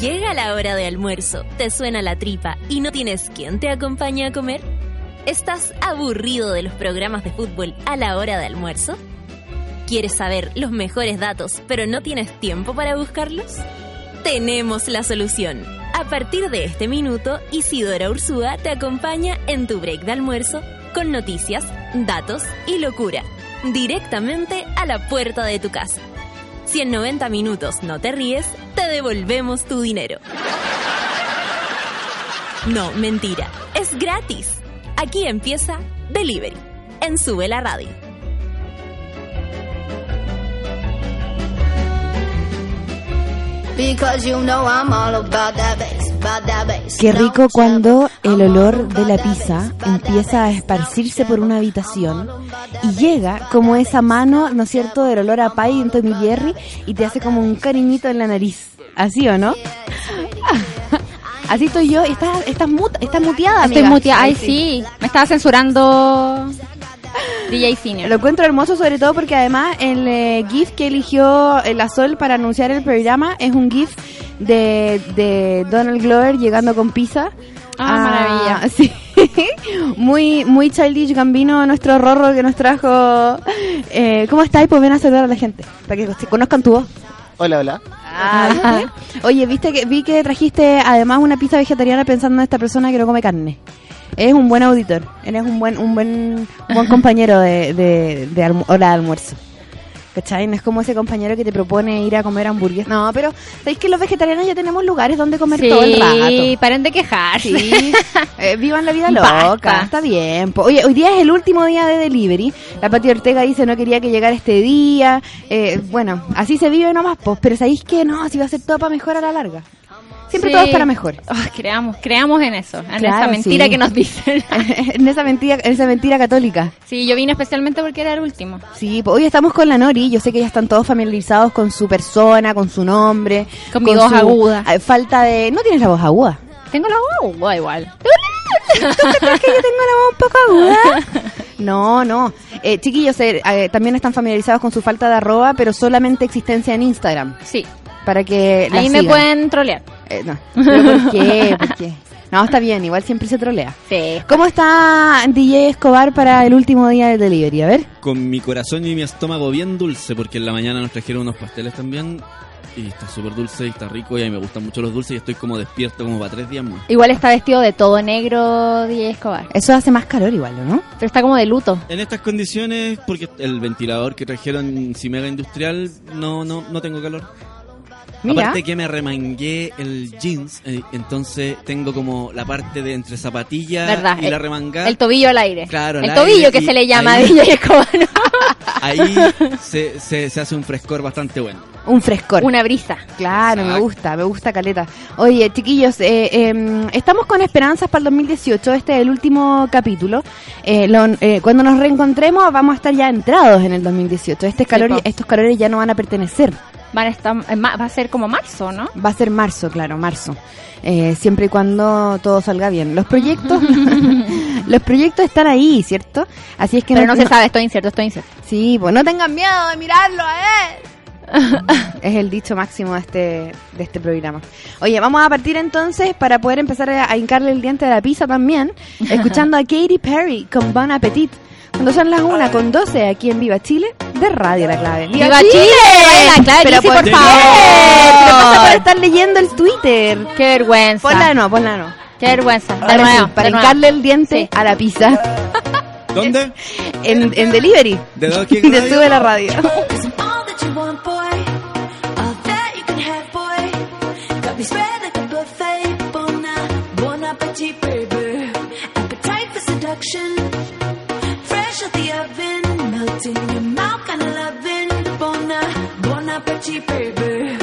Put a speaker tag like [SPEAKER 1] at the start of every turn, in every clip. [SPEAKER 1] Llega la hora de almuerzo, te suena la tripa y no tienes quien te acompañe a comer. ¿Estás aburrido de los programas de fútbol a la hora de almuerzo? ¿Quieres saber los mejores datos pero no tienes tiempo para buscarlos? Tenemos la solución. A partir de este minuto, Isidora Ursúa te acompaña en tu break de almuerzo con noticias, datos y locura, directamente a la puerta de tu casa. Si en 90 minutos no te ríes, te devolvemos tu dinero. No, mentira. Es gratis. Aquí empieza Delivery, en Sube la Radio.
[SPEAKER 2] Qué rico cuando el olor de la pizza empieza a esparcirse por una habitación y llega como esa mano, ¿no es cierto?, del olor a pie en Tommy Jerry y te hace como un cariñito en la nariz. ¿Así o no? Así estoy yo. Estás, estás, muta- estás muteada,
[SPEAKER 3] Estoy
[SPEAKER 2] amiga.
[SPEAKER 3] muteada. Ay, sí. Me estaba censurando DJ
[SPEAKER 2] Lo
[SPEAKER 3] Senior.
[SPEAKER 2] encuentro hermoso sobre todo porque además el eh, GIF que eligió eh, la Sol para anunciar el programa es un GIF de, de Donald Glover llegando con pizza.
[SPEAKER 3] Ah, maravilla.
[SPEAKER 2] Sí. muy, muy childish gambino nuestro rorro que nos trajo. Eh, ¿Cómo estáis? Pues ven a saludar a la gente para que se conozcan tu voz.
[SPEAKER 4] Hola, hola.
[SPEAKER 2] Ah, ¿viste? Oye, viste que vi que trajiste además una pizza vegetariana pensando en esta persona que no come carne. Eres un buen auditor, eres un buen un buen, un buen compañero de, de, de almu- hora de almuerzo. ¿Cachai? No es como ese compañero que te propone ir a comer hamburguesas. No, pero ¿sabéis que los vegetarianos ya tenemos lugares donde comer todo el
[SPEAKER 3] Sí,
[SPEAKER 2] rato?
[SPEAKER 3] paren de quejarse.
[SPEAKER 2] Sí, eh, vivan la vida loca,
[SPEAKER 3] Basta.
[SPEAKER 2] está bien. po. Oye, hoy día es el último día de delivery. La Pati Ortega dice no quería que llegara este día. Eh, bueno, así se vive nomás, pues. Pero sabéis que no, si va a ser todo para mejor a la larga. Siempre
[SPEAKER 3] Sí.
[SPEAKER 2] todo es para mejor.
[SPEAKER 3] Ah, creamos, creamos en eso, en
[SPEAKER 2] Claro,
[SPEAKER 3] esa mentira
[SPEAKER 2] sí.
[SPEAKER 3] que nos dicen.
[SPEAKER 2] en esa mentira, en esa mentira católica.
[SPEAKER 3] sí, yo vine especialmente porque era el último.
[SPEAKER 2] Sí, po. hoy estamos con la Nori. Yo sé que ya están todos familiarizados con su persona, con su nombre.
[SPEAKER 3] Con mi voz
[SPEAKER 2] su,
[SPEAKER 3] aguda.
[SPEAKER 2] eh, Falta de. No tienes la voz aguda.
[SPEAKER 3] Tengo la guagua igual.
[SPEAKER 2] ¿Tú crees que yo tengo la voz un poco aguda? No, no. Eh, chiquillos, eh, eh, también están familiarizados con su falta de arroba, pero solamente existencia en Instagram.
[SPEAKER 3] Sí.
[SPEAKER 2] Para que la
[SPEAKER 3] Ahí me
[SPEAKER 2] sigan.
[SPEAKER 3] pueden trolear.
[SPEAKER 2] Eh, no. ¿Pero ¿Por qué? ¿Por qué? No, está bien, igual siempre se trolea.
[SPEAKER 3] Sí.
[SPEAKER 2] ¿Cómo está DJ Escobar para el último día del delivery? A ver.
[SPEAKER 5] Con mi corazón y mi estómago bien dulce, porque en la mañana nos trajeron unos pasteles también. Y está súper dulce y está rico y a mí me gustan mucho los dulces y estoy como despierto como para tres días más.
[SPEAKER 3] Igual está vestido de todo negro DJ Escobar.
[SPEAKER 2] Eso hace más calor igual, ¿o ¿no?
[SPEAKER 3] Pero está como de luto.
[SPEAKER 5] En estas condiciones, porque el ventilador que trajeron Cimega Industrial, no, no, no tengo calor.
[SPEAKER 2] Mira.
[SPEAKER 5] Aparte que me remangué el jeans, eh, entonces tengo como la parte de entre zapatilla
[SPEAKER 3] ¿Verdad?
[SPEAKER 5] y
[SPEAKER 3] el,
[SPEAKER 5] la remangada.
[SPEAKER 3] el tobillo al aire.
[SPEAKER 5] Claro, al
[SPEAKER 3] el
[SPEAKER 5] aire,
[SPEAKER 3] tobillo que
[SPEAKER 5] y
[SPEAKER 3] se le llama a
[SPEAKER 5] ahí-
[SPEAKER 3] DJ Escobar.
[SPEAKER 5] Ahí se, se, se hace un frescor bastante bueno.
[SPEAKER 2] Un frescor.
[SPEAKER 3] Una brisa.
[SPEAKER 2] Claro, me
[SPEAKER 5] Exacto.
[SPEAKER 2] gusta, me gusta Caleta. Oye, chiquillos, eh, eh, estamos con esperanzas para el 2018, este es el último capítulo. Eh, lo- eh, cuando nos reencontremos vamos a estar ya entrados en el 2018. Este calor,
[SPEAKER 3] po.
[SPEAKER 2] estos calores ya no van a pertenecer.
[SPEAKER 3] Van a estar, eh, ma- va a ser como marzo, ¿no?
[SPEAKER 2] Va a ser marzo, claro, marzo. Eh, siempre y cuando todo salga bien. Los proyectos, los proyectos están ahí, ¿cierto? Así es que
[SPEAKER 3] Pero no, se sabe, estoy incierto, estoy incierto.
[SPEAKER 2] Sí, pues no tengan miedo de mirarlo a él. es el dicho máximo de este, de este programa. Oye, vamos a partir entonces para poder empezar a, a hincarle el diente de la pizza también, escuchando a Katy Perry con Bon Appetit. Cuando son las una con 12 aquí en Viva Chile, de Radio La Clave.
[SPEAKER 3] ¡Viva Chile! Viva Chile,
[SPEAKER 2] Pero
[SPEAKER 3] Lizzy,
[SPEAKER 2] por,
[SPEAKER 3] por
[SPEAKER 2] favor. Pero pasa por estar leyendo el Twitter.
[SPEAKER 3] ¡Qué vergüenza!
[SPEAKER 2] Ponla no, ponla no.
[SPEAKER 3] ¡Qué vergüenza! De
[SPEAKER 2] Ahora
[SPEAKER 3] nuevo,
[SPEAKER 2] sí, para
[SPEAKER 3] de nuevo.
[SPEAKER 2] hincarle el diente
[SPEAKER 3] Sí.
[SPEAKER 2] a la pizza.
[SPEAKER 5] ¿Dónde?
[SPEAKER 2] En, en delivery.
[SPEAKER 5] ¿De dónde? ¿Qué
[SPEAKER 2] De
[SPEAKER 5] radio?
[SPEAKER 2] sube la radio.
[SPEAKER 6] Bon appetit, baby.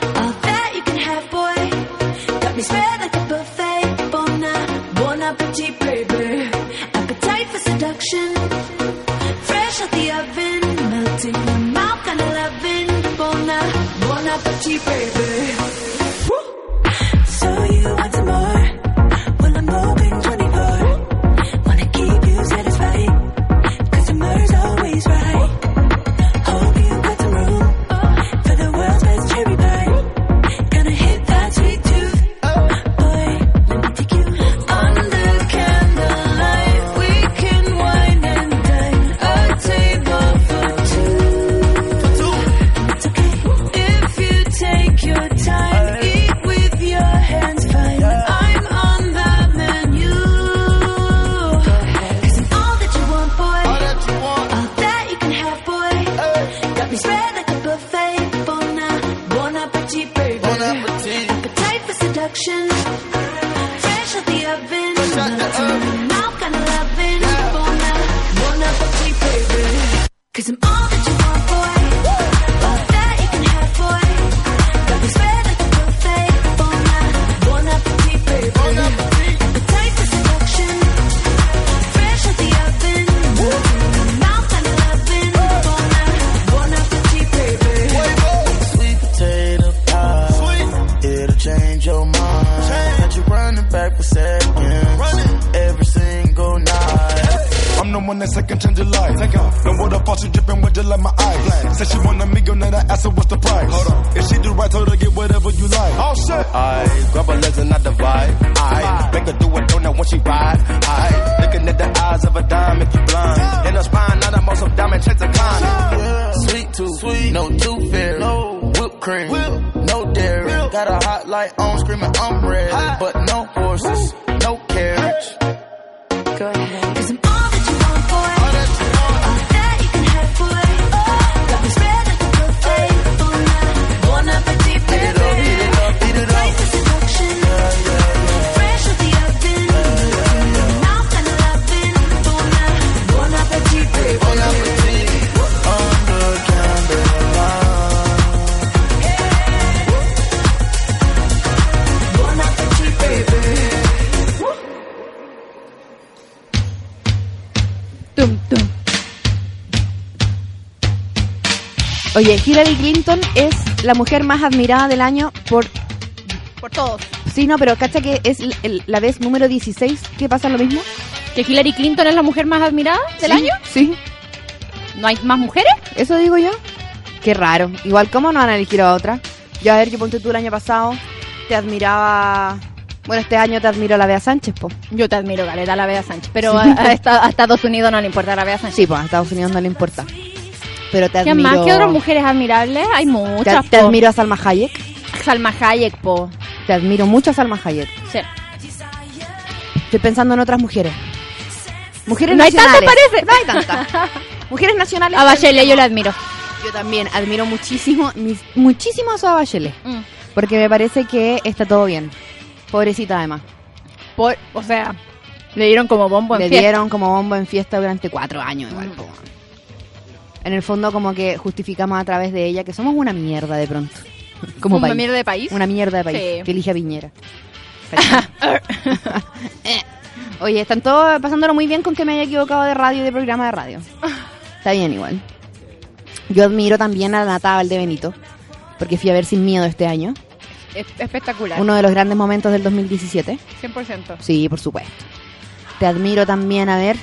[SPEAKER 4] uh, perfection. Fresh out the oven, melting my mouth, kind of loving. Bon, app- bon appetit, baby. Woo! So you want some more? Well, I'm open 24. Wanna keep you satisfied. Customers always right. Hope you got some room for the world's best cherry pie. Gonna hit that sweet tooth. Boy, let me take you under candlelight. We can wine and dine. A table for two. It's okay if you take your time. Eat with your hands fine. I'm on the menu. Cause I'm all that you want, boy. All that you can have, boy. Got me spread like a buffet. Bon, app- bon appetit, baby. Appetite for seduction. Fresh out the oven. Mouth kind of loving. Bon app- bon appetit, baby. Cause I'm all that you want, boy. All that you can have, boy. Got me spread like a buffet. Bon app- bon appetit, baby. Appetite for seduction. Fresh out the oven. Mouth kind of loving. Bon app- bon appetit, baby.
[SPEAKER 6] Sweet potato pie. It'll change your mind. Got you running back for seconds. Every single night.
[SPEAKER 7] I'm the one that can change your life. Take off. No water falls, she dripping with just like my eyes. Said she want a meal, now I asked her what's the price. Hold on. If she do right, told her get whatever you like. Oh shit.
[SPEAKER 6] I grab her legs and I divide. I make her do a donut when she ride. I looking at the eyes of a dime if you blind. In her spine, not a muscle diamond, check the climb. Sweet tooth, sweet, no tooth fairy. No whipped cream, no dairy. Got a hot light on, screaming I'm red, but no horses, no carriage.
[SPEAKER 4] Go ahead. Cause I'm all that you want, boy. All that you want. All that you can have, boy. Oh, Got me spread like a buffet. Bon app- bon appetit, baby.
[SPEAKER 6] it up, heat it up, heat it up.
[SPEAKER 4] Appetite for seduction. Fresh out the oven. Mouth kind of loving. Bon app- bon appetit, baby.
[SPEAKER 6] Under candlelight.
[SPEAKER 4] Bon appetit, baby.
[SPEAKER 3] Tum, tum.
[SPEAKER 2] Oye, Hillary Clinton es la mujer más admirada del año por...
[SPEAKER 3] Por todos.
[SPEAKER 2] Sí, no, pero cacha que es l- el- la vez número 16 que pasa lo mismo.
[SPEAKER 3] ¿Que Hillary Clinton es la mujer más admirada del
[SPEAKER 2] Sí,
[SPEAKER 3] año?
[SPEAKER 2] Sí,
[SPEAKER 3] ¿No hay más mujeres?
[SPEAKER 2] eso digo yo. Qué raro. Igual, ¿cómo no van a elegir a otra? Yo, a ver, yo ponte tú el año pasado, te admiraba... Bueno, este año te admiro a la Bea Sánchez, po.
[SPEAKER 3] Yo te admiro, Galera, la Bea Sánchez. Pero
[SPEAKER 2] Sí.
[SPEAKER 3] a, a este esta- a Estados Unidos no le importa la Bea Sánchez.
[SPEAKER 2] Sí, pues a Estados Unidos no le importa. Pero te
[SPEAKER 3] ¿Qué
[SPEAKER 2] admiro...
[SPEAKER 3] más? ¿Qué otras mujeres admirables? Hay
[SPEAKER 2] Te-
[SPEAKER 3] muchas.
[SPEAKER 2] te,
[SPEAKER 3] po.
[SPEAKER 2] admiro a Salma Hayek.
[SPEAKER 3] Salma Hayek, po.
[SPEAKER 2] Te admiro mucho a Salma Hayek.
[SPEAKER 3] Sí.
[SPEAKER 2] Estoy pensando en otras mujeres. Mujeres
[SPEAKER 3] No hay tantas,
[SPEAKER 2] nacionales.
[SPEAKER 3] parece.
[SPEAKER 2] No hay tantas. Mujeres nacionales.
[SPEAKER 3] A Bachelet yo la admiro.
[SPEAKER 2] Yo también admiro muchísimo, mis- muchísimo a Soa Bachelet.
[SPEAKER 3] Mm.
[SPEAKER 2] Porque me parece que está todo bien. Pobrecita además.
[SPEAKER 3] Por- o sea, le dieron como bombo en
[SPEAKER 2] Le
[SPEAKER 3] fiesta. Mm.
[SPEAKER 2] dieron como bombo en fiesta durante cuatro años igual. po. En el fondo como que justificamos a través de ella que somos una mierda de pronto. Como
[SPEAKER 3] ¿Una
[SPEAKER 2] país.
[SPEAKER 3] mierda de país?
[SPEAKER 2] Una mierda de país.
[SPEAKER 3] Sí.
[SPEAKER 2] Que elige a Piñera. Eh. Oye, están todos pasándolo muy bien con que me haya equivocado de radio y de programa de radio. Está bien igual. Yo admiro también a Nata Valde Benito, porque fui a ver Sin Miedo este año.
[SPEAKER 3] Es- espectacular.
[SPEAKER 2] Uno de los grandes momentos del 2017.
[SPEAKER 3] 100%.
[SPEAKER 2] Sí, por supuesto. Te admiro también, a ver.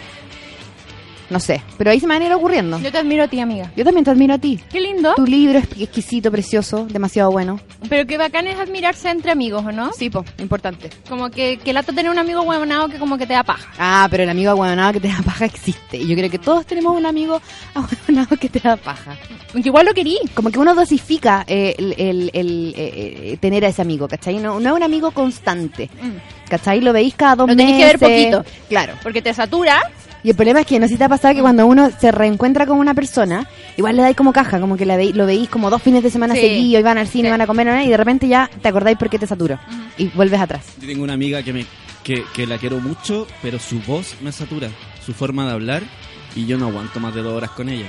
[SPEAKER 2] No sé, pero ahí se me van a ir ocurriendo.
[SPEAKER 3] Yo te admiro a ti, amiga.
[SPEAKER 2] Yo también te admiro a ti.
[SPEAKER 3] Qué lindo.
[SPEAKER 2] Tu libro es exquisito, precioso, demasiado bueno.
[SPEAKER 3] Pero qué bacán es admirarse entre amigos, ¿o no?
[SPEAKER 2] Sí, po, importante.
[SPEAKER 3] Como que, que lata tener un amigo huevonado que como que te da paja.
[SPEAKER 2] Ah, pero el amigo aguadonado que te da paja existe. Y Yo creo que todos tenemos un amigo aguadonado que te da paja.
[SPEAKER 3] Aunque igual lo querí.
[SPEAKER 2] Como que uno dosifica eh, el, el- el, eh, eh, tener a ese amigo, ¿cachai? No, no es un amigo constante, ¿cachai? Lo veis cada dos
[SPEAKER 3] Lo tenés
[SPEAKER 2] meses.
[SPEAKER 3] que ver poquito.
[SPEAKER 2] Mm. Claro.
[SPEAKER 3] Porque te satura.
[SPEAKER 2] Y el problema es que no sé si te ha pasado que cuando uno se reencuentra con una persona, igual le dais como caja, como que la veis- lo veís como dos fines de semana
[SPEAKER 3] Sí.
[SPEAKER 2] seguidos, y van al cine,
[SPEAKER 3] Sí.
[SPEAKER 2] van a comer, ¿no? y de repente ya te acordáis por qué te saturó. Y vuelves atrás.
[SPEAKER 5] Yo tengo una amiga que me que, que la quiero mucho, pero su voz me satura, su forma de hablar, y yo no aguanto más de dos horas con ella.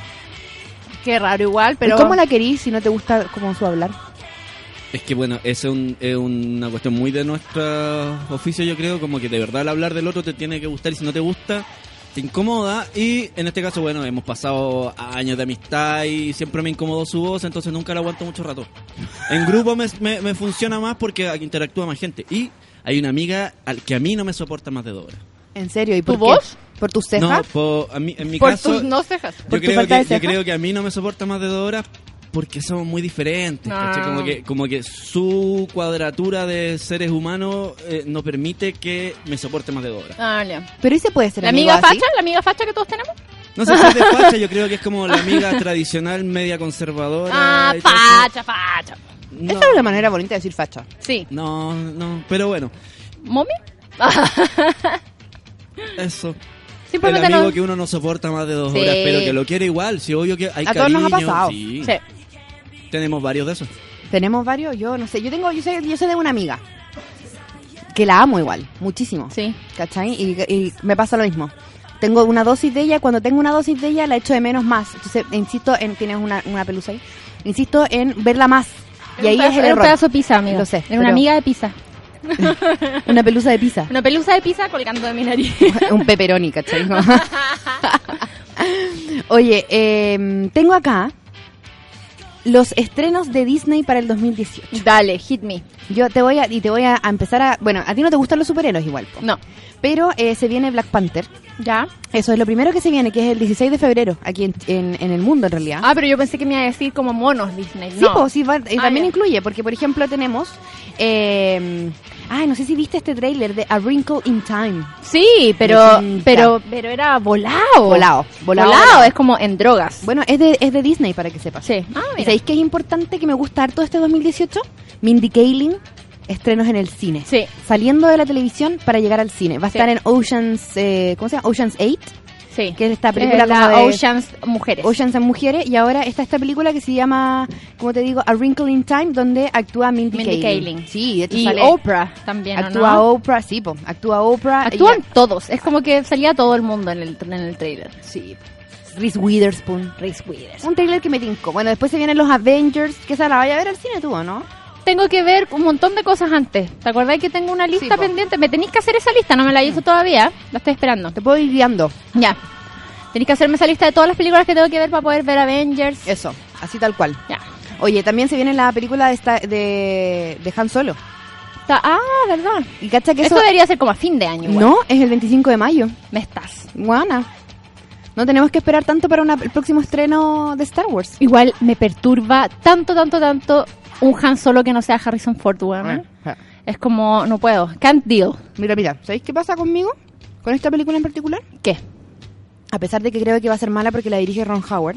[SPEAKER 3] Qué raro igual,
[SPEAKER 2] Pero
[SPEAKER 3] pero...
[SPEAKER 2] ¿Cómo la querís si no te gusta como su hablar?
[SPEAKER 5] Es que bueno, es, un- es una cuestión muy de nuestro oficio, yo creo, como que de verdad al hablar del otro te tiene que gustar y si no te gusta, te incomoda y en este caso, bueno, hemos pasado años de amistad y siempre me incomodó su voz, entonces nunca la aguanto mucho rato. En grupo me, me- me funciona más porque interactúa más gente y hay una amiga al que a mí no me soporta más de dos horas.
[SPEAKER 2] ¿En serio? ¿Y por
[SPEAKER 8] ¿Tu
[SPEAKER 2] qué?
[SPEAKER 8] voz?
[SPEAKER 2] ¿Por tus cejas?
[SPEAKER 5] No, po- a mí- en mi
[SPEAKER 8] Por
[SPEAKER 5] caso,
[SPEAKER 8] tus no cejas.
[SPEAKER 2] por
[SPEAKER 5] yo,
[SPEAKER 2] tu
[SPEAKER 5] creo
[SPEAKER 2] falta
[SPEAKER 5] que,
[SPEAKER 2] de
[SPEAKER 5] yo
[SPEAKER 2] ceja.
[SPEAKER 5] creo que a mí no me soporta más de dos horas porque somos muy diferentes.
[SPEAKER 8] Ah.
[SPEAKER 5] ¿cachai? Como, que, como que su cuadratura de seres humanos eh, no permite que me soporte más de dos horas.
[SPEAKER 8] Ah, ya.
[SPEAKER 2] Pero ese puede ser
[SPEAKER 8] ¿La
[SPEAKER 2] amigo
[SPEAKER 8] amiga
[SPEAKER 2] así?
[SPEAKER 8] facha? ¿La amiga facha que todos tenemos?
[SPEAKER 5] No sé si es de facha, yo creo que es como la amiga tradicional, media conservadora.
[SPEAKER 8] Ah,
[SPEAKER 5] y todo eso.
[SPEAKER 8] facha, facha.
[SPEAKER 5] No,
[SPEAKER 2] Esa es una manera bonita de decir facha.
[SPEAKER 8] Sí.
[SPEAKER 5] no, no, pero bueno,
[SPEAKER 8] ¿Momi?
[SPEAKER 5] eso. El
[SPEAKER 8] Simplemente
[SPEAKER 5] amigo
[SPEAKER 8] no.
[SPEAKER 5] que uno no soporta más de dos
[SPEAKER 8] Sí.
[SPEAKER 5] horas, pero que lo quiere igual, sí, obvio que hay
[SPEAKER 2] A todos nos ha
[SPEAKER 5] cariño,
[SPEAKER 2] pasado.
[SPEAKER 5] sí.
[SPEAKER 8] Sí.
[SPEAKER 5] Tenemos varios de esos.
[SPEAKER 2] Tenemos varios, yo no sé, yo tengo, yo sé, yo sé de una amiga que la amo igual, muchísimo.
[SPEAKER 8] Sí.
[SPEAKER 2] ¿Cachai? Y, y me pasa lo mismo. Tengo una dosis de ella, cuando tengo una dosis de ella la echo de menos más. Entonces, e insisto en, tienes una, una pelusa ahí, insisto en verla más. Y ahí
[SPEAKER 8] Un
[SPEAKER 2] es
[SPEAKER 8] pedazo-
[SPEAKER 2] el
[SPEAKER 8] era un
[SPEAKER 2] error.
[SPEAKER 8] pedazo de pizza, amigo.
[SPEAKER 2] Lo sé,
[SPEAKER 8] Era
[SPEAKER 2] pero-
[SPEAKER 8] una amiga de pizza.
[SPEAKER 2] Una pelusa de pizza.
[SPEAKER 8] Una pelusa de pizza colgando de mi nariz.
[SPEAKER 2] Un pepperoni, ¿cachai? No. Oye, eh, tengo acá los estrenos de Disney para el 2018.
[SPEAKER 8] Dale, hit me.
[SPEAKER 2] Yo te voy a, y te voy a a empezar a, bueno, a ti no te gustan los superhéroes igual, po.
[SPEAKER 8] No.
[SPEAKER 2] pero eh, se viene Black Panther.
[SPEAKER 8] ¿Ya?
[SPEAKER 2] Eso es lo primero que se viene, que es el 16 de febrero, aquí en, en- en el mundo en realidad.
[SPEAKER 8] Ah, pero yo pensé que me iba a decir como monos Disney.
[SPEAKER 2] sí,
[SPEAKER 8] no.
[SPEAKER 2] po, sí, va- y
[SPEAKER 8] Ah,
[SPEAKER 2] también
[SPEAKER 8] ya.
[SPEAKER 2] incluye, porque por ejemplo tenemos, eh, ay, no sé si viste este tráiler de A Wrinkle in Time.
[SPEAKER 8] Sí, pero,
[SPEAKER 2] Disney,
[SPEAKER 8] pero, pero era volado.
[SPEAKER 2] Volado, volado,
[SPEAKER 8] Volado,
[SPEAKER 2] volado.
[SPEAKER 8] es como en drogas.
[SPEAKER 2] Bueno, es de, es de Disney, para que sepas.
[SPEAKER 8] Sí. Ah,
[SPEAKER 2] ¿Y
[SPEAKER 8] mira.
[SPEAKER 2] sabéis que es importante que me gusta harto este 2018? Mindy Kaling, estrenos en el cine.
[SPEAKER 8] Sí.
[SPEAKER 2] Saliendo de la televisión para llegar al cine. Va a
[SPEAKER 8] Sí.
[SPEAKER 2] estar en Oceans, eh, ¿cómo se llama? Oceans 8.
[SPEAKER 8] Sí.
[SPEAKER 2] que es esta película
[SPEAKER 8] Es la
[SPEAKER 2] como de-
[SPEAKER 8] Oceans Mujeres.
[SPEAKER 2] Oceans en Mujeres y ahora está esta película que se llama, como te digo, A Wrinkle in Time, donde actúa Mindy,
[SPEAKER 8] Mindy
[SPEAKER 2] Kaling.
[SPEAKER 8] Kaling.
[SPEAKER 2] Sí, de hecho
[SPEAKER 8] y
[SPEAKER 2] sale-
[SPEAKER 8] Oprah también, ¿o
[SPEAKER 2] actúa
[SPEAKER 8] no?
[SPEAKER 2] Oprah, sí, po, actúa Oprah.
[SPEAKER 8] Actúan
[SPEAKER 2] ella-
[SPEAKER 8] todos. Es como que salía todo el mundo en el, en el trailer.
[SPEAKER 2] sí. Reese Witherspoon.
[SPEAKER 8] Reese Witherspoon.
[SPEAKER 2] Un trailer que me tincó. Bueno, después se vienen los Avengers, que esa la vaya a ver al cine tú, ¿o no?
[SPEAKER 8] Tengo que ver un montón de cosas antes. ¿Te acordáis que tengo una lista
[SPEAKER 2] po.
[SPEAKER 8] pendiente? Me tenéis que hacer esa lista, no me la hizo todavía. La estoy esperando.
[SPEAKER 2] Te puedo ir guiando.
[SPEAKER 8] Ya. Tenéis que hacerme esa lista de todas las películas que tengo que ver para poder ver Avengers.
[SPEAKER 2] Eso, así tal cual.
[SPEAKER 8] Ya.
[SPEAKER 2] Oye, también se viene la película de, esta- de, de Han Solo.
[SPEAKER 8] Está- ah, verdad.
[SPEAKER 2] Y cacha que
[SPEAKER 8] Eso,
[SPEAKER 2] eso...
[SPEAKER 8] debería ser como a fin de año. igual.
[SPEAKER 2] no, es el 25 de mayo.
[SPEAKER 8] Me estás.
[SPEAKER 2] Guana. No tenemos que esperar tanto para una- el próximo estreno de Star Wars.
[SPEAKER 8] Igual me perturba tanto, tanto, tanto un Han Solo que no sea Harrison Ford, weón. Es como, no puedo. Can't deal.
[SPEAKER 2] Ah, Mira, mira, ¿sabéis qué pasa conmigo? Con esta película en particular.
[SPEAKER 8] ¿Qué?
[SPEAKER 2] A pesar de que creo que va a ser mala porque la dirige Ron Howard.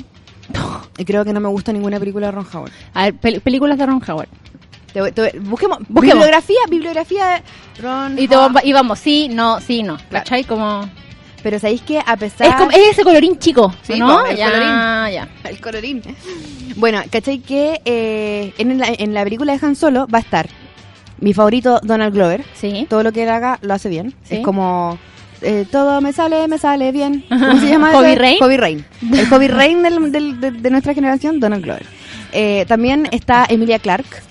[SPEAKER 2] Y creo que no me gusta ninguna película de Ron Howard.
[SPEAKER 8] A ver, pel- películas de Ron Howard.
[SPEAKER 2] Te voy- te voy- busquemos,
[SPEAKER 8] Busquemos.
[SPEAKER 2] Bibliografía, bibliografía de Ron
[SPEAKER 8] Y, te
[SPEAKER 2] Howard.
[SPEAKER 8] vamos- y vamos, sí, no, sí, no.
[SPEAKER 2] Claro.
[SPEAKER 8] ¿Cachai? Como...
[SPEAKER 2] Pero ¿sabéis que a pesar...
[SPEAKER 8] Es, como, es ese colorín chico,
[SPEAKER 2] Sí,
[SPEAKER 8] ¿no?
[SPEAKER 2] po, el
[SPEAKER 8] ya,
[SPEAKER 2] colorín.
[SPEAKER 8] ya.
[SPEAKER 2] El colorín. Bueno, ¿cachai que eh, en, la, en la película de Han Solo va a estar mi favorito Donald Glover?
[SPEAKER 8] Sí.
[SPEAKER 2] Todo lo que él haga lo hace bien.
[SPEAKER 8] Sí.
[SPEAKER 2] Es como... eh, todo me sale, me sale bien. ¿Cómo se llama?
[SPEAKER 8] ¿Hobby
[SPEAKER 2] ese?
[SPEAKER 8] Rain?
[SPEAKER 2] Hobby Rain. El Hobby Rain del- del- de, de nuestra generación, Donald Glover. Eh, también está Emilia Clarke.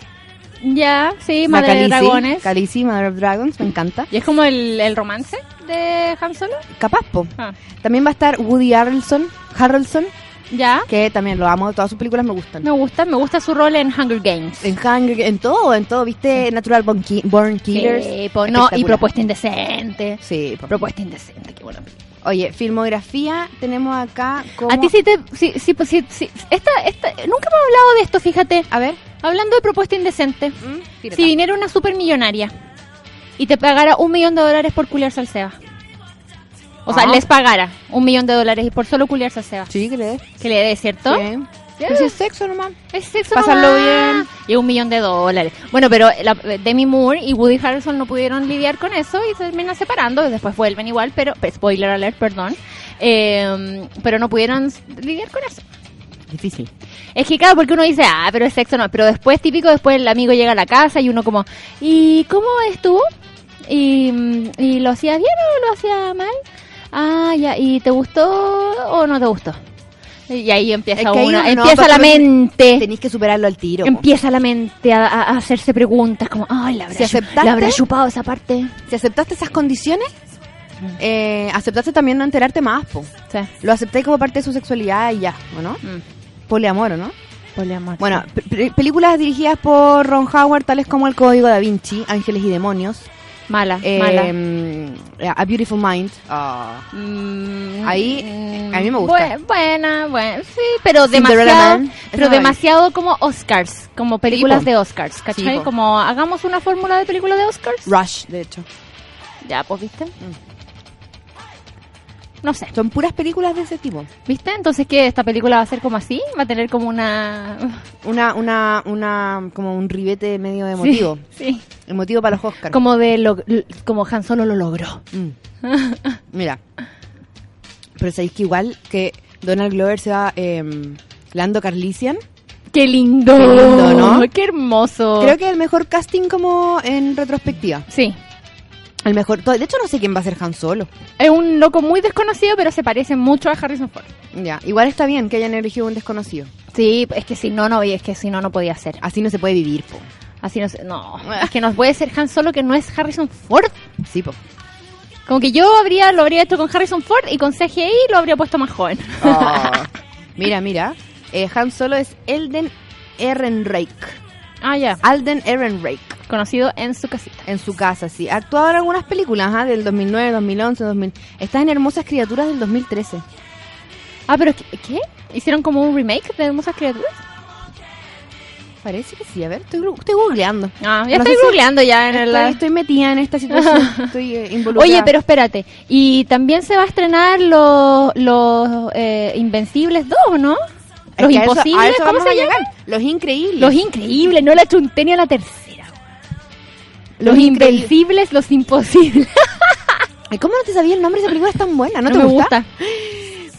[SPEAKER 8] Ya, sí, Madre
[SPEAKER 2] Macalisi,
[SPEAKER 8] de Dragones.
[SPEAKER 2] Khaleesi, Mother of Dragons, me encanta.
[SPEAKER 8] ¿Y es como el, el romance de Han Solo?
[SPEAKER 2] Capaz, po.
[SPEAKER 8] Ah.
[SPEAKER 2] También va a estar Woody Harrelson, Harrelson,
[SPEAKER 8] Ya.
[SPEAKER 2] que también lo amo, todas sus películas me gustan.
[SPEAKER 8] Me gusta, me gusta su rol en Hunger Games.
[SPEAKER 2] En Hunger, en todo, en todo, viste Natural Born, Ki- Born Killers.
[SPEAKER 8] Sí, po, no, y
[SPEAKER 2] Espectacular.
[SPEAKER 8] Propuesta Indecente.
[SPEAKER 2] Sí, po.
[SPEAKER 8] Propuesta Indecente, qué buena película.
[SPEAKER 2] Oye, filmografía tenemos acá como
[SPEAKER 8] A ti sí te... Sí, sí, pues, sí, sí. Esta, esta, nunca hemos hablado de esto, fíjate.
[SPEAKER 2] A ver,
[SPEAKER 8] Hablando de Propuesta Indecente.
[SPEAKER 2] tírala.
[SPEAKER 8] Si viniera una supermillonaria y te pagara un millón de dólares por culiarse al Seba. O sea,
[SPEAKER 2] Ah.
[SPEAKER 8] les pagara un millón de dólares y por solo culiarse al Seba.
[SPEAKER 2] Sí, que le des.
[SPEAKER 8] Que le dé, ¿cierto?
[SPEAKER 2] Bien. Pues es sexo nomás.
[SPEAKER 8] Es sexo
[SPEAKER 2] Pasarlo
[SPEAKER 8] nomás.
[SPEAKER 2] bien.
[SPEAKER 8] Y un millón de dólares. Bueno, pero la- Demi Moore y Woody Harrelson no pudieron lidiar con eso y se terminan separando. Y después vuelven igual, pero... Spoiler alert, perdón. Eh, pero no pudieron s- lidiar con eso.
[SPEAKER 2] Difícil.
[SPEAKER 8] Es que claro, porque uno dice, ah, pero es sexo no, pero después típico, después el amigo llega a la casa y uno como, ¿y cómo estuvo? ¿Y, mm, y lo hacía bien o lo hacía mal? Ah, ya, ¿y te gustó o no te gustó? Y ahí empieza
[SPEAKER 2] Es que ahí
[SPEAKER 8] uno,
[SPEAKER 2] uno no,
[SPEAKER 8] empieza
[SPEAKER 2] pues,
[SPEAKER 8] la
[SPEAKER 2] pero tiene-
[SPEAKER 8] mente,
[SPEAKER 2] Tenéis que superarlo al tiro. po.
[SPEAKER 8] empieza la mente a, a- a hacerse preguntas como, ay, la habrá,
[SPEAKER 2] Si
[SPEAKER 8] chu-
[SPEAKER 2] aceptaste-
[SPEAKER 8] ¿la habrá chupado esa parte. Mm.
[SPEAKER 2] Si aceptaste esas condiciones, eh, aceptaste también no enterarte más, po.
[SPEAKER 8] Sí.
[SPEAKER 2] Lo acepté como parte de su sexualidad y ya, ¿o no?
[SPEAKER 8] Mm.
[SPEAKER 2] Poliamor, ¿o no?
[SPEAKER 8] Poliamor.
[SPEAKER 2] Bueno, pe- pe- películas dirigidas por Ron Howard, tales como El Código da Vinci, Ángeles y Demonios,
[SPEAKER 8] mala,
[SPEAKER 2] eh,
[SPEAKER 8] mala.
[SPEAKER 2] mm, A Beautiful Mind.
[SPEAKER 8] Mm,
[SPEAKER 2] ahí,
[SPEAKER 8] mm,
[SPEAKER 2] a mí me gusta.
[SPEAKER 8] bu- buena, buena, sí, pero
[SPEAKER 2] Cinderella
[SPEAKER 8] demasiado,
[SPEAKER 2] Man.
[SPEAKER 8] pero
[SPEAKER 2] No,
[SPEAKER 8] demasiado como Oscars, como películas
[SPEAKER 2] po.
[SPEAKER 8] de Oscars, ¿cachai?
[SPEAKER 2] Sí, po.
[SPEAKER 8] como hagamos una fórmula de películas de Oscars.
[SPEAKER 2] Rush, de hecho.
[SPEAKER 8] Ya, pues, ¿viste? No sé,
[SPEAKER 2] Son puras películas de ese tipo.
[SPEAKER 8] ¿viste? Entonces, ¿qué? ¿Esta película va a ser como así? ¿Va a tener como una...?
[SPEAKER 2] Una, una, una, como un ribete medio emotivo.
[SPEAKER 8] Sí, sí.
[SPEAKER 2] Emotivo para los Oscars.
[SPEAKER 8] Como de lo, como Han Solo lo logró.
[SPEAKER 2] Mm. Mira. Pero sabéis que igual que Donald Glover se va em, Lando Carlisian.
[SPEAKER 8] ¡Qué lindo!
[SPEAKER 2] Qué lindo, ¿no?
[SPEAKER 8] ¡Qué hermoso!
[SPEAKER 2] Creo que el mejor casting como en retrospectiva.
[SPEAKER 8] Oh. Sí.
[SPEAKER 2] El mejor. to- De hecho, no sé quién va a ser Han Solo.
[SPEAKER 8] Es un loco muy desconocido, pero se parece mucho a Harrison Ford.
[SPEAKER 2] Ya. Igual está bien que hayan elegido un desconocido.
[SPEAKER 8] Sí, es que si no, no, es que si no, no podía ser.
[SPEAKER 2] Así no se puede vivir, po.
[SPEAKER 8] Así no, se- no, es que no puede ser Han Solo que no es Harrison Ford.
[SPEAKER 2] Sí, po.
[SPEAKER 8] Como que yo habría, lo habría hecho con Harrison Ford y con CGI lo habría puesto más joven.
[SPEAKER 2] Ah. Mira, mira. Eh, Han Solo es Elden Ehrenreich.
[SPEAKER 8] ah, ya,
[SPEAKER 2] Alden Ehrenreich.
[SPEAKER 8] conocido en su casita.
[SPEAKER 2] En su casa, sí. Ha actuado en algunas películas, ajá, del 2009, 2011, 2000. Está en Hermosas Criaturas del 2013.
[SPEAKER 8] Ah, pero ¿qué? qué? ¿Hicieron como un remake de Hermosas Criaturas?
[SPEAKER 2] Parece que sí, a ver, estoy, glu- estoy googleando.
[SPEAKER 8] Ah, ya
[SPEAKER 2] No
[SPEAKER 8] estoy
[SPEAKER 2] sé si-
[SPEAKER 8] googleando ya en el...
[SPEAKER 2] Estoy, estoy metida en esta situación, estoy eh, involucrada.
[SPEAKER 8] Oye, pero espérate, y también se va a estrenar los, los eh, Invencibles 2, ¿no?
[SPEAKER 2] Es
[SPEAKER 8] Los
[SPEAKER 2] que a eso- a
[SPEAKER 8] Imposibles,
[SPEAKER 2] eso
[SPEAKER 8] ¿cómo
[SPEAKER 2] vamos
[SPEAKER 8] se
[SPEAKER 2] a
[SPEAKER 8] llaman?
[SPEAKER 2] llegar. Los Increíbles.
[SPEAKER 8] Los Increíbles, no la chunté ni a la tercera. Los,
[SPEAKER 2] Increíbles.
[SPEAKER 8] Invencibles, los Imposibles.
[SPEAKER 2] Ay, ¿Cómo no te sabía el nombre de esa película? Es tan buena, ¿no, te
[SPEAKER 8] me
[SPEAKER 2] gusta?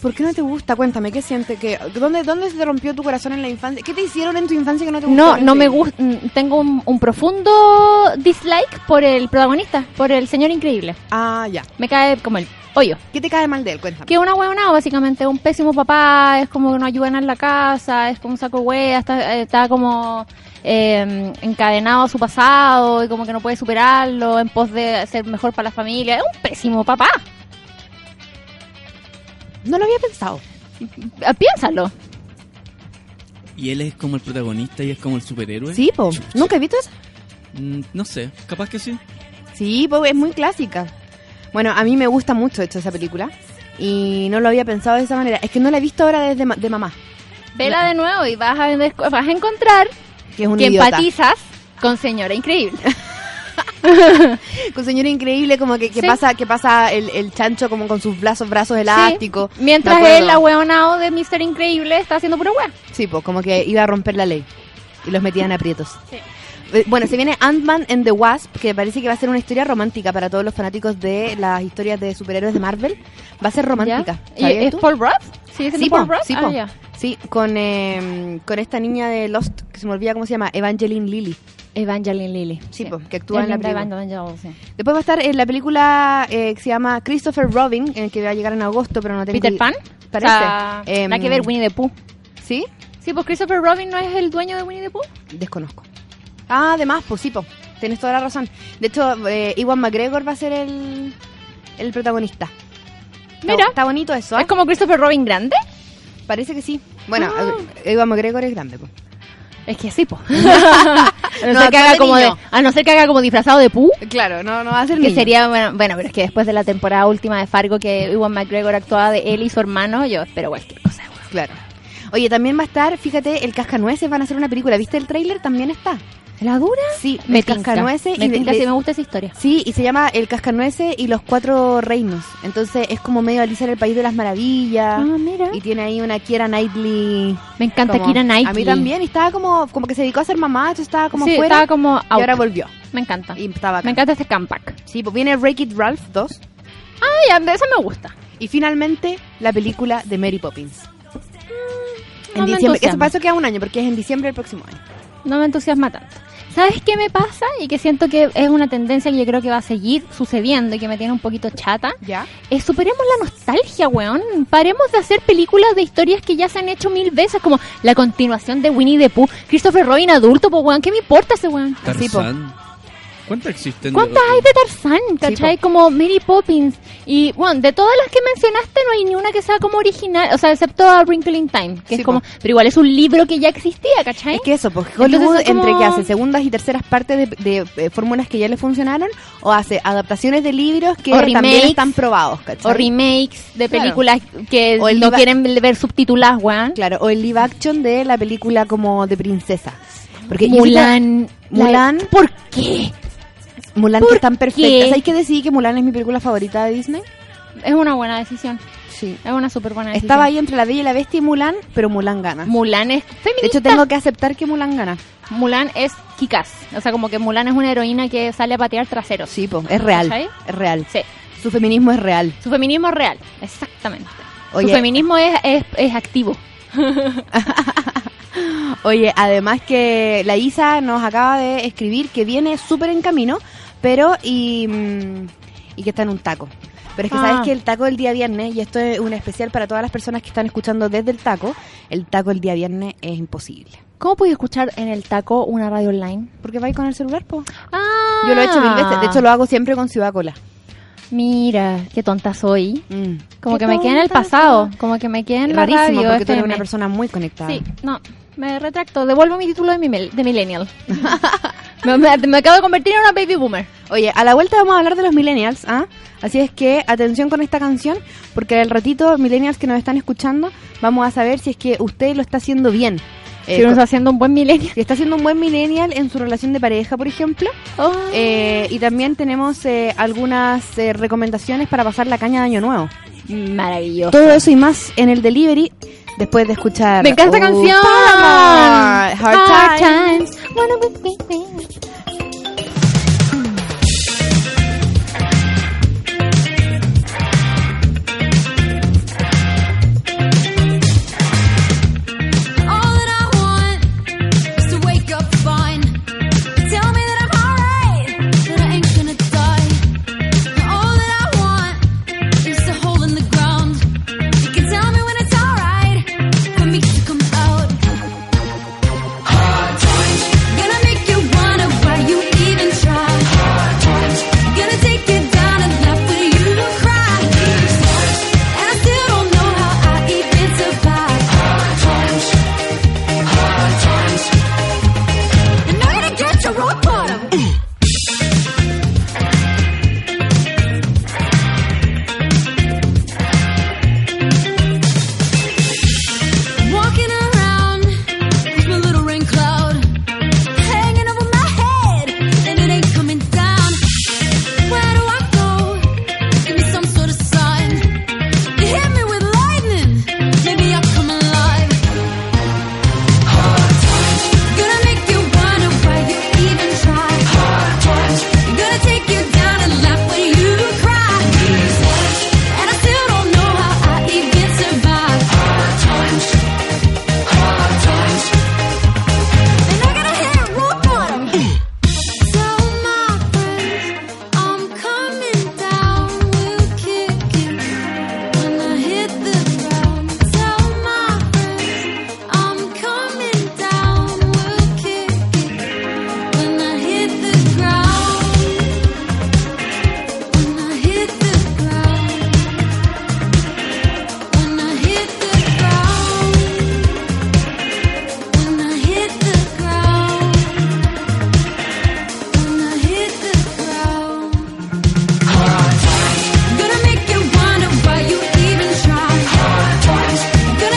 [SPEAKER 2] ¿Por qué no te gusta? Cuéntame, ¿qué sientes? ¿Qué, dónde, ¿Dónde se te rompió tu corazón en la infancia? ¿Qué te hicieron en tu infancia que no te gustó?
[SPEAKER 8] No, no me gusta. Tengo un, un profundo dislike por el protagonista, por el señor increíble.
[SPEAKER 2] Ah, ya.
[SPEAKER 8] Me cae como el hoyo.
[SPEAKER 2] ¿Qué te cae mal de él? Cuéntame.
[SPEAKER 8] Que una huevona, básicamente, un pésimo papá, es como que no ayudan en la casa, es como un saco hueá, está, está como eh, encadenado a su pasado y como que no puede superarlo en pos de ser mejor para la familia. Es un pésimo papá.
[SPEAKER 2] No lo había pensado.
[SPEAKER 8] Ah, Piénsalo.
[SPEAKER 5] Y él es como el protagonista y es como el superhéroe.
[SPEAKER 2] Sí, po. ¿Nunca he visto eso?
[SPEAKER 5] Mm, no sé, capaz que sí.
[SPEAKER 2] Sí, po, es muy clásica. Bueno, a mí me gusta mucho de hecho esa película. Y no lo había pensado de esa manera. Es que no la he visto ahora desde ma- de mamá.
[SPEAKER 8] Vela de nuevo y vas a, vender- vas a encontrar
[SPEAKER 2] Que es un
[SPEAKER 8] que
[SPEAKER 2] idiota.
[SPEAKER 8] empatizas con señora increíble.
[SPEAKER 2] Con señor increíble, como que, que
[SPEAKER 8] Sí.
[SPEAKER 2] pasa, que pasa el, el chancho como con sus brazos, brazos elásticos.
[SPEAKER 8] Sí, Mientras
[SPEAKER 2] Me
[SPEAKER 8] él,
[SPEAKER 2] acuerdo.
[SPEAKER 8] ahueonado de Mr. Increíble, está haciendo pura hueá.
[SPEAKER 2] Sí, pues como que iba a romper la ley. Y los metían a aprietos. Eh, Bueno, se viene Ant-Man and the Wasp, que parece que va a ser una historia romántica para todos los fanáticos de las historias de superhéroes de Marvel. Va a ser romántica.
[SPEAKER 8] ¿Ya? ¿Y
[SPEAKER 2] ¿sabías
[SPEAKER 8] ¿Es
[SPEAKER 2] tú?
[SPEAKER 8] Paul Rudd? Sí, es el
[SPEAKER 2] Sí,
[SPEAKER 8] Paul
[SPEAKER 2] po,
[SPEAKER 8] Rudd.
[SPEAKER 2] sí,
[SPEAKER 8] Ah,
[SPEAKER 2] po.
[SPEAKER 8] ya.
[SPEAKER 2] Sí, con, eh, con esta niña de Lost, que se me olvida cómo se llama, Evangeline Lilly.
[SPEAKER 8] Evangeline Lilly.
[SPEAKER 2] Sí, po, que actúa
[SPEAKER 8] Es
[SPEAKER 2] en la
[SPEAKER 8] linda
[SPEAKER 2] película.
[SPEAKER 8] Evangeline, sí.
[SPEAKER 2] Después va a estar en la película eh, que se llama Christopher Robin, eh, que va a llegar en agosto, pero no tengo
[SPEAKER 8] ¿Peter
[SPEAKER 2] i-
[SPEAKER 8] Pan?
[SPEAKER 2] Parece.
[SPEAKER 8] O sea,
[SPEAKER 2] Em,
[SPEAKER 8] nada que ver, Winnie the Pooh.
[SPEAKER 2] ¿Sí?
[SPEAKER 8] Sí, pues Christopher Robin no es el dueño de Winnie the Pooh.
[SPEAKER 2] Desconozco. Ah, además, pues sí, po, Tienes toda la razón. De hecho, eh, Iwan McGregor va a ser el, el protagonista. Está-
[SPEAKER 8] Mira.
[SPEAKER 2] Está, bonito eso. ¿ah?
[SPEAKER 8] ¿Es como Christopher Robin grande?
[SPEAKER 2] Parece que sí. Bueno,
[SPEAKER 8] Ah.
[SPEAKER 2] eh, Iwan McGregor es grande, po.
[SPEAKER 8] Es que sí, po. a, Ah, no
[SPEAKER 2] No,
[SPEAKER 8] ser que
[SPEAKER 2] acá
[SPEAKER 8] haga
[SPEAKER 2] de
[SPEAKER 8] como de-
[SPEAKER 2] niño.
[SPEAKER 8] a no ser que haga como disfrazado de Pooh.
[SPEAKER 2] Claro, no, no va a ser
[SPEAKER 8] Que
[SPEAKER 2] niño.
[SPEAKER 8] sería, bueno, bueno, pero es que después de la temporada última de Fargo que Ewan McGregor actuaba de él y su hermano, yo espero cualquier cosa. weón.
[SPEAKER 2] Claro. Oye, también va a estar, fíjate, el Cascanueces van a hacer una película. ¿Viste el tráiler? También está.
[SPEAKER 8] ¿La dura?
[SPEAKER 2] Sí,
[SPEAKER 8] Me
[SPEAKER 2] el
[SPEAKER 8] tinca,
[SPEAKER 2] Cascanueces.
[SPEAKER 8] me
[SPEAKER 2] y de-
[SPEAKER 8] tinca,
[SPEAKER 2] de-
[SPEAKER 8] sí me gusta esa historia.
[SPEAKER 2] Sí, y se llama El Cascanueces y los Cuatro Reinos. Entonces es como medio Alicia en el País de las Maravillas.
[SPEAKER 8] Ah, mira.
[SPEAKER 2] Y tiene ahí una Kiera Knightley.
[SPEAKER 8] Me encanta
[SPEAKER 2] como-
[SPEAKER 8] Kira Knightley.
[SPEAKER 2] A mí también. Y estaba como, como que se dedicó a ser mamá, entonces estaba como
[SPEAKER 8] Sí,
[SPEAKER 2] fuera.
[SPEAKER 8] estaba como
[SPEAKER 2] y ahora
[SPEAKER 8] out.
[SPEAKER 2] volvió.
[SPEAKER 8] Me encanta.
[SPEAKER 2] Y estaba
[SPEAKER 8] Me encanta este comeback.
[SPEAKER 2] Sí, pues viene Break It Ralph 2.
[SPEAKER 8] Ah, ya, de esa me gusta.
[SPEAKER 2] Y finalmente la película de Mary Poppins. en
[SPEAKER 8] no me
[SPEAKER 2] diciembre. Eso
[SPEAKER 8] entusiasma.
[SPEAKER 2] pasó queda un año, porque es en diciembre del próximo año.
[SPEAKER 8] No me entusiasma tanto. ¿Sabes qué me pasa? Y que siento que es una tendencia que yo creo que va a seguir sucediendo y que me tiene un poquito chata.
[SPEAKER 2] ¿Ya?
[SPEAKER 8] Eh, superemos la nostalgia, weón. Paremos de hacer películas de historias que ya se han hecho mil veces, como la continuación de Winnie the Pooh, Christopher Robin adulto, pues weón, ¿qué me importa ese weón?
[SPEAKER 2] Así, Ah, po.
[SPEAKER 5] Tarzán. ¿Cuántas existen? de
[SPEAKER 8] ¿Cuántas
[SPEAKER 5] Doctor
[SPEAKER 8] hay de Tarzán? ¿Cachai? Como Mary Poppins. Y bueno, de todas las que mencionaste, no hay ni una que sea como original, o sea, excepto a Wrinkling Time, que
[SPEAKER 2] Sí,
[SPEAKER 8] es como.
[SPEAKER 2] po.
[SPEAKER 8] Pero igual es un libro que ya existía, ¿cachai?
[SPEAKER 2] Es que eso, pues
[SPEAKER 8] Entonces
[SPEAKER 2] Hollywood
[SPEAKER 8] es como-
[SPEAKER 2] entre que hace segundas y terceras partes de, de, eh, fórmulas que ya le funcionaron o hace adaptaciones de libros que
[SPEAKER 8] O
[SPEAKER 2] también
[SPEAKER 8] remakes.
[SPEAKER 2] están probados, ¿cachai?
[SPEAKER 8] o remakes de
[SPEAKER 2] Claro.
[SPEAKER 8] películas que
[SPEAKER 2] O el
[SPEAKER 8] no
[SPEAKER 2] live-
[SPEAKER 8] quieren ver subtituladas, weón.
[SPEAKER 2] Claro, o el live action de la película como de princesa. Porque yo
[SPEAKER 8] Mulan. la-
[SPEAKER 2] Mulan.
[SPEAKER 8] ¿Por qué?
[SPEAKER 2] creo- Mulan que
[SPEAKER 8] ¿Por
[SPEAKER 2] es tan perfecta.
[SPEAKER 8] qué?
[SPEAKER 2] ¿Sabes que decidí que Mulan es mi película favorita de Disney?
[SPEAKER 8] Es una buena decisión.
[SPEAKER 2] Sí.
[SPEAKER 8] Es una súper buena decisión.
[SPEAKER 2] Estaba ahí entre La Bella y la Bestia y Mulan, pero Mulan gana.
[SPEAKER 8] Mulan es feminista.
[SPEAKER 2] De hecho, tengo que aceptar que Mulan gana.
[SPEAKER 8] Mulan es Kikas. O sea, como que Mulan es una heroína que sale a patear traseros.
[SPEAKER 2] Sí, po, es real.
[SPEAKER 8] ¿Cachai?
[SPEAKER 2] Es real.
[SPEAKER 8] Sí.
[SPEAKER 2] Su feminismo es real.
[SPEAKER 8] Su feminismo es real. Exactamente.
[SPEAKER 2] Oye.
[SPEAKER 8] Su feminismo es, es, es activo.
[SPEAKER 2] Oye, además que la Isa nos acaba de escribir que viene súper en camino, pero y, mm, y que está en un taco. Pero es que
[SPEAKER 8] Ah.
[SPEAKER 2] sabes que el taco del día viernes, y esto es un especial para todas las personas que están escuchando desde el taco, el taco el día viernes es imposible.
[SPEAKER 8] ¿Cómo puedes escuchar en el taco una radio online?
[SPEAKER 2] Porque vais con el celular, po.
[SPEAKER 8] Ah,
[SPEAKER 2] Yo lo he hecho mil veces, de hecho lo hago siempre con Ciudad Cola.
[SPEAKER 8] Mira, qué tonta soy.
[SPEAKER 2] Mm.
[SPEAKER 8] Como
[SPEAKER 2] Qué
[SPEAKER 8] que me quedé en el
[SPEAKER 2] tonta.
[SPEAKER 8] pasado. Como que me quedé en la
[SPEAKER 2] Rarísimo,
[SPEAKER 8] radio.
[SPEAKER 2] porque tú eres
[SPEAKER 8] FM.
[SPEAKER 2] una persona muy conectada.
[SPEAKER 8] Sí, no, me retracto. Devuelvo mi título de, mi mil- de millennial. me, me- me acabo de convertir en una baby boomer.
[SPEAKER 2] Oye, a la vuelta vamos a hablar de los millennials, ¿ah? Así es que atención con esta canción, porque al ratito, millennials que nos están escuchando, vamos a saber si es que usted lo está haciendo bien. Eh,
[SPEAKER 8] si uno
[SPEAKER 2] con-
[SPEAKER 8] está haciendo un buen millennial.
[SPEAKER 2] si está haciendo un buen millennial en su relación de pareja, por ejemplo. Eh, y también tenemos eh, algunas eh, recomendaciones para pasar la caña de Año Nuevo.
[SPEAKER 8] maravilloso.
[SPEAKER 2] Todo eso y más en el delivery después de escuchar.
[SPEAKER 8] Me encanta esta
[SPEAKER 2] Oh,
[SPEAKER 8] canción.
[SPEAKER 2] Paramore, Hard Times. pues,
[SPEAKER 8] times. Wanna be with me.
[SPEAKER 4] All that I want is to wake up fine. Tell me that I'm alright, that I ain't gonna die. All that I want is a hole in the ground. You can tell me when it's alright for me to come out. Hard times gonna make you wonder why you even try. Hard times gonna take you down enough for you to cry. And I still don't know how I even survive. Hard times. Hard times. And now you're get your rock bottom. Walking around with my little rain cloud hanging over my head, and it ain't coming down. Where do I go? Give me some sort of sign. You hit me with lightning, maybe I'll come alive. Gonna make you wonder why you even try. Gonna take you down and laugh when you cry. And I still don't know how I even survive. And I gotta hit rock bottom. Tell my friends I'm coming down. We'll kick it when I hit the ground. Tell my friends I'm coming down. We'll kick it when I hit the ground. When I hit the ground. When I hit the ground. When I hit the ground. When I hit the ground. Gonna make you wonder why you even try. Gonna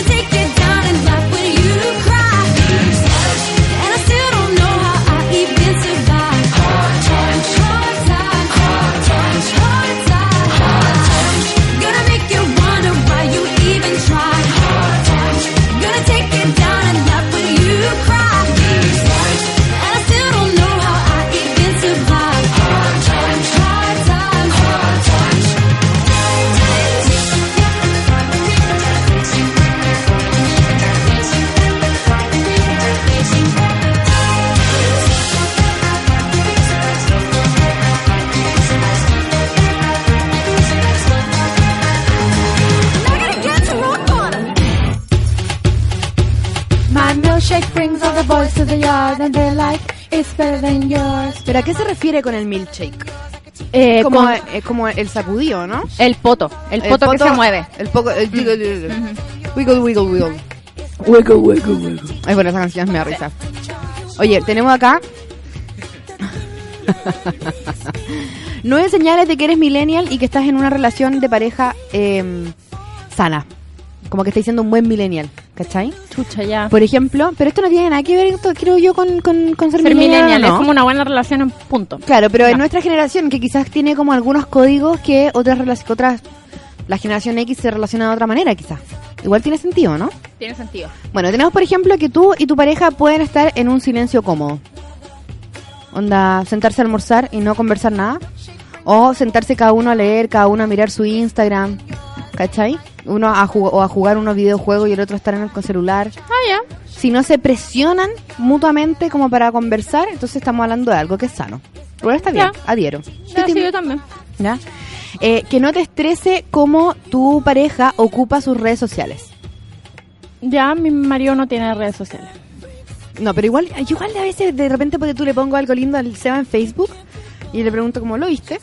[SPEAKER 4] take you down and laugh when you cry. And I still don't know how I even survive. Hard times, hard times, hard times, hard times, hard times. Gonna make you wonder why you even try. Hard times. Gonna take you down and laugh when you cry. And I still don't know how I even survive. Hard times, hard times, hard times. And I gotta get to rock bottom.
[SPEAKER 9] My milkshake brings all the boys to the yard and they're like,
[SPEAKER 8] It's better than yours.
[SPEAKER 2] ¿Pero a qué se refiere con el milkshake?
[SPEAKER 8] Eh,
[SPEAKER 2] como,
[SPEAKER 8] con
[SPEAKER 2] eh, como el sacudido, ¿no?
[SPEAKER 8] el poto, el poto, que se mueve.
[SPEAKER 2] El poco, el jiggle, jiggle. Wiggle, wiggle, wiggle.
[SPEAKER 5] Hueco, hueco, hueco.
[SPEAKER 2] Ay, bueno, esa canción me da risa. Oye, tenemos acá. Nueve señales de que eres millennial y que estás en una relación de pareja eh, sana. Como que estás siendo un buen millennial, ¿cachai?
[SPEAKER 8] Chucha, ya.
[SPEAKER 2] Por ejemplo, pero esto no tiene nada que ver, esto creo yo, con, con, con ser,
[SPEAKER 8] Ser millennial
[SPEAKER 2] ¿no?
[SPEAKER 8] es como una buena relación en punto.
[SPEAKER 2] Claro, pero en
[SPEAKER 8] No.
[SPEAKER 2] nuestra generación, que quizás tiene como algunos códigos que otras, relac- que otras la generación X se relaciona de otra manera, quizás. Igual tiene sentido, ¿no?
[SPEAKER 8] Tiene sentido.
[SPEAKER 2] Bueno, tenemos por ejemplo que tú y tu pareja pueden estar en un silencio cómodo. Onda, sentarse a almorzar y no conversar nada. O sentarse cada uno a leer, cada uno a mirar su Instagram. ¿Cachai? Uno a, jug- o a jugar unos videojuegos y el otro a estar en el con celular.
[SPEAKER 8] Ah, ya.
[SPEAKER 2] Si no se presionan mutuamente como para conversar, entonces estamos hablando de algo que es sano. Bueno, está bien,
[SPEAKER 8] Ya.
[SPEAKER 2] adhiero.
[SPEAKER 8] Ya,
[SPEAKER 2] Sí,
[SPEAKER 8] sí,
[SPEAKER 2] sí.
[SPEAKER 8] yo también.
[SPEAKER 2] ¿Ya? Eh, que no te estrese cómo tu pareja ocupa sus redes sociales.
[SPEAKER 8] Ya, mi marido no tiene redes sociales.
[SPEAKER 2] No, pero igual, yo igual a veces de repente porque tú le pongo algo lindo al Seba en Facebook y le pregunto cómo lo viste.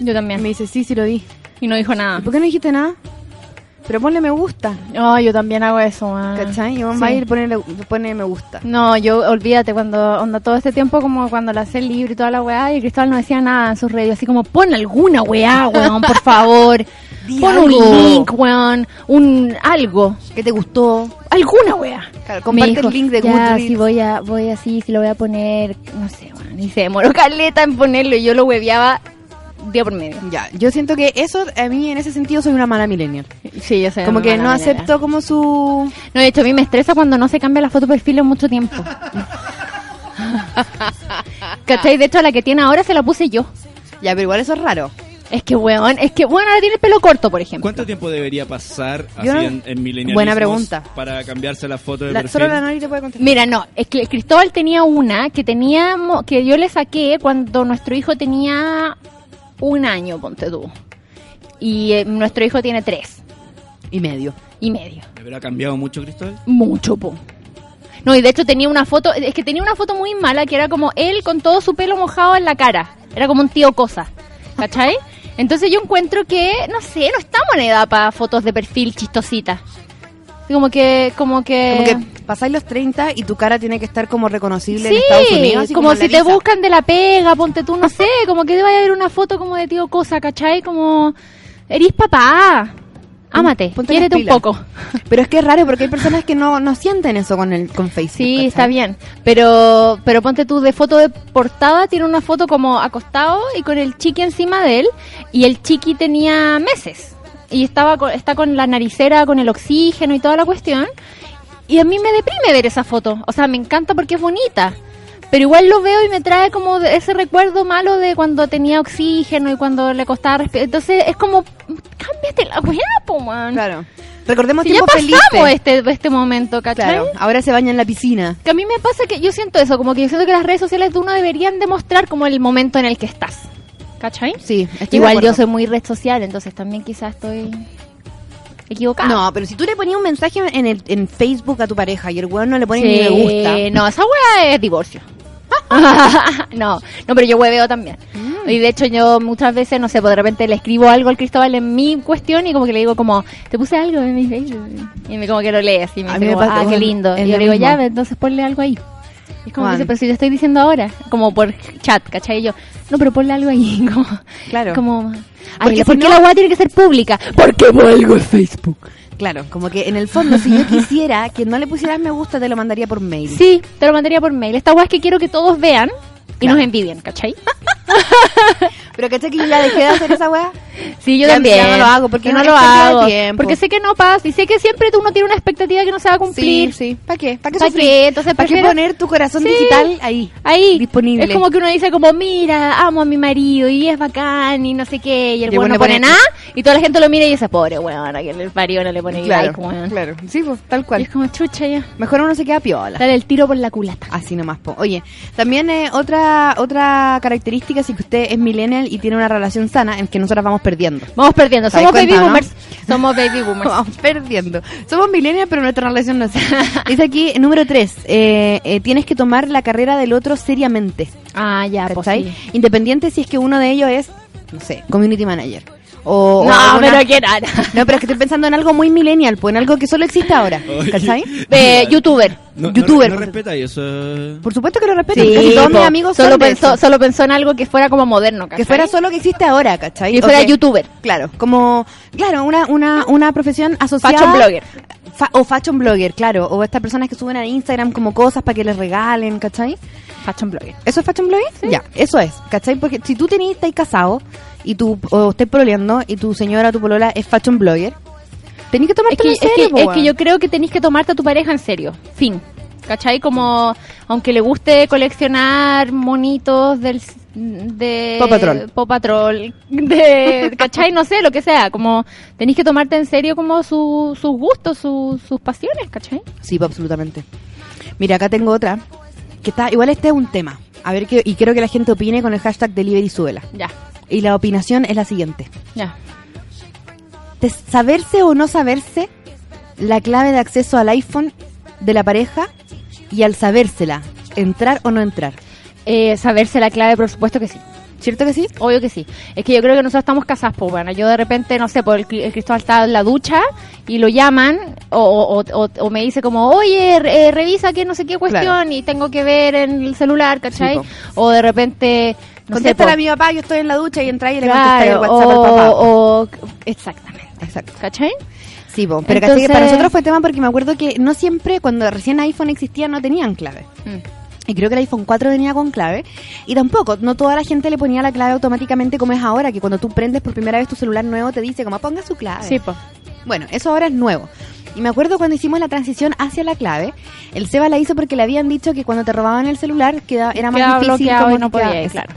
[SPEAKER 8] Yo
[SPEAKER 2] Y
[SPEAKER 8] también.
[SPEAKER 2] me dice, sí, sí lo vi.
[SPEAKER 8] Y no dijo nada.
[SPEAKER 2] ¿Y por qué no dijiste nada? Pero ponle me gusta,
[SPEAKER 8] No, yo también hago eso, man.
[SPEAKER 2] ¿cachai? Y vamos
[SPEAKER 8] Sí.
[SPEAKER 2] a ir ponerle, ponerle me gusta.
[SPEAKER 8] No, yo olvídate cuando onda todo este tiempo como cuando la hice libre y toda la weá y Cristóbal no decía nada en sus redes, así como pon alguna weá, weón, por favor.
[SPEAKER 2] Di
[SPEAKER 8] pon un
[SPEAKER 2] algo.
[SPEAKER 8] link, weón, un algo,
[SPEAKER 2] ¿Qué te gustó?
[SPEAKER 8] alguna weá.
[SPEAKER 2] Claro, comparte
[SPEAKER 8] Me dijo,
[SPEAKER 2] el link de
[SPEAKER 8] ya,
[SPEAKER 2] Goodreads".
[SPEAKER 8] sí, voy a voy así, sí lo voy a poner, no sé, weón, y se demoró caleta en ponerlo y yo lo hueveaba día por medio.
[SPEAKER 2] Ya, yo siento que eso, a mí en ese sentido soy una mala millennial.
[SPEAKER 8] Sí, yo sé.
[SPEAKER 2] Como que
[SPEAKER 8] mala
[SPEAKER 2] no
[SPEAKER 8] manera.
[SPEAKER 2] acepto como su...
[SPEAKER 8] No, de hecho a mí me estresa cuando no se cambia la foto de perfil en mucho tiempo. ¿Cachai? De hecho, la que tiene ahora se la puse yo.
[SPEAKER 2] Ya, pero igual eso es raro.
[SPEAKER 8] Es que, weón, es que, bueno, ahora tiene el pelo corto, por ejemplo.
[SPEAKER 5] ¿Cuánto tiempo debería pasar así
[SPEAKER 2] Yo no-
[SPEAKER 5] en, en millennialismos
[SPEAKER 2] Buena pregunta.
[SPEAKER 5] Para cambiarse la foto de
[SPEAKER 2] La-
[SPEAKER 5] perfil?
[SPEAKER 2] solo la Nori te puede contestar.
[SPEAKER 8] Mira, no, es que Cristóbal tenía una que teníamos, que yo le saqué cuando nuestro hijo tenía un año, ponte tú. Y eh, nuestro hijo tiene tres
[SPEAKER 2] Y medio.
[SPEAKER 8] y medio.
[SPEAKER 5] ¿Me habrá cambiado mucho, Cristóbal?
[SPEAKER 8] Mucho, po. No, y de hecho tenía una foto, es que tenía una foto muy mala que era como él con todo su pelo mojado en la cara. Era como un tío cosa. ¿Cachai? Entonces yo encuentro que, no sé, no estamos en edad para fotos de perfil chistositas. Como que, como que.
[SPEAKER 2] Como que pasáis los 30 y tu cara tiene que estar como reconocible
[SPEAKER 8] Sí,
[SPEAKER 2] en Estados Unidos. así
[SPEAKER 8] como,
[SPEAKER 2] en la
[SPEAKER 8] si te
[SPEAKER 2] visa.
[SPEAKER 8] buscan de la pega, ponte tú, no sé, como que te vaya a ver una foto como de tío cosa, ¿cachai? Como, erís papá, ámate,
[SPEAKER 2] Ponte las
[SPEAKER 8] quiérete un
[SPEAKER 2] pilas.
[SPEAKER 8] poco.
[SPEAKER 2] Pero es que es raro porque hay personas que no, no sienten eso con el con Facebook.
[SPEAKER 8] Sí,
[SPEAKER 2] ¿cachai?
[SPEAKER 8] está bien, pero pero ponte tú de foto de portada, tiene una foto como acostado y con el chiqui encima de él, y el chiqui tenía meses, y estaba con, está con la naricera, con el oxígeno y toda la cuestión, y a mí me deprime ver esa foto, o sea, me encanta porque es bonita, pero igual lo veo y me trae como de- ese recuerdo malo de cuando tenía oxígeno y cuando le costaba respirar, entonces es como, cámbiate la weá, po, man.
[SPEAKER 2] Claro. Recordemos
[SPEAKER 8] Si ya
[SPEAKER 2] tiempos
[SPEAKER 8] pasamos
[SPEAKER 2] felices.
[SPEAKER 8] este, este momento, ¿cachai?
[SPEAKER 2] Claro, ahora se baña en la piscina.
[SPEAKER 8] Que a mí me pasa que yo siento eso, como que yo siento que las redes sociales de uno deberían demostrar como el momento en el que estás. ¿Cachai?
[SPEAKER 2] Sí, estoy de
[SPEAKER 8] Igual yo
[SPEAKER 2] acuerdo.
[SPEAKER 8] soy muy red social, entonces también quizás estoy equivocada.
[SPEAKER 2] No, pero si tú le ponías un mensaje en, el, en Facebook a tu pareja y el weón no le pone
[SPEAKER 8] Sí,
[SPEAKER 2] ni me gusta. Ah.
[SPEAKER 8] No, esa weá es divorcio. no, no, pero yo hueveo también.
[SPEAKER 2] Mm.
[SPEAKER 8] Y de hecho yo muchas veces, no sé, pues de repente le escribo algo al Cristóbal en mi cuestión y como que le digo como, te puse algo en mi Facebook. Y me como que lo lees y me
[SPEAKER 2] A
[SPEAKER 8] dice
[SPEAKER 2] mí me
[SPEAKER 8] como,
[SPEAKER 2] pasa-
[SPEAKER 8] ah, qué
[SPEAKER 2] bueno,
[SPEAKER 8] lindo.
[SPEAKER 2] es
[SPEAKER 8] Y
[SPEAKER 2] lo
[SPEAKER 8] yo le digo,
[SPEAKER 2] mismo.
[SPEAKER 8] ya, ve, entonces ponle algo ahí. Y Es como que
[SPEAKER 2] Juan.
[SPEAKER 8] dice, pero si te estoy diciendo ahora, como por chat, ¿cachai? Y yo, no, pero ponle algo ahí, como...
[SPEAKER 2] Claro.
[SPEAKER 8] Como,
[SPEAKER 2] Porque
[SPEAKER 8] ay,
[SPEAKER 2] si
[SPEAKER 8] ¿por qué
[SPEAKER 2] no-
[SPEAKER 8] la weá tiene que ser pública? Porque vuelvo en Facebook.
[SPEAKER 2] Claro, como que en el fondo, si yo quisiera que no le pusieras me gusta, te lo mandaría por mail.
[SPEAKER 8] Sí, te lo mandaría por mail. Esta weá es que quiero que todos vean y
[SPEAKER 2] Claro.
[SPEAKER 8] nos envidien, ¿cachai?
[SPEAKER 2] Pero caché que yo ya dejé de hacer esa weá.
[SPEAKER 8] Sí, yo
[SPEAKER 2] Ya-
[SPEAKER 8] también.
[SPEAKER 2] ya no lo hago, porque
[SPEAKER 8] Yo
[SPEAKER 2] no
[SPEAKER 8] no
[SPEAKER 2] es
[SPEAKER 8] lo
[SPEAKER 2] pérdida de
[SPEAKER 8] hago.
[SPEAKER 2] tiempo.
[SPEAKER 8] Porque sé que no pasa y sé que siempre tú uno tiene una expectativa que no se va a cumplir.
[SPEAKER 2] sí. ¿Para qué? ¿Para qué
[SPEAKER 8] ¿Para
[SPEAKER 2] sufrir?
[SPEAKER 8] qué? Entonces
[SPEAKER 2] ¿Para qué
[SPEAKER 8] prefiero-
[SPEAKER 2] poner tu corazón
[SPEAKER 8] Sí.
[SPEAKER 2] digital ahí?
[SPEAKER 8] Ahí
[SPEAKER 2] Disponible.
[SPEAKER 8] es como que uno dice como, mira, amo a mi marido y es bacán y no sé qué, y el
[SPEAKER 2] Y el
[SPEAKER 8] weón no
[SPEAKER 2] weón
[SPEAKER 8] pone
[SPEAKER 2] le pone-
[SPEAKER 8] nada y toda la gente lo mira y dice, pobre weón, que el marido no le pone
[SPEAKER 2] Claro,
[SPEAKER 8] like, weón.
[SPEAKER 2] claro. Sí, pues, tal
[SPEAKER 8] Y
[SPEAKER 2] cual.
[SPEAKER 8] es como chucha ya,
[SPEAKER 2] Mejor uno se queda piola.
[SPEAKER 8] dale el tiro por la culata.
[SPEAKER 2] Así nomás. po. Oye, también eh, otra otra característica, si que usted es millennial él y tiene una relación sana en que nosotras vamos perdiendo.
[SPEAKER 8] Vamos perdiendo.
[SPEAKER 2] ¿Te das
[SPEAKER 8] Somos
[SPEAKER 2] cuenta,
[SPEAKER 8] baby
[SPEAKER 2] no?
[SPEAKER 8] boomers. Somos baby boomers.
[SPEAKER 2] Vamos perdiendo. Somos millennials, pero nuestra relación no es. Dice aquí, número 3, tienes que tomar la carrera del otro seriamente.
[SPEAKER 8] Ah, ya, pues
[SPEAKER 2] ¿cachai?
[SPEAKER 8] sí.
[SPEAKER 2] Independiente si es que uno de ellos es, no sé, community manager. O, o
[SPEAKER 8] No,
[SPEAKER 2] alguna-
[SPEAKER 8] pero qué nada.
[SPEAKER 2] No, pero es que estoy pensando en algo muy millennial, pues en algo que solo existe ahora.
[SPEAKER 5] Oye.
[SPEAKER 2] ¿Cachai?
[SPEAKER 8] Eh, youtuber.
[SPEAKER 5] No, no-
[SPEAKER 2] Youtuber,
[SPEAKER 5] No,
[SPEAKER 2] por-
[SPEAKER 5] respeta eso.
[SPEAKER 2] Por supuesto que lo respeto.
[SPEAKER 8] Sí,
[SPEAKER 2] casi todos
[SPEAKER 8] po.
[SPEAKER 2] mis amigos son
[SPEAKER 8] solo
[SPEAKER 2] de
[SPEAKER 8] pensó,
[SPEAKER 2] eso.
[SPEAKER 8] solo pensó en algo que fuera como moderno, ¿cachai?
[SPEAKER 2] que fuera solo que existe ahora, ¿cachai?
[SPEAKER 8] que fuera
[SPEAKER 2] O que-
[SPEAKER 8] youtuber.
[SPEAKER 2] Claro, como, claro, una, una, una profesión asociada.
[SPEAKER 8] Fashion blogger.
[SPEAKER 2] Fa- o fashion blogger, claro. O estas personas que suben a Instagram como cosas para que les regalen, ¿cachai?
[SPEAKER 8] Fashion blogger.
[SPEAKER 2] ¿Eso es fashion blogger? Ya, eso es, ¿cachai? Porque si tú tenés, estáis casado y tú, o estés proleando y tu señora, tu polola es fashion blogger, tenés que
[SPEAKER 8] Es
[SPEAKER 2] tomarte
[SPEAKER 8] que,
[SPEAKER 2] en
[SPEAKER 8] es,
[SPEAKER 2] serio,
[SPEAKER 8] que,
[SPEAKER 2] po,
[SPEAKER 8] es
[SPEAKER 2] weón.
[SPEAKER 8] que yo creo que tenéis que tomarte a tu pareja en serio. Fin. ¿Cachai? Como, aunque le guste coleccionar monitos del. De
[SPEAKER 2] Paw Patrol.
[SPEAKER 8] Paw Patrol, de, ¿cachai? No sé, lo que sea. Como tenéis que tomarte en serio como su- sus gustos, su- sus pasiones, ¿cachai?
[SPEAKER 2] Sí, pues, absolutamente. Mira, acá tengo otra. Que está, igual este es un tema. A ver, qué- y quiero que la gente opine con el hashtag DeliverySuela.
[SPEAKER 8] Ya,
[SPEAKER 2] Y la opinación es la siguiente.
[SPEAKER 8] ya.
[SPEAKER 2] de saberse o no saberse la clave de acceso al iPhone de la pareja y al sabérsela, entrar o no entrar.
[SPEAKER 8] Eh, saberse la clave, por supuesto que sí.
[SPEAKER 2] ¿Cierto que sí?
[SPEAKER 8] Obvio que sí. Es que yo creo que nosotros estamos casados, pues bueno, yo de repente, no sé, por el, Cri- el Cristóbal está en la ducha y lo llaman o, o- o- o- o me dice como, oye, re- eh, revisa que no sé qué cuestión y tengo que ver en el celular, ¿cachai?
[SPEAKER 2] Sí,
[SPEAKER 8] o de repente... No sé,
[SPEAKER 2] Contéstale
[SPEAKER 8] po,
[SPEAKER 2] a mi papá, yo estoy en la ducha y entra y le contestáis
[SPEAKER 8] claro,
[SPEAKER 2] el WhatsApp al papá.
[SPEAKER 8] o, o- Exactamente,
[SPEAKER 2] Exacto.
[SPEAKER 8] ¿cachai?
[SPEAKER 2] Sí, po, pero
[SPEAKER 8] Entonces-
[SPEAKER 2] caché que para nosotros fue tema porque me acuerdo que no siempre, cuando recién iPhone existía, no tenían clave.
[SPEAKER 8] Mm.
[SPEAKER 2] Y creo que el iPhone 4 venía con clave. Y tampoco, no toda la gente le ponía la clave automáticamente como es ahora, que cuando tú prendes por primera vez tu celular nuevo te dice como ponga su clave.
[SPEAKER 8] Sí, pues.
[SPEAKER 2] Bueno, eso ahora es nuevo. Y me acuerdo cuando hicimos la transición hacia la clave, el Seba la hizo porque le habían dicho que cuando te robaban el celular queda- era más
[SPEAKER 8] Quedaba
[SPEAKER 2] difícil.
[SPEAKER 8] bloqueado
[SPEAKER 2] como
[SPEAKER 8] y no
[SPEAKER 2] quedaba-
[SPEAKER 8] podía ir,
[SPEAKER 2] exacto.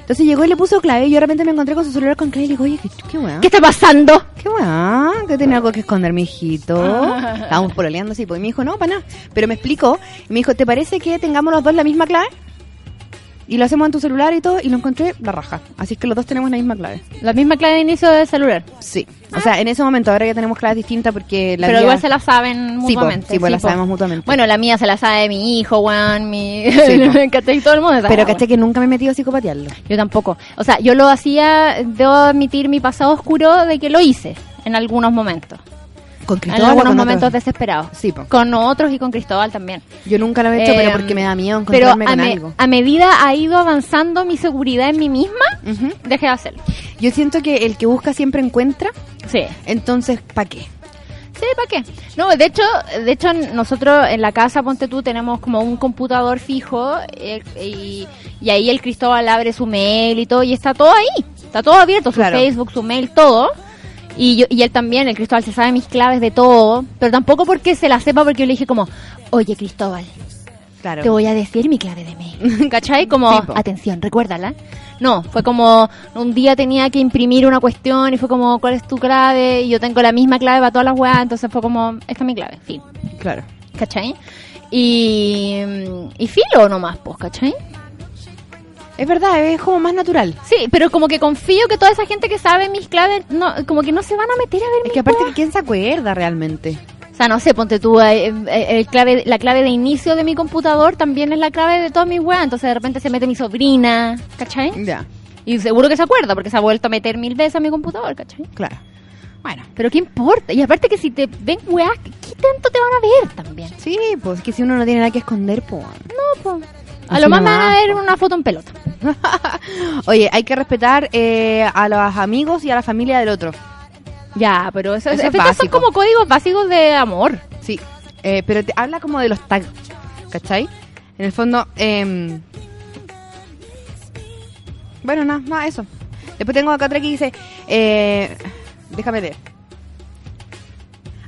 [SPEAKER 2] Entonces llegó y le puso clave y yo de repente me encontré con su celular con clave y le digo, oye, qué, qué weá.
[SPEAKER 8] ¿Qué está pasando?
[SPEAKER 2] ¿Qué weá? ¿Que tenía algo que esconder, mi hijito? Estábamos pololeando así, pues y me dijo, no, para nada. Pero me explicó, y me dijo, ¿te parece que tengamos los dos la misma clave? Y lo hacemos en tu celular y todo, y lo encontré la raja. Así que los dos tenemos la misma clave.
[SPEAKER 8] La misma clave de inicio del celular, Ah.
[SPEAKER 2] Sí. O sea, en ese momento, ahora ya tenemos claves distintas porque la
[SPEAKER 8] pero
[SPEAKER 2] vida-
[SPEAKER 8] igual se la saben
[SPEAKER 2] Sí, po,
[SPEAKER 8] mutuamente.
[SPEAKER 2] sí, po, la
[SPEAKER 8] po.
[SPEAKER 2] sabemos mutuamente.
[SPEAKER 8] Bueno, la mía se la sabe mi hijo, Juan, mi...
[SPEAKER 2] Sí, po.
[SPEAKER 8] ¿Cachai? Todo el mundo sabe,
[SPEAKER 2] Pero
[SPEAKER 8] weón.
[SPEAKER 2] caché que nunca me he metido a psicopatearlo.
[SPEAKER 8] Yo tampoco. O sea, yo lo hacía, debo admitir mi pasado oscuro de que lo hice en algunos momentos.
[SPEAKER 2] Con
[SPEAKER 8] En
[SPEAKER 2] Cristóbal. o
[SPEAKER 8] algunos
[SPEAKER 2] con
[SPEAKER 8] momentos
[SPEAKER 2] otros?
[SPEAKER 8] desesperados.
[SPEAKER 2] Sí, po.
[SPEAKER 8] Con otros y con Cristóbal también.
[SPEAKER 2] Yo nunca lo he hecho,
[SPEAKER 8] Eh,
[SPEAKER 2] pero porque me da miedo
[SPEAKER 8] Pero a,
[SPEAKER 2] encontrarme con
[SPEAKER 8] me-
[SPEAKER 2] algo.
[SPEAKER 8] a medida ha ido avanzando mi seguridad en mí misma,
[SPEAKER 2] Ujú.
[SPEAKER 8] dejé de hacerlo.
[SPEAKER 2] Yo siento que el que busca siempre encuentra,
[SPEAKER 8] Sí.
[SPEAKER 2] entonces, ¿para qué?
[SPEAKER 8] Sí, ¿para qué? No, de hecho, de hecho nosotros en la casa, ponte tú, tenemos como un computador fijo eh, y, y ahí el Cristóbal abre su mail y todo y está todo ahí, está todo abierto, su
[SPEAKER 2] Claro.
[SPEAKER 8] Facebook, su mail, todo. Y, yo, y él también, el Cristóbal se sabe mis claves de todo, pero tampoco porque se las sepa porque yo le dije como, oye Cristóbal,
[SPEAKER 2] Claro.
[SPEAKER 8] te voy a decir mi clave de mail. ¿Cachai? Como,
[SPEAKER 2] Sí, po.
[SPEAKER 8] atención, recuérdala. No, fue como, un día tenía que imprimir una cuestión y fue como, ¿cuál es tu clave? Y yo tengo la misma clave para todas las weas, entonces fue como, esta es mi clave, fin.
[SPEAKER 2] Claro.
[SPEAKER 8] ¿Cachai? Y, y filo nomás, pues, ¿cachai?
[SPEAKER 2] Es verdad, es como más natural.
[SPEAKER 8] Sí, pero como que confío que toda esa gente que sabe mis claves, no, como que no se van a meter a ver
[SPEAKER 2] Es
[SPEAKER 8] mis
[SPEAKER 2] que aparte,
[SPEAKER 8] weas.
[SPEAKER 2] ¿quién se acuerda realmente?
[SPEAKER 8] O sea, no sé, ponte tú, eh, eh, el clave, la clave de inicio de mi computador también es la clave de todas mis weas, entonces de repente se mete mi sobrina, ¿cachai?
[SPEAKER 2] Ya,
[SPEAKER 8] Y seguro que se acuerda, porque se ha vuelto a meter mil veces a mi computador, ¿cachai?
[SPEAKER 2] claro. Bueno.
[SPEAKER 8] Pero qué importa. Y aparte que si te ven weas, ¿qué qué tanto te van a ver también?
[SPEAKER 2] Sí, pues que si uno no tiene nada que esconder, pues.
[SPEAKER 8] No, po. A
[SPEAKER 2] Así
[SPEAKER 8] lo más me
[SPEAKER 2] nomás, pues.
[SPEAKER 8] van a ver una foto en pelota.
[SPEAKER 2] Oye, hay que respetar eh, a los amigos y a la familia del otro.
[SPEAKER 8] Ya, pero eso,
[SPEAKER 2] Eso es
[SPEAKER 8] estos son
[SPEAKER 2] básico.
[SPEAKER 8] como códigos básicos de amor.
[SPEAKER 2] Sí, eh, pero te habla como de los tags, ¿cachai? En el fondo, eh, bueno, nada, nada, eso. Después tengo acá otra que dice, eh, déjame leer.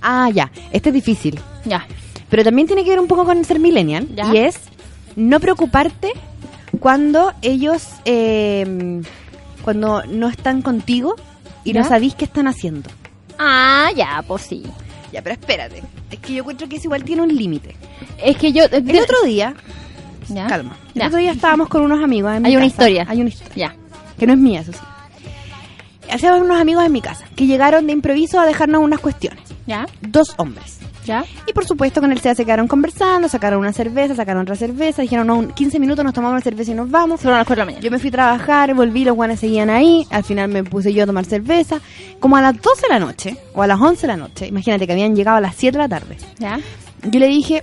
[SPEAKER 2] Ah, ya, este es difícil,
[SPEAKER 8] Ya.
[SPEAKER 2] pero también tiene que ver un poco con ser millennial,
[SPEAKER 8] Ya.
[SPEAKER 2] y es no preocuparte cuando ellos, eh, cuando no están contigo y no
[SPEAKER 8] Ya.
[SPEAKER 2] sabís qué están haciendo.
[SPEAKER 8] Ah, ya, pues sí.
[SPEAKER 2] Ya, pero espérate, es que yo encuentro que eso igual tiene un límite.
[SPEAKER 8] Es que yo...
[SPEAKER 2] El otro día,
[SPEAKER 8] Ya.
[SPEAKER 2] calma. El
[SPEAKER 8] Ya.
[SPEAKER 2] otro día estábamos con unos amigos. En mi
[SPEAKER 8] Hay una
[SPEAKER 2] casa.
[SPEAKER 8] historia.
[SPEAKER 2] Hay una historia.
[SPEAKER 8] Ya.
[SPEAKER 2] que no es mía, eso sí. Hacíamos unos amigos en mi casa que llegaron de improviso a dejarnos unas cuestiones.
[SPEAKER 8] ¿Ya?
[SPEAKER 2] Dos hombres.
[SPEAKER 8] ¿Ya?
[SPEAKER 2] Y por supuesto con el SEA se quedaron conversando, sacaron una cerveza, sacaron otra cerveza, dijeron, no, un 15 minutos nos tomamos una cerveza y nos vamos.
[SPEAKER 8] Solo a las cuatro de la mañana.
[SPEAKER 2] Yo me fui a trabajar, volví, los guanes seguían ahí, al final me puse yo a tomar cerveza. Como a las 12 de la noche, o a las 11 de la noche, imagínate que habían llegado a las 7 de la tarde,
[SPEAKER 8] ¿Ya?
[SPEAKER 2] yo le dije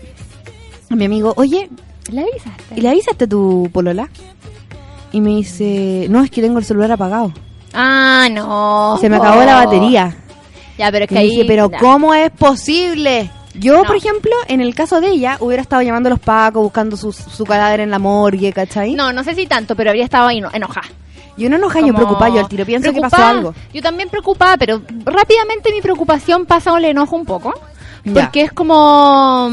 [SPEAKER 2] a mi amigo, oye,
[SPEAKER 8] ¿La avisaste?
[SPEAKER 2] ¿y le avisaste a tu polola? Y me dice, no, es que tengo el celular apagado.
[SPEAKER 8] Ah, no.
[SPEAKER 2] Se me acabó
[SPEAKER 8] po.
[SPEAKER 2] la batería.
[SPEAKER 8] Ya, pero es que
[SPEAKER 2] Y
[SPEAKER 8] ahí...
[SPEAKER 2] dije, pero
[SPEAKER 8] ya.
[SPEAKER 2] ¿cómo es posible? Yo,
[SPEAKER 8] No.
[SPEAKER 2] por ejemplo, en el caso de ella, hubiera estado llamando a los pacos, buscando su, su cadáver en la morgue, ¿cachai?
[SPEAKER 8] No, no sé si tanto, pero habría estado ahí no, enojada.
[SPEAKER 2] Yo no enoja, yo
[SPEAKER 8] Como-
[SPEAKER 2] preocupada, yo al tiro pienso que pasó
[SPEAKER 8] preocupada.
[SPEAKER 2] algo.
[SPEAKER 8] Yo también preocupada, pero rápidamente mi preocupación pasa al enojo un poco.
[SPEAKER 2] Ya.
[SPEAKER 8] Porque es como...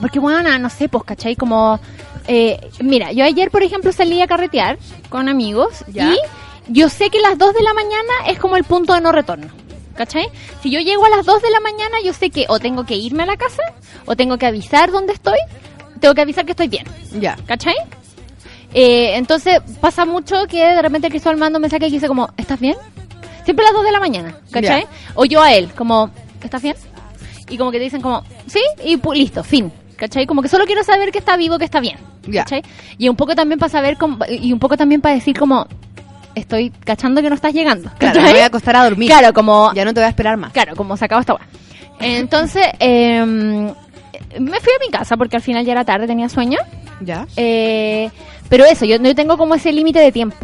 [SPEAKER 8] Porque, bueno, no sé, pues, ¿cachai? Como... eh, mira, yo ayer, por ejemplo, salí a carretear con amigos
[SPEAKER 2] Ya.
[SPEAKER 8] y yo sé que las 2 de la mañana es como el punto de no retorno. ¿Cachai? Si yo llego a las 2 de la mañana, yo sé que o tengo que irme a la casa, o tengo que avisar dónde estoy, tengo que avisar que estoy bien.
[SPEAKER 2] Ya.
[SPEAKER 8] ¿cachai? Eh, entonces pasa mucho que de repente el Cristóbal manda un mensaje que dice como, ¿estás bien? Siempre a las 2 de la mañana, ¿cachai?
[SPEAKER 2] Ya.
[SPEAKER 8] O yo a él, como, ¿estás bien? Y como que te dicen como, sí, y pu- listo, fin, ¿cachai? Como que solo quiero saber que está vivo, que está bien,
[SPEAKER 2] Ya.
[SPEAKER 8] ¿cachai? Y un poco también para saber, como- y un poco también para decir como, estoy cachando que no estás llegando,
[SPEAKER 2] Claro, me
[SPEAKER 8] ¿cachai?
[SPEAKER 2] voy a acostar a dormir.
[SPEAKER 8] Claro, como,
[SPEAKER 2] Ya no te voy a esperar más.
[SPEAKER 8] Claro, como se acabó esta weá. Entonces, em, me fui a mi casa porque al final ya era tarde, tenía sueño.
[SPEAKER 2] Ya.
[SPEAKER 8] Eh, pero eso, yo, yo tengo como ese límite de tiempo.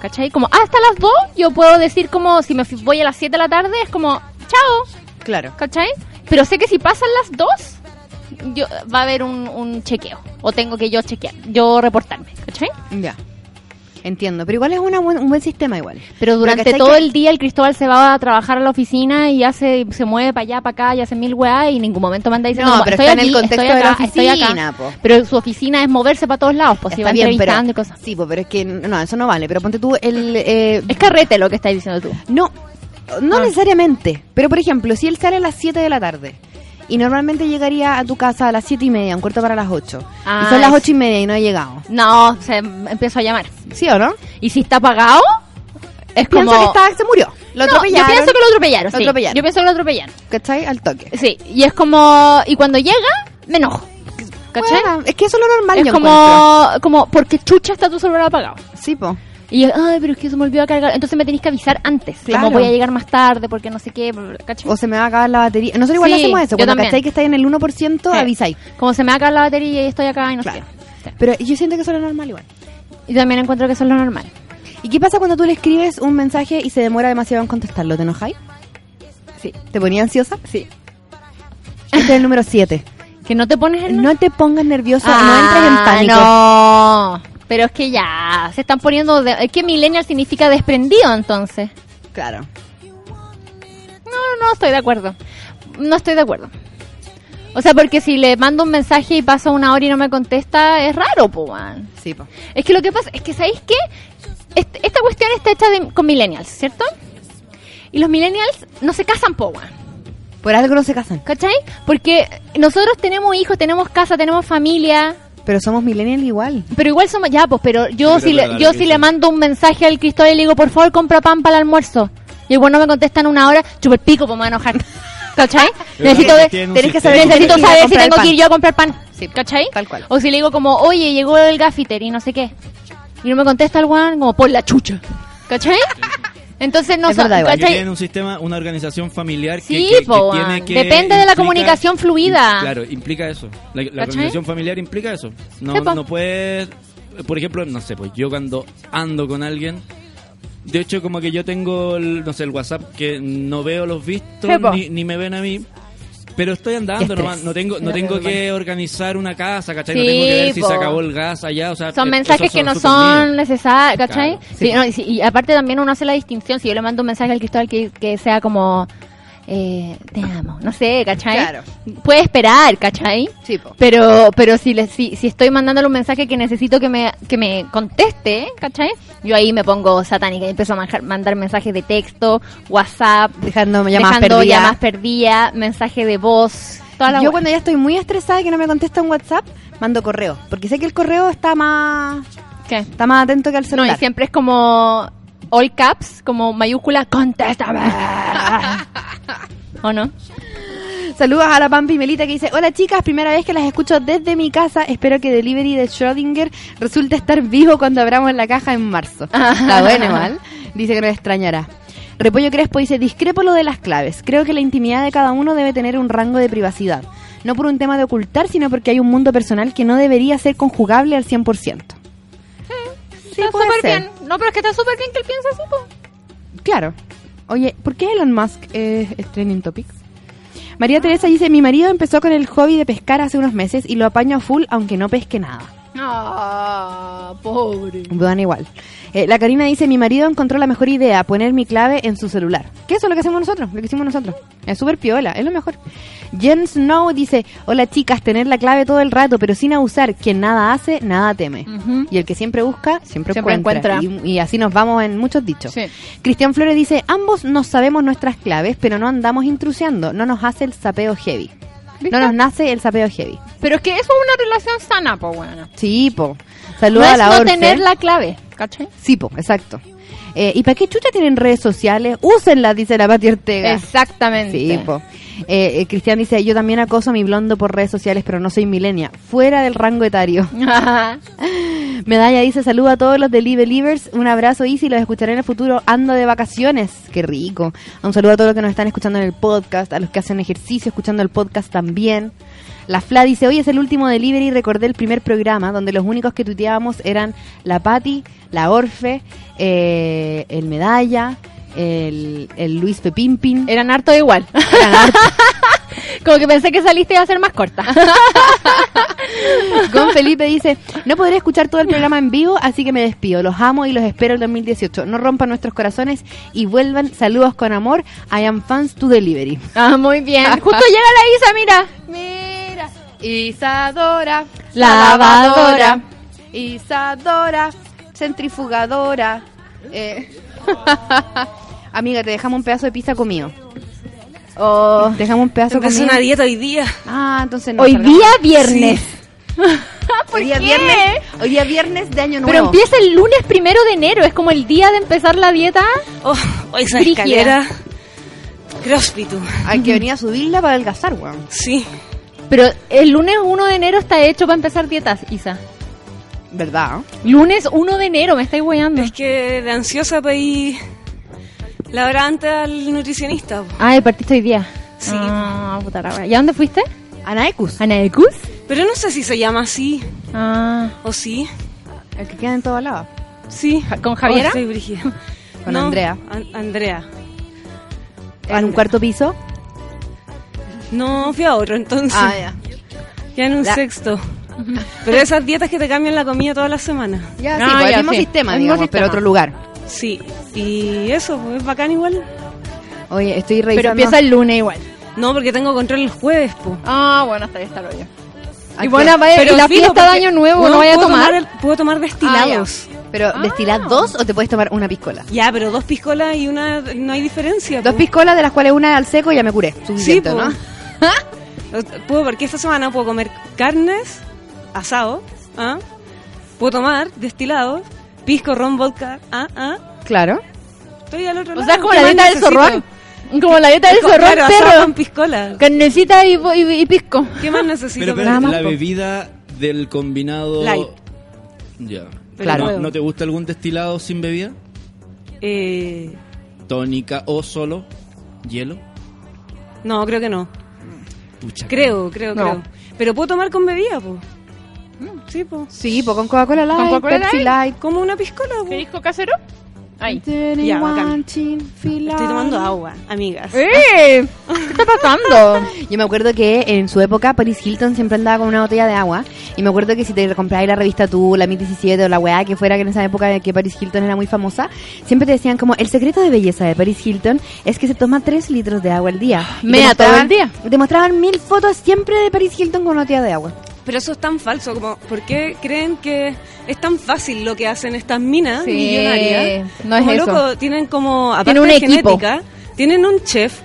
[SPEAKER 8] ¿Cachai? Como hasta las 2 yo puedo decir como si me fui- voy a las 7 de la tarde es como, chao,
[SPEAKER 2] Claro.
[SPEAKER 8] ¿cachai? Pero sé que si pasan las 2 yo, va a haber un, un chequeo. O tengo que yo chequear, yo reportarme, ¿cachai?
[SPEAKER 2] Ya. Entiendo, pero igual es una buen- un buen sistema igual.
[SPEAKER 8] Pero durante
[SPEAKER 2] ¿cachai
[SPEAKER 8] todo
[SPEAKER 2] que-
[SPEAKER 8] el día el Cristóbal se va a trabajar a la oficina y hace, se mueve para allá, para acá y hace mil weá y en ningún momento manda diciendo
[SPEAKER 2] No,
[SPEAKER 8] como,
[SPEAKER 2] pero
[SPEAKER 8] estoy
[SPEAKER 2] está en
[SPEAKER 8] aquí,
[SPEAKER 2] el contexto
[SPEAKER 8] estoy
[SPEAKER 2] de la
[SPEAKER 8] acá, estoy acá.
[SPEAKER 2] oficina, po.
[SPEAKER 8] Pero su oficina es moverse para todos lados, pues si va
[SPEAKER 2] Está bien, pero...
[SPEAKER 8] entrevistando y cosas.
[SPEAKER 2] Sí, pues, pero es que no, eso no vale. Pero ponte tú el... eh,
[SPEAKER 8] Es carrete lo que estás diciendo tú.
[SPEAKER 2] No, no
[SPEAKER 8] Ah.
[SPEAKER 2] necesariamente. Pero por ejemplo, si él sale a las 7 de la tarde y normalmente llegaría a tu casa a las 7 y media, un cuarto para las 8.
[SPEAKER 8] Ah,
[SPEAKER 2] y son las
[SPEAKER 8] es-
[SPEAKER 2] 8 y media y no ha llegado.
[SPEAKER 8] No, se m- empiezo a llamar.
[SPEAKER 2] ¿Sí o no?
[SPEAKER 8] ¿Y si está apagado? Es
[SPEAKER 2] Piensa
[SPEAKER 8] como...
[SPEAKER 2] que estaba- se murió. Lo
[SPEAKER 8] No,
[SPEAKER 2] atropellaron.
[SPEAKER 8] yo pienso que lo atropellaron,
[SPEAKER 2] Lo
[SPEAKER 8] sí.
[SPEAKER 2] atropellaron.
[SPEAKER 8] Yo pienso que lo atropellaron.
[SPEAKER 2] ¿Cachai? Al toque.
[SPEAKER 8] Sí, y es como... Y cuando llega, me enojo. ¿Cachai?
[SPEAKER 2] Bueno, es que eso es lo normal,
[SPEAKER 8] es
[SPEAKER 2] yo encuentro.
[SPEAKER 8] como... Como porque chucha está tu celular apagado.
[SPEAKER 2] Sí, po.
[SPEAKER 8] Y yo, ay, pero es que se me olvidó a cargar. Entonces me tenés que avisar antes.
[SPEAKER 2] Claro.
[SPEAKER 8] Como voy a llegar más tarde porque no sé qué, bla, bla, ¿cachai?
[SPEAKER 2] O se me va a acabar la batería. Nosotros igual
[SPEAKER 8] Sí,
[SPEAKER 2] hacemos eso.
[SPEAKER 8] yo
[SPEAKER 2] Cuando
[SPEAKER 8] también.
[SPEAKER 2] cachai que estáis en el 1%,
[SPEAKER 8] Sí.
[SPEAKER 2] avisáis.
[SPEAKER 8] Como se me va a caer la batería y estoy acá y no
[SPEAKER 2] Claro.
[SPEAKER 8] sé qué.
[SPEAKER 2] Pero yo siento que eso es lo normal igual.
[SPEAKER 8] Y también encuentro que eso es lo normal.
[SPEAKER 2] ¿Y qué pasa cuando tú le escribes un mensaje y se demora demasiado en contestarlo? ¿Te enojáis?
[SPEAKER 8] Sí.
[SPEAKER 2] ¿Te ponía ansiosa?
[SPEAKER 8] Sí.
[SPEAKER 2] Este es el número 7.
[SPEAKER 8] Que no te pones el
[SPEAKER 2] No te pongas nerviosa,
[SPEAKER 8] Ah,
[SPEAKER 2] no entres en pánico.
[SPEAKER 8] No, pero es que ya se están poniendo. de- es que millennial significa desprendido, entonces.
[SPEAKER 2] Claro.
[SPEAKER 8] No, no estoy de acuerdo. No estoy de acuerdo. O sea, porque si le mando un mensaje y pasa una hora y no me contesta, es raro, puan.
[SPEAKER 2] Sí, po.
[SPEAKER 8] Es que lo que pasa es que, ¿sabéis qué? Est- esta cuestión está hecha de- con millennials, ¿cierto? Y los millennials no se casan, puan.
[SPEAKER 2] Por algo no se casan.
[SPEAKER 8] ¿Cachai? Porque nosotros tenemos hijos, tenemos casa, tenemos familia.
[SPEAKER 2] Pero somos millennials igual.
[SPEAKER 8] Pero igual somos, ya, pues, pero yo
[SPEAKER 5] Pero
[SPEAKER 8] si,
[SPEAKER 5] es
[SPEAKER 8] le,
[SPEAKER 5] verdad,
[SPEAKER 8] yo
[SPEAKER 5] lo
[SPEAKER 8] si
[SPEAKER 5] que
[SPEAKER 8] le
[SPEAKER 5] dicen.
[SPEAKER 8] mando un mensaje al Cristóbal y le digo, por favor, compra pan para el almuerzo. Y el bueno me contesta en una hora, chupa el pico, pues me voy a enojar. ¿Cachai? necesito
[SPEAKER 5] creo que
[SPEAKER 8] ver-
[SPEAKER 5] tiene un
[SPEAKER 8] tenés que
[SPEAKER 5] sistema.
[SPEAKER 8] saber, necesito
[SPEAKER 2] Ir a
[SPEAKER 8] saber si
[SPEAKER 2] comprar el
[SPEAKER 8] tengo que
[SPEAKER 2] pan.
[SPEAKER 8] ir yo a comprar pan.
[SPEAKER 2] Sí,
[SPEAKER 8] ¿Cachai?
[SPEAKER 2] tal cual.
[SPEAKER 8] O si le digo como, oye, llegó el gaffiter y no sé qué. Y no me contesta el guan, como, por la chucha. ¿Cachai? Entonces no
[SPEAKER 2] Es
[SPEAKER 8] so-
[SPEAKER 2] verdad, igual.
[SPEAKER 5] Porque
[SPEAKER 8] ¿cachai?
[SPEAKER 5] tienen un sistema, una organización familiar que-
[SPEAKER 8] Sí,
[SPEAKER 5] que, que
[SPEAKER 8] po,
[SPEAKER 5] tiene
[SPEAKER 8] weón.
[SPEAKER 5] que
[SPEAKER 8] Depende de la comunicación fluida.
[SPEAKER 5] Claro, implica eso. La, la
[SPEAKER 8] ¿Cachai?
[SPEAKER 5] organización familiar implica eso. No,
[SPEAKER 8] Sí, po.
[SPEAKER 5] no puedes, por ejemplo, no sé, pues yo cuando ando con alguien, de hecho como que yo tengo, el, no sé, el WhatsApp que no veo los vistos
[SPEAKER 8] Sí, po.
[SPEAKER 5] ni, ni me ven a mí. Pero estoy andando,
[SPEAKER 2] Qué
[SPEAKER 5] nomás.
[SPEAKER 2] estrés.
[SPEAKER 5] no tengo, no
[SPEAKER 8] Sí,
[SPEAKER 5] tengo
[SPEAKER 8] bueno.
[SPEAKER 5] que organizar una casa, ¿cachai? no
[SPEAKER 8] Sí,
[SPEAKER 5] tengo que ver si
[SPEAKER 8] po.
[SPEAKER 5] se acabó el gas allá, o sea,
[SPEAKER 8] son
[SPEAKER 5] eh,
[SPEAKER 8] mensajes
[SPEAKER 5] esos
[SPEAKER 8] que no
[SPEAKER 5] súper míos.
[SPEAKER 8] son necesarios, ¿cachai?
[SPEAKER 5] Claro.
[SPEAKER 8] Sí, no, y, si- y aparte también uno hace la distinción, si yo le mando un mensaje al Cristóbal que, que sea como, eh, te amo, no sé, ¿cachai?
[SPEAKER 2] Claro.
[SPEAKER 8] Puede esperar, ¿cachai?
[SPEAKER 2] Sí, po.
[SPEAKER 8] Pero, pero si, le, si, si estoy mandándole un mensaje que necesito que me, que me conteste, ¿cachai? Yo ahí me pongo satánica y empiezo a manjar- mandar mensajes de texto, WhatsApp,
[SPEAKER 2] Dejando llamadas
[SPEAKER 8] dejando
[SPEAKER 2] perdidas.
[SPEAKER 8] llamadas perdidas, mensaje de voz, toda la
[SPEAKER 2] Yo
[SPEAKER 8] wea.
[SPEAKER 2] cuando ya estoy muy estresada y que no me contesta un WhatsApp, mando correo. Porque sé que el correo está más
[SPEAKER 8] ¿Qué?
[SPEAKER 2] está más atento que al
[SPEAKER 8] No, y
[SPEAKER 2] celular.
[SPEAKER 8] siempre es como all caps, como mayúscula, contéstame. ¿O no?
[SPEAKER 2] Saludos a la Pampi Melita que dice, hola chicas, primera vez que las escucho desde mi casa, espero que Delivery de Schrödinger resulte estar vivo cuando abramos la caja en marzo. Está bueno igual. Dice que nos extrañará. Repollo Crespo dice, discrepo lo de las claves. Creo que la intimidad de cada uno debe tener un rango de privacidad. No por un tema de ocultar, sino porque hay un mundo personal que no debería ser conjugable al 100%. Sí,
[SPEAKER 8] está
[SPEAKER 2] puede
[SPEAKER 8] súper
[SPEAKER 2] ser.
[SPEAKER 8] bien. No, pero es que está súper bien que él piense así, po.
[SPEAKER 2] Claro. Oye, ¿por qué Elon Musk es, es trending topic? María Teresa dice, mi marido empezó con el hobby de pescar hace unos meses y lo apaño a full aunque no pesque nada.
[SPEAKER 8] Ah, pobre.
[SPEAKER 2] Dudan igual. Eh, la Karina dice, mi marido encontró la mejor idea, poner mi clave en su celular. Que eso es lo que hacemos nosotros, lo que hicimos nosotros. Es súper piola, es lo mejor. Jen Snow dice, hola chicas, tener la clave todo el rato, pero sin abusar. Quien nada hace, nada teme.
[SPEAKER 8] Ujú.
[SPEAKER 2] Y el que siempre busca, siempre,
[SPEAKER 8] Siempre
[SPEAKER 2] encuentra.
[SPEAKER 8] encuentra.
[SPEAKER 2] Y, y así nos vamos en muchos dichos.
[SPEAKER 8] Sí.
[SPEAKER 2] Cristian Flores dice, ambos nos sabemos nuestras claves, pero no andamos intrusiando, no nos hace el sapeo heavy.
[SPEAKER 8] ¿Viste?
[SPEAKER 2] No nos nace el sapeo heavy.
[SPEAKER 8] Pero es que eso es una relación sana, po, bueno.
[SPEAKER 2] Sí, po.
[SPEAKER 8] No
[SPEAKER 2] Saluda a
[SPEAKER 8] es
[SPEAKER 2] la
[SPEAKER 8] no
[SPEAKER 2] Orfe.
[SPEAKER 8] tener la clave, ¿cachai?
[SPEAKER 2] Sí, po, exacto. Eh, ¿Y para qué chucha tienen redes sociales? Úsenlas, dice la Pati Ortega.
[SPEAKER 8] Exactamente.
[SPEAKER 2] Sí, po. Eh, eh, Cristian dice, yo también acoso a mi blondo por redes sociales, pero no soy milenia, fuera del rango etario. Medalla dice, saludo a todos los de Live Livers, un abrazo Easy, los escucharé en el futuro, ando de vacaciones, qué rico. Un saludo a todos los que nos están escuchando en el podcast, a los que hacen ejercicio escuchando el podcast también. La Fla dice, hoy es el último delivery, recordé el primer programa donde los únicos que tuiteábamos eran la Patti, la Orfe, eh, el Medalla, el, el Luis Pepimpin.
[SPEAKER 8] Eran harto igual.
[SPEAKER 2] Eran hartos.
[SPEAKER 8] Como que pensé que saliste iba a ser más corta.
[SPEAKER 2] Gon Felipe dice, no podré escuchar todo el programa en vivo, así que me despido. Los amo y los espero el 2018. No rompan nuestros corazones y vuelvan. Saludos con amor. I am fans to delivery.
[SPEAKER 8] Ah, muy bien. Justo llega la Isa,
[SPEAKER 2] Mira,
[SPEAKER 8] mira.
[SPEAKER 2] Isadora,
[SPEAKER 8] Lavadora.
[SPEAKER 2] Isadora, centrifugadora. eh. Amiga, te dejamos un pedazo de pizza comido. Oh, te dejamos un pedazo
[SPEAKER 9] Empecé
[SPEAKER 2] comido.
[SPEAKER 9] una dieta hoy día.
[SPEAKER 2] Ah, entonces no.
[SPEAKER 8] Hoy
[SPEAKER 2] salgamos.
[SPEAKER 8] día viernes. ¿Por
[SPEAKER 2] Hoy día
[SPEAKER 8] qué?
[SPEAKER 2] viernes. Hoy día viernes de año nuevo.
[SPEAKER 8] Pero empieza el lunes primero de enero, es como el día de empezar la dieta.
[SPEAKER 9] Oh, hoy esa
[SPEAKER 8] Brígida.
[SPEAKER 9] escalera. Crossfit.
[SPEAKER 2] Hay que venir a subirla para adelgazar, weón.
[SPEAKER 9] Sí.
[SPEAKER 8] Pero el lunes 1 de enero está hecho para empezar dietas, Isa.
[SPEAKER 2] ¿Verdad?
[SPEAKER 8] Lunes 1 de enero, me estáis weando.
[SPEAKER 9] Es que de ansiosa pedí la hora antes al nutricionista. po.
[SPEAKER 8] Ay, partiste hoy día.
[SPEAKER 9] Sí.
[SPEAKER 8] Ah, puta la wea. ¿Y a dónde fuiste?
[SPEAKER 2] Anaecus.
[SPEAKER 8] ¿A Naecus?
[SPEAKER 9] Pero no sé si se llama así
[SPEAKER 8] Ah.
[SPEAKER 9] o sí.
[SPEAKER 2] El que queda en toda lava.
[SPEAKER 9] Sí.
[SPEAKER 8] Ja- ¿Con Javiera?
[SPEAKER 9] Oh, estoy brígida.
[SPEAKER 2] Con Andrea.
[SPEAKER 9] An- Andrea.
[SPEAKER 2] En un cuarto piso.
[SPEAKER 9] No, fui a otro entonces.
[SPEAKER 2] Ah, ya.
[SPEAKER 9] Ya en un
[SPEAKER 2] La-
[SPEAKER 9] sexto. Pero esas dietas que te cambian la comida toda la semana.
[SPEAKER 2] Ya,
[SPEAKER 8] No,
[SPEAKER 2] sí, pues,
[SPEAKER 8] Ah, ya,
[SPEAKER 2] el mismo
[SPEAKER 8] sí.
[SPEAKER 2] sistema,
[SPEAKER 8] El mismo
[SPEAKER 2] digamos, pero
[SPEAKER 8] sistema.
[SPEAKER 2] otro lugar.
[SPEAKER 9] Sí. Y eso, pues, es bacán igual.
[SPEAKER 2] Oye, estoy
[SPEAKER 8] Pero
[SPEAKER 2] revisando. Ah,
[SPEAKER 8] empieza el lunes igual.
[SPEAKER 9] No, porque tengo control el jueves, po.
[SPEAKER 8] Ah, bueno, hasta ahí está lo yo.
[SPEAKER 2] Aquí.
[SPEAKER 8] Y bueno, vaya,
[SPEAKER 9] Pero
[SPEAKER 8] y la
[SPEAKER 9] filo,
[SPEAKER 8] fiesta de
[SPEAKER 9] porque
[SPEAKER 8] año nuevo no,
[SPEAKER 9] no
[SPEAKER 8] vaya a
[SPEAKER 9] puedo
[SPEAKER 8] tomar. Ah.
[SPEAKER 9] el- puedo tomar destilados.
[SPEAKER 2] Ah, Pero, ¿destilás dos o te puedes tomar una piscola?
[SPEAKER 9] ya. pero dos piscolas y una no hay diferencia.
[SPEAKER 2] Dos
[SPEAKER 9] po.
[SPEAKER 2] piscolas, de las cuales una es al seco, ya me curé.
[SPEAKER 9] Sí,
[SPEAKER 2] Suficiente,
[SPEAKER 9] po.
[SPEAKER 2] ¿no?
[SPEAKER 9] Puedo, porque esta semana puedo comer carnes, asado, ¿ah? puedo tomar destilados, pisco, ron, vodka, ah, ah.
[SPEAKER 2] Claro.
[SPEAKER 9] Estoy al otro
[SPEAKER 8] O
[SPEAKER 9] lado.
[SPEAKER 8] sea, es como
[SPEAKER 9] ¿qué
[SPEAKER 8] la
[SPEAKER 9] más
[SPEAKER 8] dieta del
[SPEAKER 9] necesito?
[SPEAKER 8] zorrón. Como la dieta del
[SPEAKER 9] Co-
[SPEAKER 8] zorrón,
[SPEAKER 9] claro, asado con
[SPEAKER 8] perro.
[SPEAKER 9] piscola.
[SPEAKER 8] Carnecita y, y- y pisco.
[SPEAKER 9] ¿Qué más necesito?
[SPEAKER 5] Pero, pero
[SPEAKER 9] Nada más,
[SPEAKER 5] la
[SPEAKER 9] po.
[SPEAKER 5] bebida del combinado.
[SPEAKER 9] Light.
[SPEAKER 5] Ya.
[SPEAKER 9] Pero
[SPEAKER 2] Claro.
[SPEAKER 5] ¿No,
[SPEAKER 9] luego,
[SPEAKER 5] no te gusta algún destilado sin bebida?
[SPEAKER 9] eh,
[SPEAKER 5] Tónica o solo hielo.
[SPEAKER 9] no, creo que no.
[SPEAKER 5] Pucha.
[SPEAKER 9] Creo, creo, creo. Pero puedo tomar con bebida, po. Mm, Sí, po.
[SPEAKER 2] Sí, pues con Coca-Cola Light,
[SPEAKER 8] Coca-Cola
[SPEAKER 2] Pepsi Light.
[SPEAKER 9] Como una piscola, po.
[SPEAKER 8] disco casero? Ay.
[SPEAKER 9] Ya, bacán. Estoy
[SPEAKER 2] Estoy
[SPEAKER 9] tomando agua, amigas.
[SPEAKER 8] ¡Eh! ¿Qué está pasando?
[SPEAKER 2] Yo me acuerdo que en su época Paris Hilton siempre andaba con una botella de agua y me acuerdo que si te comprabas la revista Tú, la Miss 17 o la weá que fuera que en esa época de que Paris Hilton era muy famosa, siempre te decían como el secreto de belleza de Paris Hilton es que se toma 3 litros de agua al día. Y
[SPEAKER 8] Mea
[SPEAKER 2] te
[SPEAKER 8] Ah, todo
[SPEAKER 2] mostraban-
[SPEAKER 8] el día.
[SPEAKER 2] Te mostraban mil fotos siempre de Paris Hilton con una botella de agua.
[SPEAKER 9] Pero eso es tan falso, como, ¿por qué creen que es tan fácil lo que hacen estas minas
[SPEAKER 8] Sí,
[SPEAKER 9] millonarias?
[SPEAKER 8] no es
[SPEAKER 9] Como
[SPEAKER 8] eso.
[SPEAKER 9] loco, tienen como, aparte
[SPEAKER 8] Tienen un
[SPEAKER 9] de
[SPEAKER 8] equipo.
[SPEAKER 9] genética, tienen un chef,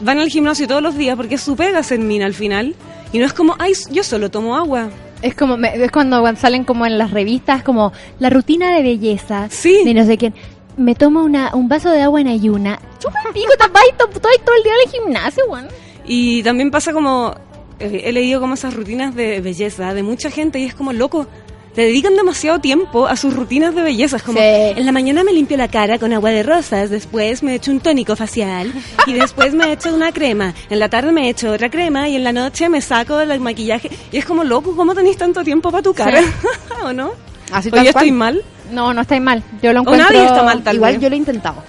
[SPEAKER 9] van al gimnasio todos los días porque es su pega ser mina al final. Y no es como, ay, yo solo tomo agua.
[SPEAKER 8] Es como me- es cuando salen como en las revistas como la rutina de belleza
[SPEAKER 9] Sí.
[SPEAKER 8] de no sé quién. me tomo una, un vaso de agua en ayuna. Chupa el pico, tapáis to- todo, todo el día en el gimnasio, weón.
[SPEAKER 9] Y también pasa como, eh, he leído como esas rutinas de belleza de mucha gente y es como loco. Le dedican demasiado tiempo a sus rutinas de belleza. Es como,
[SPEAKER 8] Sí.
[SPEAKER 9] en la mañana me limpio la cara con agua de rosas, después me echo un tónico facial y después me echo una crema. En la tarde me echo otra crema y en la noche me saco el maquillaje. Y es como, loco, ¿cómo tenéis tanto tiempo para tu cara? Ah, ¿O no?
[SPEAKER 2] Así
[SPEAKER 9] ¿O
[SPEAKER 2] tal
[SPEAKER 9] yo
[SPEAKER 2] cual.
[SPEAKER 9] estoy mal?
[SPEAKER 8] No, no estáis mal. Yo lo
[SPEAKER 9] O
[SPEAKER 8] encuentro.
[SPEAKER 9] nadie está mal, tal
[SPEAKER 2] Igual
[SPEAKER 9] vez.
[SPEAKER 2] yo lo he intentado.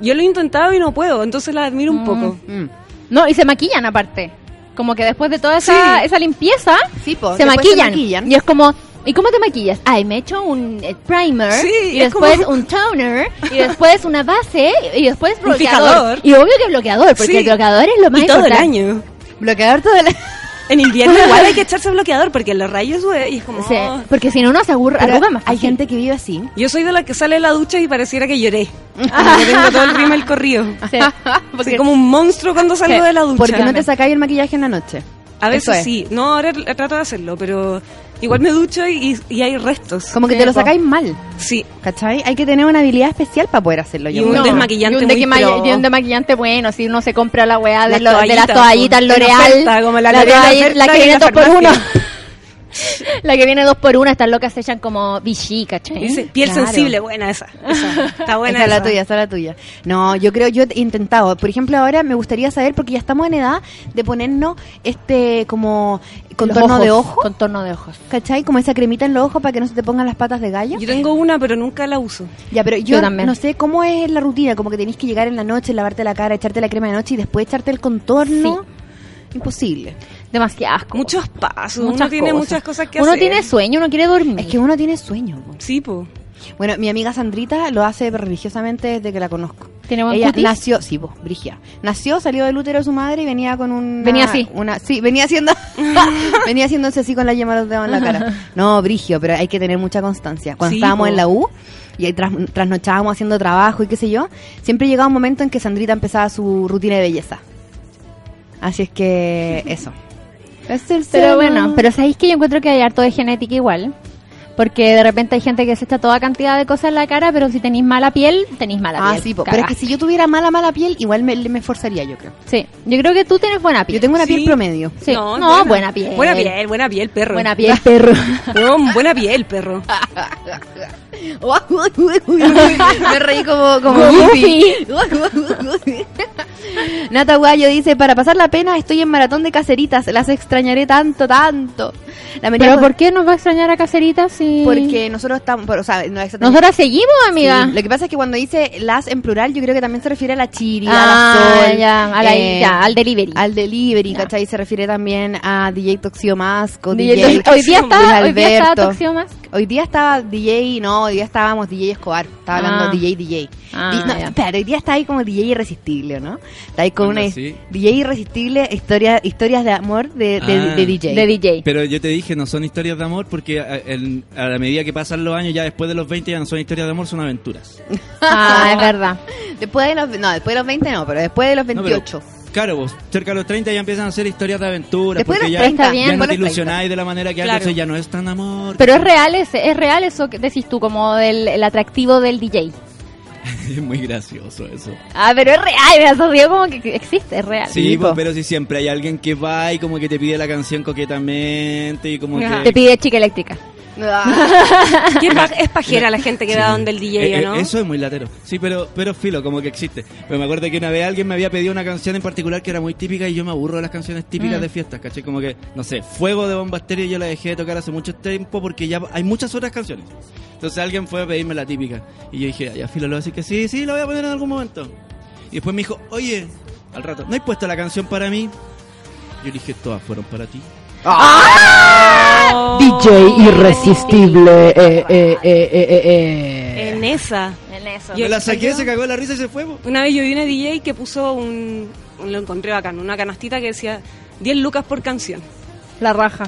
[SPEAKER 9] Yo lo he intentado y no puedo, entonces la admiro un poco.
[SPEAKER 2] Mm.
[SPEAKER 8] No, y se maquillan aparte. Como que después de toda esa,
[SPEAKER 9] Sí.
[SPEAKER 8] esa limpieza,
[SPEAKER 2] Sí, po,
[SPEAKER 8] se,
[SPEAKER 2] después
[SPEAKER 8] maquillan.
[SPEAKER 2] se maquillan.
[SPEAKER 8] Y es como, ¿y cómo te maquillas? Ay, me echo un eh, primer,
[SPEAKER 9] Sí,
[SPEAKER 8] y
[SPEAKER 9] es
[SPEAKER 8] después
[SPEAKER 9] como-
[SPEAKER 8] un toner, y después una base, y después
[SPEAKER 9] Un
[SPEAKER 8] bloqueador.
[SPEAKER 9] fijador.
[SPEAKER 8] Y obvio que bloqueador, porque
[SPEAKER 9] Sí.
[SPEAKER 8] el bloqueador es lo más
[SPEAKER 9] Y todo el
[SPEAKER 8] importante.
[SPEAKER 9] año.
[SPEAKER 2] Bloqueador todo el...
[SPEAKER 9] En invierno igual hay que echarse bloqueador porque los rayos eh, y es como.
[SPEAKER 8] Sí,
[SPEAKER 9] "Oh".
[SPEAKER 8] porque si no, uno se aburre.
[SPEAKER 2] Pero
[SPEAKER 8] arruga más
[SPEAKER 2] hay
[SPEAKER 8] fácil.
[SPEAKER 2] gente que vive así.
[SPEAKER 9] Yo soy de la que sale de la ducha y pareciera que lloré. Porque tengo todo el rímel corrido.
[SPEAKER 8] Sí.
[SPEAKER 9] Soy como un monstruo cuando salgo
[SPEAKER 8] Sí,
[SPEAKER 9] de la ducha.
[SPEAKER 2] Porque no te sacáis el maquillaje en la noche.
[SPEAKER 9] A veces
[SPEAKER 2] Eso es.
[SPEAKER 9] sí. No, ahora l- trato de hacerlo, pero igual me ducho y, y hay restos.
[SPEAKER 2] Como que
[SPEAKER 8] Sí,
[SPEAKER 2] te lo
[SPEAKER 8] po.
[SPEAKER 2] sacáis mal.
[SPEAKER 9] Sí.
[SPEAKER 2] ¿Cachai? Hay que tener una habilidad especial para poder hacerlo.
[SPEAKER 9] Y
[SPEAKER 2] Yo
[SPEAKER 9] un
[SPEAKER 2] creo.
[SPEAKER 8] No,
[SPEAKER 9] desmaquillante
[SPEAKER 8] y un,
[SPEAKER 9] muy
[SPEAKER 8] desma-
[SPEAKER 9] pro.
[SPEAKER 8] y un desmaquillante bueno, si uno se compra la weá de,
[SPEAKER 9] Las
[SPEAKER 8] lo- de las
[SPEAKER 9] toallitas,
[SPEAKER 8] toallitas
[SPEAKER 9] en
[SPEAKER 8] L'Oreal,
[SPEAKER 9] oferta, como la L'Oreal
[SPEAKER 8] toalla-
[SPEAKER 9] oferta
[SPEAKER 8] la que
[SPEAKER 9] en
[SPEAKER 8] viene dos
[SPEAKER 9] la
[SPEAKER 8] por uno,
[SPEAKER 9] farmacia.
[SPEAKER 8] la que viene dos por uno, estas locas se echan como bichí, ¿cachai?
[SPEAKER 9] Dice, piel
[SPEAKER 2] Claro.
[SPEAKER 9] sensible, buena esa. esa. Está buena
[SPEAKER 2] Esa es
[SPEAKER 9] esa.
[SPEAKER 2] la tuya, esa es la tuya. No, yo creo, yo he intentado. Por ejemplo, ahora me gustaría saber, porque ya estamos en edad de ponernos este como contorno de ojo,
[SPEAKER 8] Contorno de ojos.
[SPEAKER 2] ¿cachai? Como esa cremita en los ojos para que no se te pongan las patas de gallo.
[SPEAKER 9] Yo tengo una, pero nunca la uso.
[SPEAKER 2] Ya, pero yo,
[SPEAKER 8] Yo también.
[SPEAKER 2] no sé cómo es la rutina, como que tenés que llegar en la noche, lavarte la cara, echarte la crema de noche y después echarte el contorno. Imposible.
[SPEAKER 8] Demasiado asco.
[SPEAKER 9] Muchos pasos.
[SPEAKER 8] Muchas
[SPEAKER 9] uno tiene
[SPEAKER 8] cosas.
[SPEAKER 9] muchas cosas que
[SPEAKER 8] Uno
[SPEAKER 9] hacer.
[SPEAKER 8] tiene sueño, uno quiere dormir.
[SPEAKER 2] Es que uno tiene sueño. po.
[SPEAKER 9] Sí, po.
[SPEAKER 2] Bueno, mi amiga Sandrita lo hace religiosamente desde que la conozco.
[SPEAKER 8] ¿Tiene buen
[SPEAKER 2] Ella
[SPEAKER 8] cutis?
[SPEAKER 2] nació, sí, vos, Brigia. Nació, salió del útero de su madre y venía con un.
[SPEAKER 8] Venía así.
[SPEAKER 2] Una, sí, venía haciendo. venía haciéndose así con la yema de los dedos en la cara. No, Brigio, pero hay que tener mucha constancia. Cuando
[SPEAKER 9] Sí,
[SPEAKER 2] estábamos
[SPEAKER 9] po.
[SPEAKER 2] en la U y ahí tras, trasnochábamos haciendo trabajo y qué sé yo, siempre llegaba un momento en que Sandrita empezaba su rutina de belleza. Así es que, eso. Es el
[SPEAKER 8] Pero
[SPEAKER 2] celo.
[SPEAKER 8] bueno, pero sabéis que yo encuentro que hay harto de genética igual. Porque de repente hay gente que se echa toda cantidad de cosas en la cara, pero si tenéis mala piel, tenéis mala
[SPEAKER 2] Ah,
[SPEAKER 8] piel.
[SPEAKER 2] sí, po, pero es que si yo tuviera mala, mala piel, igual me, me esforzaría, yo creo.
[SPEAKER 8] Sí, yo creo que tú tienes buena piel.
[SPEAKER 2] Yo tengo una piel
[SPEAKER 9] Sí.
[SPEAKER 2] promedio.
[SPEAKER 8] Sí. No, buena piel.
[SPEAKER 9] Buena piel, buena piel, perro.
[SPEAKER 8] Buena piel, perro.
[SPEAKER 9] Weón, buena piel, perro.
[SPEAKER 2] Me reí como, como
[SPEAKER 8] Goofy.
[SPEAKER 2] Goofy. Nata Guayo dice, para pasar la pena estoy en maratón de caseritas, las extrañaré tanto, tanto. La María
[SPEAKER 8] pero
[SPEAKER 2] Jo-
[SPEAKER 8] ¿por qué nos va a extrañar a Caserita si...?
[SPEAKER 2] porque nosotros estamos, pero, o sea, no exactamente-
[SPEAKER 8] Nosotras seguimos, amiga.
[SPEAKER 2] Sí, Lo que pasa es que cuando dice las en plural, yo creo que también se refiere a la chiri,
[SPEAKER 8] Ah,
[SPEAKER 2] a la sol,
[SPEAKER 8] ya, a la-
[SPEAKER 2] eh,
[SPEAKER 8] ya, al delivery.
[SPEAKER 2] al delivery,
[SPEAKER 8] Ya.
[SPEAKER 2] ¿cachai? Se refiere también a DJ Toxio Masco,
[SPEAKER 8] DJ
[SPEAKER 2] DJ,
[SPEAKER 8] Tox- hoy día estaba,
[SPEAKER 2] Luis
[SPEAKER 8] hoy día estaba
[SPEAKER 2] Alberto.
[SPEAKER 8] Toxio más.
[SPEAKER 2] Hoy día estaba DJ, no, hoy día estábamos DJ Escobar, estaba hablando
[SPEAKER 8] Ah.
[SPEAKER 2] DJ DJ.
[SPEAKER 8] Ah,
[SPEAKER 2] Di- no,
[SPEAKER 8] ya.
[SPEAKER 2] espera, hoy día está ahí como DJ irresistible, ¿o ¿no? Está ahí con
[SPEAKER 5] Anda,
[SPEAKER 2] una
[SPEAKER 5] sí.
[SPEAKER 2] DJ irresistible, historia, historias de amor de, de,
[SPEAKER 5] Ah.
[SPEAKER 2] de DJ.
[SPEAKER 8] De DJ.
[SPEAKER 5] Pero yo te dije, no son historias de amor porque a, en- a la medida que pasan los años, ya después de los 20 ya no son historias de amor, son aventuras.
[SPEAKER 8] Ah, es verdad.
[SPEAKER 2] Después de los, no, después de los 20 no, pero después de los
[SPEAKER 5] No, pero-
[SPEAKER 2] 28.
[SPEAKER 5] Claro, vos, cerca de los 30 ya empiezan a ser historias de aventuras.
[SPEAKER 2] después de
[SPEAKER 5] porque
[SPEAKER 2] los
[SPEAKER 5] ya,
[SPEAKER 2] 30.
[SPEAKER 8] está bien,
[SPEAKER 5] ya no
[SPEAKER 2] después
[SPEAKER 5] te
[SPEAKER 2] de los 30.
[SPEAKER 5] ilusionáis de la manera que
[SPEAKER 9] Claro.
[SPEAKER 5] haces, ya no es tan amor.
[SPEAKER 8] Pero es real ese, es real eso que decís tú, como del el atractivo del DJ.
[SPEAKER 5] es muy gracioso eso.
[SPEAKER 8] Ah, pero es real, me asoció como que existe, es real.
[SPEAKER 5] Sí,
[SPEAKER 2] po.
[SPEAKER 5] pues, pero si siempre hay alguien que va y como que te pide la canción coquetamente y como
[SPEAKER 8] Ajá.
[SPEAKER 5] que...
[SPEAKER 8] Te pide chica eléctrica.
[SPEAKER 9] Ah. Qué pa- es pajera la gente que va donde el DJ,
[SPEAKER 5] Eh,
[SPEAKER 9] ¿o
[SPEAKER 5] eh,
[SPEAKER 9] ¿no?
[SPEAKER 5] Eso es muy latero. Sí, pero, pero filo, como que existe. Pero me acuerdo que una vez alguien me había pedido una canción en particular que era muy típica y yo me aburro de las canciones típicas
[SPEAKER 8] Mm.
[SPEAKER 5] de fiestas, ¿cachai? Como que, no sé, Fuego de Bomba Estéreo yo la dejé de tocar hace mucho tiempo porque ya hay muchas otras canciones. Entonces alguien fue a pedirme la típica. Y yo dije, "Ah, ya filo, lo voy a decir que sí, sí, la voy a poner en algún momento. Y después me dijo, oye, al rato, ¿no has puesto la canción para mí? Yo le dije, todas fueron para ti.
[SPEAKER 9] Oh.
[SPEAKER 8] irresistible, eh, eh,
[SPEAKER 9] En esa.
[SPEAKER 8] En eso.
[SPEAKER 9] Yo-
[SPEAKER 5] Yo la saqué,
[SPEAKER 9] yo-
[SPEAKER 5] se cagó la risa y se fue. po.
[SPEAKER 9] Una vez yo vi una DJ que puso un. Lo encontré bacán, una canastita que decía 10 lucas por canción.
[SPEAKER 8] La raja.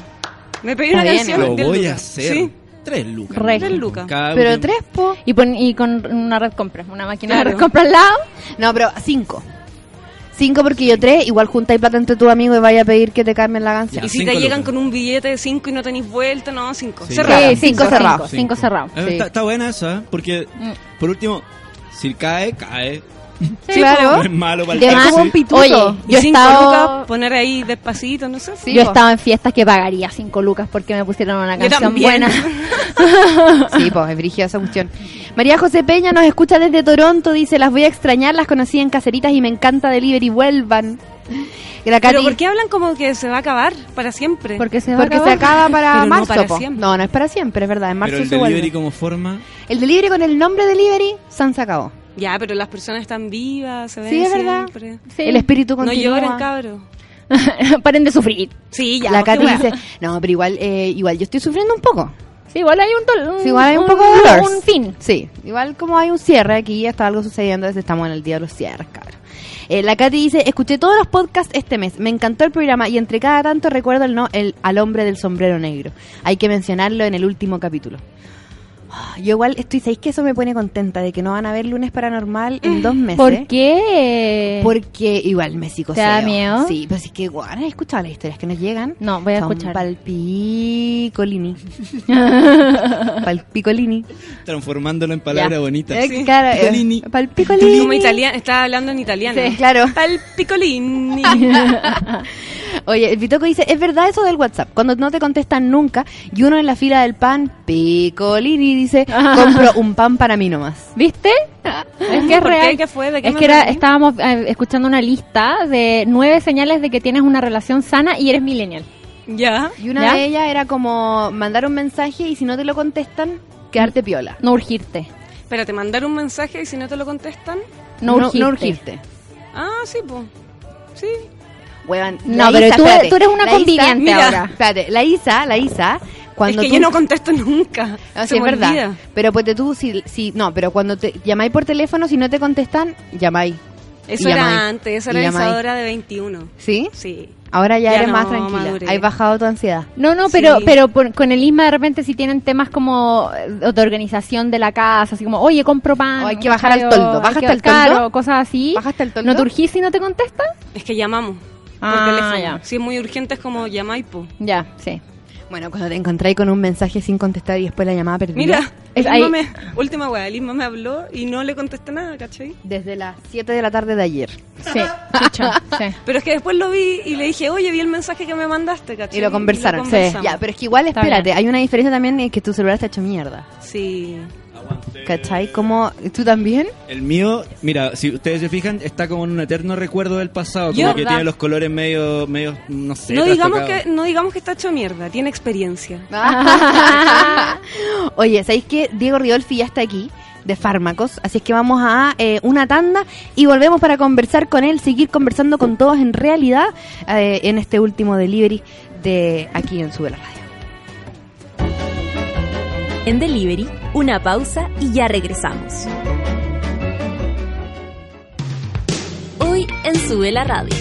[SPEAKER 9] Me pedí una
[SPEAKER 8] Está bien,
[SPEAKER 9] canción.
[SPEAKER 5] Lo
[SPEAKER 9] 10
[SPEAKER 5] voy a
[SPEAKER 9] lucas.
[SPEAKER 5] hacer.
[SPEAKER 9] Sí.
[SPEAKER 5] Tres lucas.
[SPEAKER 8] Re.
[SPEAKER 9] Tres lucas.
[SPEAKER 5] Cada
[SPEAKER 2] Pero
[SPEAKER 5] quien-
[SPEAKER 2] tres, po.
[SPEAKER 8] Y, pon- y con una red compra, una máquina de
[SPEAKER 9] Claro.
[SPEAKER 8] red compra al lado.
[SPEAKER 2] No, pero cinco. Cinco porque yo tres, igual juntáis plata entre tus amigos y vaya a pedir que te cambien la canción.
[SPEAKER 9] Y si te llegan con un billete de 5 y no tenéis vuelta, no, 5.
[SPEAKER 2] Sí.
[SPEAKER 9] Cerrado.
[SPEAKER 2] Sí, cinco cerrado.
[SPEAKER 8] Cinco cerrado,
[SPEAKER 5] Eh,
[SPEAKER 8] sí.
[SPEAKER 5] Está, está buena esa, porque
[SPEAKER 9] Mm.
[SPEAKER 5] por último, si cae, cae.
[SPEAKER 8] Sí, claro.
[SPEAKER 5] No es malo para el
[SPEAKER 8] De más-
[SPEAKER 5] taxi.
[SPEAKER 8] Oye,
[SPEAKER 9] Y
[SPEAKER 8] yo he
[SPEAKER 9] cinco
[SPEAKER 8] estado-
[SPEAKER 9] lucas, poner ahí despacito, no sé.
[SPEAKER 8] Yo he estado en fiestas que pagaría cinco lucas porque me pusieron una
[SPEAKER 9] Yo
[SPEAKER 8] canción
[SPEAKER 9] también.
[SPEAKER 8] buena.
[SPEAKER 2] Sí, pues es brígida esa cuestión. María José Peña nos escucha desde Toronto, dice, las voy a extrañar, las conocí en caseritas y me encanta Delivery, vuelvan. Y la
[SPEAKER 9] Pero
[SPEAKER 2] Katy-
[SPEAKER 9] ¿por qué hablan como que se va a acabar para siempre?
[SPEAKER 8] Porque se va
[SPEAKER 2] Porque
[SPEAKER 8] a
[SPEAKER 2] se
[SPEAKER 8] acabar.
[SPEAKER 2] acaba para
[SPEAKER 9] Pero no
[SPEAKER 2] marzo.
[SPEAKER 9] para
[SPEAKER 2] po.
[SPEAKER 9] siempre.
[SPEAKER 2] no, no es para siempre, es verdad. En marzo
[SPEAKER 5] Pero el
[SPEAKER 2] se vuelve.
[SPEAKER 5] delivery como forma.
[SPEAKER 2] El delivery con el nombre delivery, San se acabó.
[SPEAKER 9] Ya, pero las personas están vivas, se ven
[SPEAKER 2] Sí, es verdad.
[SPEAKER 9] siempre.
[SPEAKER 8] Sí.
[SPEAKER 2] El espíritu
[SPEAKER 9] No
[SPEAKER 2] continúa.
[SPEAKER 9] lloran, cabros.
[SPEAKER 8] Paren de sufrir.
[SPEAKER 9] Sí, ya.
[SPEAKER 2] la
[SPEAKER 9] pues,
[SPEAKER 2] Katy
[SPEAKER 9] qué wea.
[SPEAKER 2] dice, no, pero igual, eh, igual yo estoy sufriendo un poco.
[SPEAKER 8] Sí, igual hay un, tol- un
[SPEAKER 2] Sí, igual hay un, poco de dolor.
[SPEAKER 8] Mm, un fin.
[SPEAKER 2] Sí, igual como hay un cierre aquí, está algo sucediendo, desde estamos en el día de los cierres, cabrón. Eh, la Katy dice, escuché todos los podcasts este mes, me encantó el programa y entre cada tanto recuerdo el no, el, al hombre del sombrero negro. Hay que mencionarlo en el último capítulo. Ah, Yo igual estoy, ¿sabéis que eso me pone contenta de que no van a haber lunes paranormal en dos meses?
[SPEAKER 9] ¿eh?
[SPEAKER 8] ¿Por qué?
[SPEAKER 2] Porque igual me psicoseo.
[SPEAKER 8] ¿Te da miedo?
[SPEAKER 2] Sí, pero sí que, guau, he escuchado las historias que nos llegan.
[SPEAKER 8] No, voy a
[SPEAKER 2] Son
[SPEAKER 8] escuchar.
[SPEAKER 2] Palpicolini. palpicolini.
[SPEAKER 5] transformándolo en palabra
[SPEAKER 2] Ya.
[SPEAKER 5] bonita.
[SPEAKER 2] Eh, Claro, eh,
[SPEAKER 5] Picolini.
[SPEAKER 2] palpicolini.
[SPEAKER 9] Como italiano, está hablando en italiano.
[SPEAKER 2] Sí, claro.
[SPEAKER 9] Palpicolini.
[SPEAKER 2] Oye, el Pitoco dice, es verdad eso del WhatsApp. Cuando no te contestan nunca y uno en la fila del pan, picolini, dice, compro un pan para mí nomás. Ah.
[SPEAKER 8] ¿Viste? Es que es
[SPEAKER 9] ¿Por
[SPEAKER 8] real.
[SPEAKER 9] qué? ¿Qué fue? ¿De qué
[SPEAKER 8] es
[SPEAKER 9] me
[SPEAKER 8] que era,
[SPEAKER 9] perdí?
[SPEAKER 8] estábamos eh, escuchando una lista de nueve señales de que tienes una relación sana y eres millennial.
[SPEAKER 9] Ya.
[SPEAKER 2] Y una
[SPEAKER 8] ¿Ya?
[SPEAKER 2] de ellas era como mandar un mensaje y si no te lo contestan, quedarte piola.
[SPEAKER 8] No urgirte.
[SPEAKER 9] Espérate, mandar un mensaje y si no te lo contestan.
[SPEAKER 8] No, urgirte.
[SPEAKER 2] No urgirte.
[SPEAKER 9] Ah, sí, pues. Sí.
[SPEAKER 2] Huevan,
[SPEAKER 8] No,
[SPEAKER 2] la
[SPEAKER 8] pero tú-
[SPEAKER 2] espérate.
[SPEAKER 8] tú eres una
[SPEAKER 2] La Isa,
[SPEAKER 8] conviviente
[SPEAKER 2] mira,
[SPEAKER 8] ahora.
[SPEAKER 2] Espérate, la Isa, la Isa, cuando
[SPEAKER 9] es que
[SPEAKER 2] tú-
[SPEAKER 9] yo no contesto nunca.
[SPEAKER 2] Ah, sí,
[SPEAKER 9] Se
[SPEAKER 2] es
[SPEAKER 9] me
[SPEAKER 2] verdad.
[SPEAKER 9] olvida.
[SPEAKER 2] Pero pues tú, si, si, no, pero cuando te llamáis por teléfono, si no te contestan, llamáis.
[SPEAKER 9] Eso
[SPEAKER 2] Y
[SPEAKER 9] era
[SPEAKER 2] llamáis.
[SPEAKER 9] antes, eso
[SPEAKER 2] Y
[SPEAKER 9] era
[SPEAKER 2] llamáis.
[SPEAKER 9] Isadora de 21.
[SPEAKER 2] ¿Sí?
[SPEAKER 9] Sí.
[SPEAKER 2] Ahora ya,
[SPEAKER 9] Ya
[SPEAKER 2] eres
[SPEAKER 9] no,
[SPEAKER 2] más tranquila.
[SPEAKER 9] maduré.
[SPEAKER 2] Has bajado tu ansiedad.
[SPEAKER 8] No, no, pero,
[SPEAKER 9] Sí.
[SPEAKER 8] pero por- con el ISMA de repente si tienen temas como eh, de organización de la casa, así como, oye, compro pan.
[SPEAKER 2] O hay que bajar al
[SPEAKER 8] ¿cachai? O
[SPEAKER 2] toldo.
[SPEAKER 8] hay
[SPEAKER 2] ¿Bajaste
[SPEAKER 8] que-
[SPEAKER 2] al toldo?
[SPEAKER 8] Claro, cosas así.
[SPEAKER 2] ¿Bajaste al toldo?
[SPEAKER 8] ¿No te urgís si no te contesta?
[SPEAKER 9] Es que llamamos.
[SPEAKER 8] Ah,
[SPEAKER 9] por teléfono.
[SPEAKER 8] ya.
[SPEAKER 9] Si es muy urgente, es como llamáis, po.
[SPEAKER 8] Ya, sí.
[SPEAKER 2] Bueno, cuando te encontráis con un mensaje sin contestar y después la llamada perdida.
[SPEAKER 9] Mira,
[SPEAKER 8] Es
[SPEAKER 9] el
[SPEAKER 8] ahí.
[SPEAKER 9] Isma me- última weá, el Isma me habló y no le contesté nada, ¿cachai?
[SPEAKER 2] Desde las 7 de la tarde de ayer.
[SPEAKER 8] Sí, chucha, sí.
[SPEAKER 9] Pero es que después lo vi y le dije, oye, vi el mensaje que me mandaste, ¿cachai?
[SPEAKER 2] Y lo conversaron.
[SPEAKER 9] Y lo
[SPEAKER 2] Sí.
[SPEAKER 9] conversamos.
[SPEAKER 2] Ya, pero es que igual,
[SPEAKER 8] Está
[SPEAKER 2] espérate,
[SPEAKER 8] bien.
[SPEAKER 2] hay una diferencia también en que tu celular está hecho mierda.
[SPEAKER 9] Sí.
[SPEAKER 2] ¿Cachai? Como, ¿tú también?
[SPEAKER 5] El mío, mira, si ustedes se fijan, está como en un eterno recuerdo del pasado, como
[SPEAKER 9] Yo-
[SPEAKER 5] que tiene los colores medio, medio, no sé.
[SPEAKER 9] no, digamos
[SPEAKER 5] trastocados.
[SPEAKER 9] que, no digamos que está hecho mierda, tiene experiencia.
[SPEAKER 2] Oye, ¿sabéis que Diego Riolfi ya está aquí? de fármacos, así es que vamos a eh, una tanda y volvemos para conversar con él, seguir conversando con todos en realidad eh, en este último delivery de aquí en Sube la Radio.
[SPEAKER 1] En Delivery, una pausa y ya regresamos. Hoy en Sube la Radio.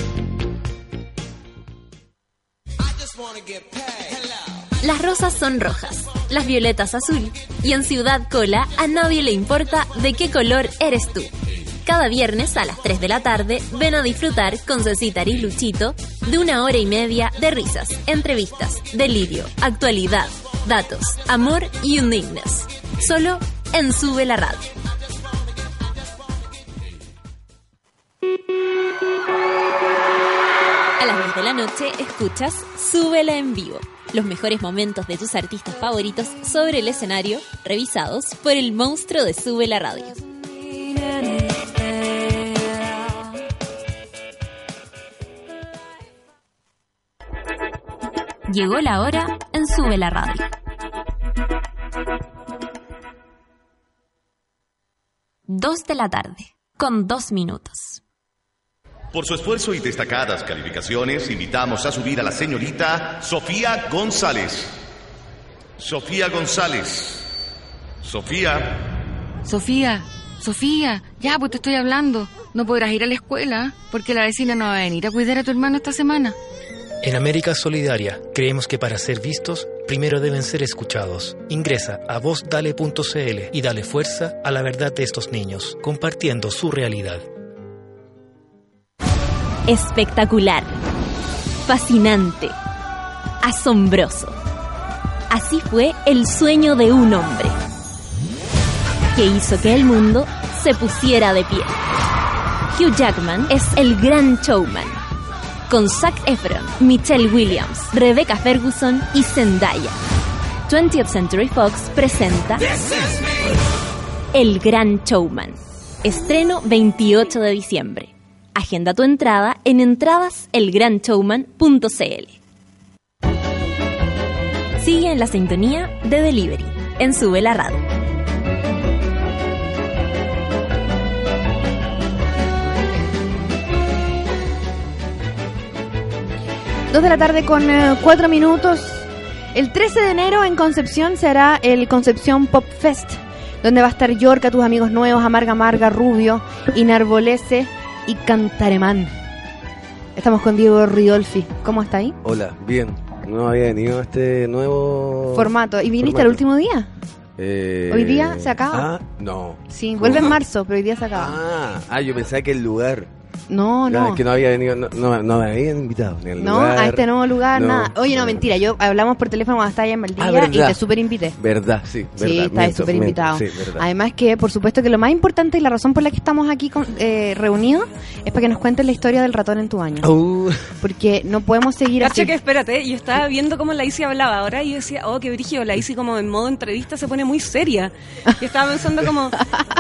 [SPEAKER 1] Las rosas son rojas, las violetas azul y en Ciudad Cola a nadie le importa de qué color eres tú. Cada viernes a las 3 de la tarde ven a disfrutar con Cecita y Luchito de una hora y media de risas, entrevistas, delirio, actualidad, datos, amor y un dignas. Solo en Sube la Radio. A las 10 de la noche escuchas Súbela en vivo. Los mejores momentos de tus artistas favoritos sobre el escenario, revisados por el monstruo de Súbela Radio. Llegó la hora en Súbela Radio. Dos de la tarde, con dos minutos.
[SPEAKER 10] Por su esfuerzo y destacadas calificaciones, invitamos a subir a la señorita Sofía González. Sofía González. Sofía.
[SPEAKER 11] Sofía, Sofía, ya, pues te estoy hablando. No podrás ir a la escuela ¿eh? porque la vecina no va a venir a cuidar a tu hermano esta semana.
[SPEAKER 12] En América Solidaria creemos que para ser vistos, primero deben ser escuchados. Ingresa a vozdale.cl y dale fuerza a la verdad de estos niños, compartiendo su realidad.
[SPEAKER 1] Espectacular. Fascinante. Asombroso. Así fue el sueño de un hombre que hizo que el mundo se pusiera de pie. Hugh Jackman es el gran showman. Con Zac Efron, Michelle Williams, Rebecca Ferguson y Zendaya. 20th Century Fox presenta El Gran Showman. Estreno 28 de diciembre. Agenda tu entrada en entradaselgranshowman.cl. Sigue en la sintonía de Delivery en Sube la Radio.
[SPEAKER 2] Dos de la tarde con eh, cuatro minutos. El 13 de enero en Concepción se hará el Concepción Pop Fest, donde va a estar Yorca, tus amigos nuevos, Amarga Amarga, Rubio, Inarbolese y Cantaremán. Estamos con Diego Ridolfi. ¿Cómo está ahí?
[SPEAKER 13] Hola, bien. No había venido a este nuevo
[SPEAKER 2] Formato. ¿Y viniste al
[SPEAKER 13] Formato.
[SPEAKER 2] último día?
[SPEAKER 13] Eh,
[SPEAKER 2] Hoy día se acaba.
[SPEAKER 13] Ah, no.
[SPEAKER 2] Sí, vuelve en marzo, pero hoy día se acaba.
[SPEAKER 13] Ah, ah, yo pensaba que el lugar.
[SPEAKER 2] No,
[SPEAKER 13] Nada,
[SPEAKER 2] no.
[SPEAKER 13] que no había venido, no, no, no me habían invitado. Ni al
[SPEAKER 2] No,
[SPEAKER 13] lugar.
[SPEAKER 2] a este nuevo lugar,
[SPEAKER 13] No.
[SPEAKER 2] nada. Oye, no, mentira. Yo hablamos por teléfono cuando estaba allá en
[SPEAKER 13] Ah,
[SPEAKER 2] Valdivia y
[SPEAKER 13] verdad.
[SPEAKER 2] te súper invité.
[SPEAKER 13] Verdad, sí. Verdad,
[SPEAKER 2] Sí, está
[SPEAKER 13] miento,
[SPEAKER 2] súper
[SPEAKER 13] miento,
[SPEAKER 2] invitado.
[SPEAKER 13] Sí, verdad.
[SPEAKER 2] Además que, por supuesto, que lo más importante y la razón por la que estamos aquí con- eh, reunidos es para que nos cuentes la historia del ratón en tu baño.
[SPEAKER 13] Uh,
[SPEAKER 2] Porque no podemos seguir
[SPEAKER 9] Cacha
[SPEAKER 2] así.
[SPEAKER 9] que espérate, yo estaba viendo cómo la Isi hablaba ahora y yo decía, oh, qué brígido, la Isi como en modo entrevista se pone muy seria. Y estaba pensando como,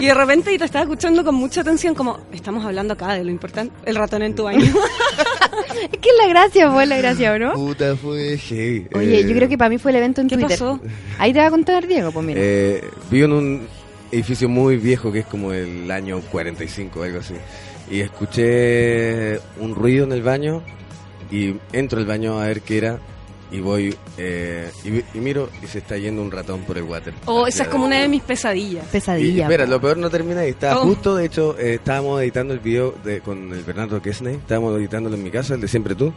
[SPEAKER 9] y de repente y te estaba escuchando con mucha atención como, estamos hablando acá de lo importante, el ratón en tu baño.
[SPEAKER 2] Es que es la gracia, fue la
[SPEAKER 13] Eh.
[SPEAKER 2] gracia, ¿no?
[SPEAKER 13] puta fue heavy.
[SPEAKER 2] Oye,
[SPEAKER 13] Eh,
[SPEAKER 2] yo creo que para mí fue el evento en Twitter.
[SPEAKER 9] pasó?
[SPEAKER 2] Ahí te va a contar Diego, pues mira.
[SPEAKER 13] Eh, vivo en un edificio muy viejo que es como el año 45, algo así. Y escuché un ruido en el baño y entro al baño a ver qué era y voy eh, y, vi- y miro y se está yendo un ratón por el water.
[SPEAKER 9] Oh,
[SPEAKER 13] Hacia
[SPEAKER 9] esa es como una de mis pesadillas.
[SPEAKER 13] Y,
[SPEAKER 2] Pesadilla.
[SPEAKER 13] espera, lo peor no termina ahí. Estaba
[SPEAKER 9] Oh.
[SPEAKER 13] justo, de hecho, eh, estábamos editando el video de- con el Bernardo Kesney. Estábamos editándolo en mi casa, el de siempre tú.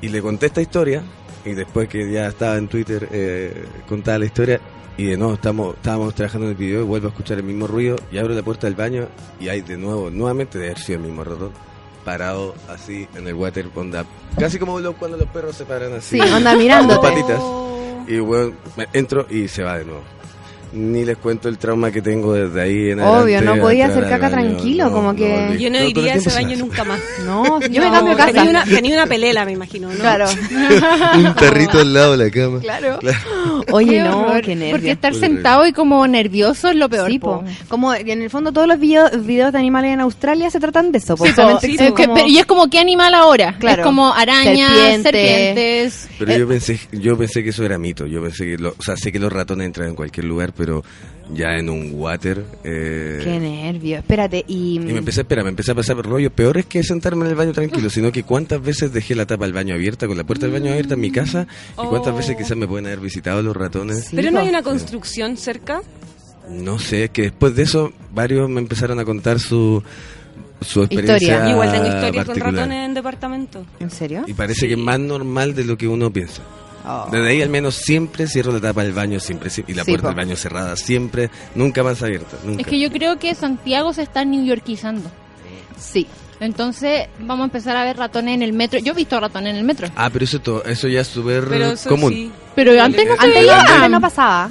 [SPEAKER 13] Y le conté esta historia. Y después que ya estaba en Twitter, eh, contaba la historia. Y de nuevo, estamos, estábamos trabajando en el video. Y vuelvo a escuchar el mismo ruido. Y abro la puerta del baño. Y hay de nuevo, nuevamente, de haber sido el mismo ratón. Parado así en el water. Onda, casi como lo- cuando los perros se paran así.
[SPEAKER 2] Sí, onda
[SPEAKER 13] con
[SPEAKER 2] mirándote.
[SPEAKER 13] patitas. Y bueno, me entro y se va de nuevo. Ni les cuento el trauma que tengo desde ahí en
[SPEAKER 2] Obvio,
[SPEAKER 13] adelante,
[SPEAKER 2] no podía
[SPEAKER 13] entrar
[SPEAKER 2] hacer
[SPEAKER 13] al
[SPEAKER 2] caca
[SPEAKER 13] baño,
[SPEAKER 2] tranquilo,
[SPEAKER 13] no,
[SPEAKER 2] como
[SPEAKER 13] no,
[SPEAKER 2] que-
[SPEAKER 13] olvidé.
[SPEAKER 9] Yo no
[SPEAKER 13] Todo- todo el
[SPEAKER 9] iría a ese
[SPEAKER 13] tiempo se
[SPEAKER 9] baño
[SPEAKER 13] hace.
[SPEAKER 9] nunca más.
[SPEAKER 2] No, yo me cambio de casa.
[SPEAKER 9] Tenía una, tenía una pelela, me imagino, ¿no?
[SPEAKER 2] Claro.
[SPEAKER 13] Un perrito al lado de la cama.
[SPEAKER 2] Claro.
[SPEAKER 13] Claro.
[SPEAKER 2] Oye,
[SPEAKER 8] Qué
[SPEAKER 2] no,
[SPEAKER 8] horror.
[SPEAKER 2] qué nervio.
[SPEAKER 8] Porque estar sentado y como nervioso es lo peor.
[SPEAKER 2] Sí,
[SPEAKER 8] po.
[SPEAKER 2] po. Como en el fondo todos los video- videos de animales en Australia se tratan de eso. po.
[SPEAKER 8] Sí, po.
[SPEAKER 2] Solamente
[SPEAKER 8] Sí,
[SPEAKER 2] que
[SPEAKER 8] es que-
[SPEAKER 2] como-
[SPEAKER 8] pero- y es como qué animal ahora.
[SPEAKER 2] Claro.
[SPEAKER 8] Es como arañas,
[SPEAKER 2] Serpiente.
[SPEAKER 8] serpientes.
[SPEAKER 13] Pero
[SPEAKER 2] Eh.
[SPEAKER 13] yo pensé, yo pensé que eso era mito. Yo pensé que, lo- o sea, sé que los ratones entran en cualquier lugar, pero ya en un water. eh,
[SPEAKER 2] Qué nervio. Espérate, y...
[SPEAKER 13] y me empecé, espera, me empecé a pasar rollo. Peor es que sentarme en el baño tranquilo, sino que cuántas veces dejé la tapa del baño abierta, con la puerta del baño abierta
[SPEAKER 2] Mm.
[SPEAKER 13] en mi casa, y cuántas
[SPEAKER 2] Oh.
[SPEAKER 13] veces quizás me pueden haber visitado los ratones.
[SPEAKER 9] Pero no hay una construcción cerca.
[SPEAKER 13] No sé, es que después de eso varios me empezaron a contar su, su experiencia
[SPEAKER 9] Yo Igual tengo historia con
[SPEAKER 13] particular.
[SPEAKER 9] ratones en departamento.
[SPEAKER 2] ¿En serio?
[SPEAKER 13] Y parece que es más normal de lo que uno piensa. Desde ahí al menos siempre cierro la tapa del baño, siempre, sie- y la
[SPEAKER 8] Sí,
[SPEAKER 13] puerta
[SPEAKER 8] po.
[SPEAKER 13] del baño cerrada, siempre, nunca más abierta, nunca.
[SPEAKER 8] Es que yo creo que Santiago se está newyorkizando.
[SPEAKER 2] Sí.
[SPEAKER 8] Entonces vamos a empezar a ver ratones en el metro. Yo he visto ratones en el metro.
[SPEAKER 13] Ah, pero eso, to- eso ya es súper
[SPEAKER 8] Pero eso
[SPEAKER 13] Mm, común.
[SPEAKER 8] sí. Pero antes no se
[SPEAKER 2] Antes, no,
[SPEAKER 8] veía.
[SPEAKER 2] antes no pasaba.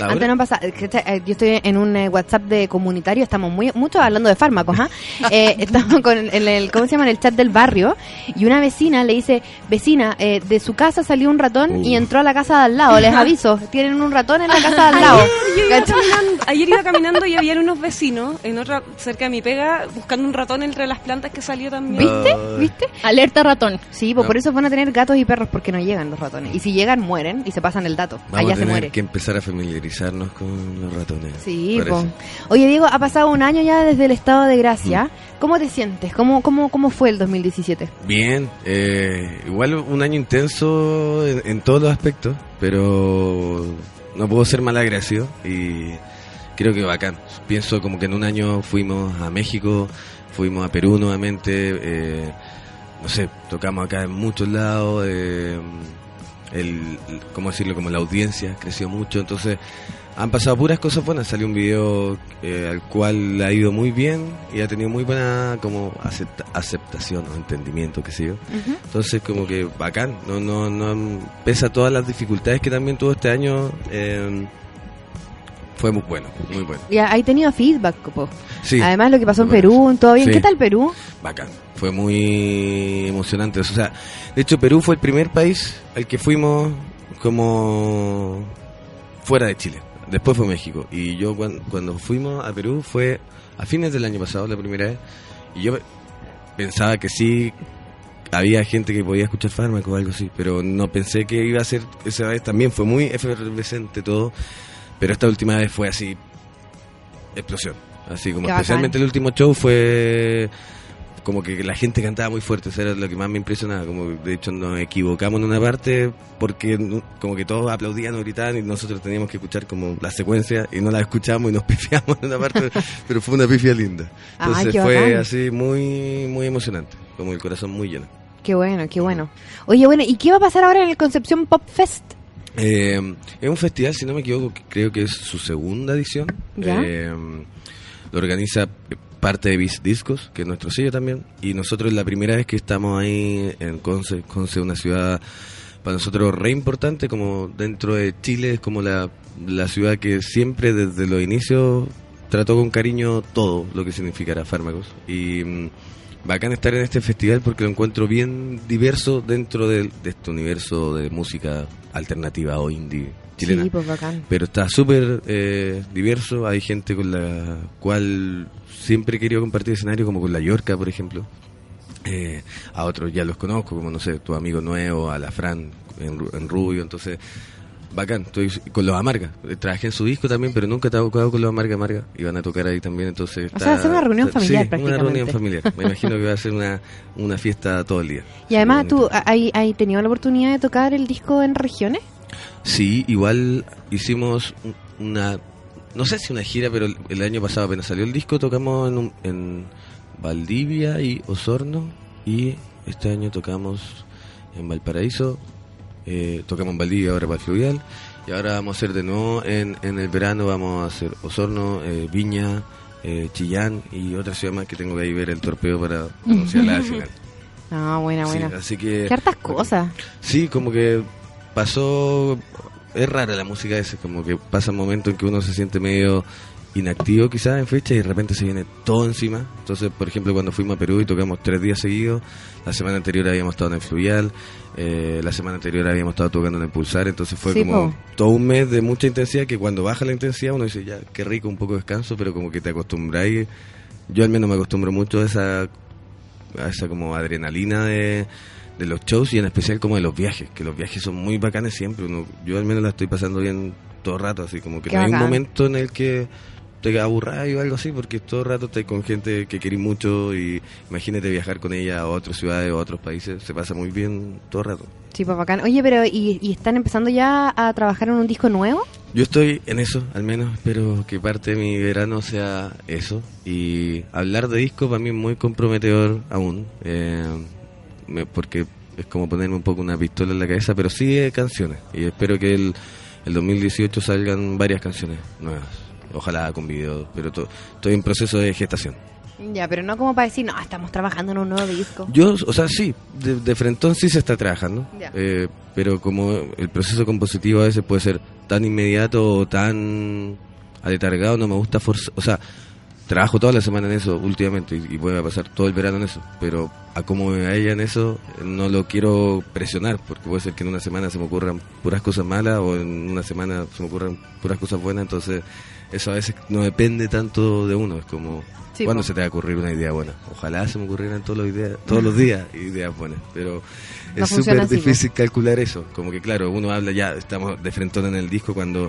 [SPEAKER 13] ¿Ahora?
[SPEAKER 2] Antes no pasaba. Eh, que, eh, Yo estoy en un eh, WhatsApp de comunitario, estamos muy mucho hablando de fármacos, ¿ah? Eh, estamos con el, el- ¿cómo se llama? En el chat del barrio y una vecina le dice, vecina, eh, de su casa salió un ratón y entró a la casa de al lado, les aviso, tienen un ratón en la casa de al lado.
[SPEAKER 9] Yo iba
[SPEAKER 2] ¿Cachai?
[SPEAKER 9] caminando- ayer iba caminando y había unos vecinos en otra cerca de mi pega buscando un ratón entre las plantas que salió también.
[SPEAKER 2] ¿Viste?
[SPEAKER 13] Ah,
[SPEAKER 2] ¿Viste?
[SPEAKER 8] Alerta ratón.
[SPEAKER 2] Sí, po,
[SPEAKER 13] No.
[SPEAKER 2] por eso van a tener gatos y perros porque no llegan los ratones. Y si llegan, mueren y se pasan el dato.
[SPEAKER 13] Vamos
[SPEAKER 2] Allá
[SPEAKER 13] a
[SPEAKER 2] se
[SPEAKER 13] tener
[SPEAKER 2] muere.
[SPEAKER 13] que empezar a familiarizarnos con los ratones.
[SPEAKER 2] Sí,
[SPEAKER 13] parece.
[SPEAKER 2] po. Oye, Diego, ha pasado un año ya desde el estado de gracia.
[SPEAKER 13] Mm.
[SPEAKER 2] ¿Cómo te sientes? ¿Cómo, cómo, ¿Cómo fue el 2017?
[SPEAKER 13] Bien, eh, igual un año intenso en, en todos los aspectos, pero no puedo ser malagradecido y creo que bacán. Pienso como que en un año fuimos a México, fuimos a Perú nuevamente, eh, no sé, tocamos acá en muchos lados, eh, el, el- ¿cómo decirlo? Como la audiencia creció mucho, entonces Han pasado puras cosas buenas. Salió un video eh, al cual le ha ido muy bien y ha tenido muy buena como acepta- aceptación o entendimiento, qué sé yo.
[SPEAKER 4] Ujú.
[SPEAKER 13] Entonces, como que bacán. No, no, no, pese a todas las dificultades que también tuvo este año, eh, fue muy bueno, muy bueno.
[SPEAKER 2] Ya, hay tenido feedback, po.
[SPEAKER 13] Sí.
[SPEAKER 2] Además, lo que pasó en
[SPEAKER 13] Muy
[SPEAKER 2] Perú, todo bien.
[SPEAKER 13] Sí.
[SPEAKER 2] ¿Qué tal Perú?
[SPEAKER 13] Bacán. Fue muy emocionante. O sea, de hecho, Perú fue el primer país al que fuimos como fuera de Chile. Después fue México. Y yo cuan- cuando, fuimos a Perú fue a fines del año pasado, la primera vez. Y yo pe- pensaba que sí, había gente que podía escuchar fármaco o algo así. Pero no pensé que iba a ser esa vez. También fue muy efervescente todo. Pero esta última vez fue así, explosión. Así como
[SPEAKER 2] Qué bacán.
[SPEAKER 13] especialmente el último show fue como que la gente cantaba muy fuerte, eso era lo que más me impresionaba, como de hecho nos equivocamos en una parte porque no- como que todos aplaudían o gritaban y nosotros teníamos que escuchar como la secuencia y no la escuchamos y nos pifiamos en una parte, pero fue una pifia linda.
[SPEAKER 2] Ah,
[SPEAKER 13] Entonces
[SPEAKER 2] qué
[SPEAKER 13] fue
[SPEAKER 2] bacán.
[SPEAKER 13] así muy muy emocionante, como el corazón muy lleno.
[SPEAKER 2] Qué bueno, qué bueno. Oye, bueno, ¿y qué va a pasar ahora en el Concepción Pop Fest?
[SPEAKER 13] Eh, es un festival, si no me equivoco, que creo que es su segunda edición.
[SPEAKER 2] Ya.
[SPEAKER 13] Eh, lo organiza parte de Bis Discos, que es nuestro sello también. Y nosotros es la primera vez que estamos ahí en Conce. Conce es una ciudad para nosotros re importante, como dentro de Chile, es como la, la ciudad que siempre desde los inicios trató con cariño todo lo que significará fármacos. Y mm, bacán estar en este festival porque lo encuentro bien diverso dentro del- de, este universo de música alternativa o indie chilena.
[SPEAKER 2] Sí, pues bacán.
[SPEAKER 13] Pero está súper eh, diverso. Hay gente con la cual siempre he querido compartir escenario, como con la Yorca, por ejemplo. Eh, a otros ya los conozco, como no sé, tu amigo nuevo, a la Fran en, Ru- en Rubio. Entonces, bacán. Estoy con los Amarga. Eh, Trabajé en su disco también, pero nunca he tocado con los Amarga Amarga. Y van a tocar ahí también. Entonces,
[SPEAKER 2] O sea, hacer una reunión
[SPEAKER 13] está-
[SPEAKER 2] familiar
[SPEAKER 13] sí, Una
[SPEAKER 2] prácticamente.
[SPEAKER 13] reunión familiar. Me imagino que va a ser una, una fiesta todo el día.
[SPEAKER 2] Y además, ¿tú ha- hay, hay tenido la oportunidad de tocar el disco en regiones?
[SPEAKER 13] Sí, igual hicimos un- una, no sé si una gira, pero el- el año pasado apenas salió el disco, tocamos en, un- en Valdivia y Osorno y este año tocamos en Valparaíso, eh, tocamos en Valdivia ahora para el Fluvial y ahora vamos a hacer de nuevo en, en el verano, vamos a hacer Osorno, eh, Viña, eh, Chillán y otra ciudad más que tengo que ahí ver el torpeo para anunciar la final.
[SPEAKER 2] Ah, buena,
[SPEAKER 13] Sí,
[SPEAKER 2] buena.
[SPEAKER 13] así que-
[SPEAKER 2] Qué hartas cosas.
[SPEAKER 13] Sí, como que pasó. Es rara la música esa, como que pasa un momento en que uno se siente medio inactivo quizás en fecha y de repente se viene todo encima. Entonces, por ejemplo, cuando fuimos a Perú y tocamos tres días seguidos, la semana anterior habíamos estado en el Fluvial, eh, la semana anterior habíamos estado tocando en el Pulsar, entonces fue
[SPEAKER 2] Sí,
[SPEAKER 13] como
[SPEAKER 2] po.
[SPEAKER 13] todo un mes de mucha intensidad que cuando baja la intensidad uno dice, ya, qué rico, un poco de descanso, pero como que te acostumbráis. Yo al menos me acostumbro mucho a esa a esa como adrenalina de, de los shows y en especial como de los viajes, que los viajes son muy bacanes siempre. Uno- yo al menos la estoy pasando bien todo el rato, así como que
[SPEAKER 2] Qué
[SPEAKER 13] no hay un
[SPEAKER 2] bacán.
[SPEAKER 13] momento en el que te aburráis o algo así, porque todo el rato estás con gente que querís mucho y imagínate viajar con ella a otras ciudades o a otros países, se pasa muy bien todo el rato.
[SPEAKER 2] Sí, pues bacán. Oye, pero ¿y, y están empezando ya a trabajar en un disco nuevo?
[SPEAKER 13] Yo estoy en eso, al menos espero que parte de mi verano sea eso. Y hablar de disco para mí es muy comprometedor aún, eh, me- porque es como ponerme un poco una pistola en la cabeza, pero sí de canciones. Y espero que el, el 2018 salgan varias canciones nuevas. Ojalá con videos, pero to- estoy en proceso de gestación.
[SPEAKER 2] Ya, pero no como para decir, no, estamos trabajando en un nuevo disco.
[SPEAKER 13] Yo, o sea, sí, de, de frentón sí se está trabajando,
[SPEAKER 2] Ya.
[SPEAKER 13] eh, pero como el proceso compositivo a veces puede ser tan inmediato o tan aletargado, no me gusta forzar, o sea, trabajo toda la semana en eso últimamente y, y voy a pasar todo el verano en eso, pero a cómo me vaya en eso eh, no lo quiero presionar, porque puede ser que en una semana se me ocurran puras cosas malas o en una semana se me ocurran puras cosas buenas, entonces eso a veces no depende tanto de uno, es como...
[SPEAKER 2] Sí,
[SPEAKER 13] ¿Cuándo
[SPEAKER 2] po.
[SPEAKER 13] se te va a ocurrir una idea buena? Ojalá se me ocurrieran todos los ideas, todos los días ideas buenas, pero
[SPEAKER 2] No
[SPEAKER 13] es súper
[SPEAKER 2] funciona así, po.
[SPEAKER 13] difícil calcular eso. Como que claro, uno habla ya, estamos de frentón en el disco cuando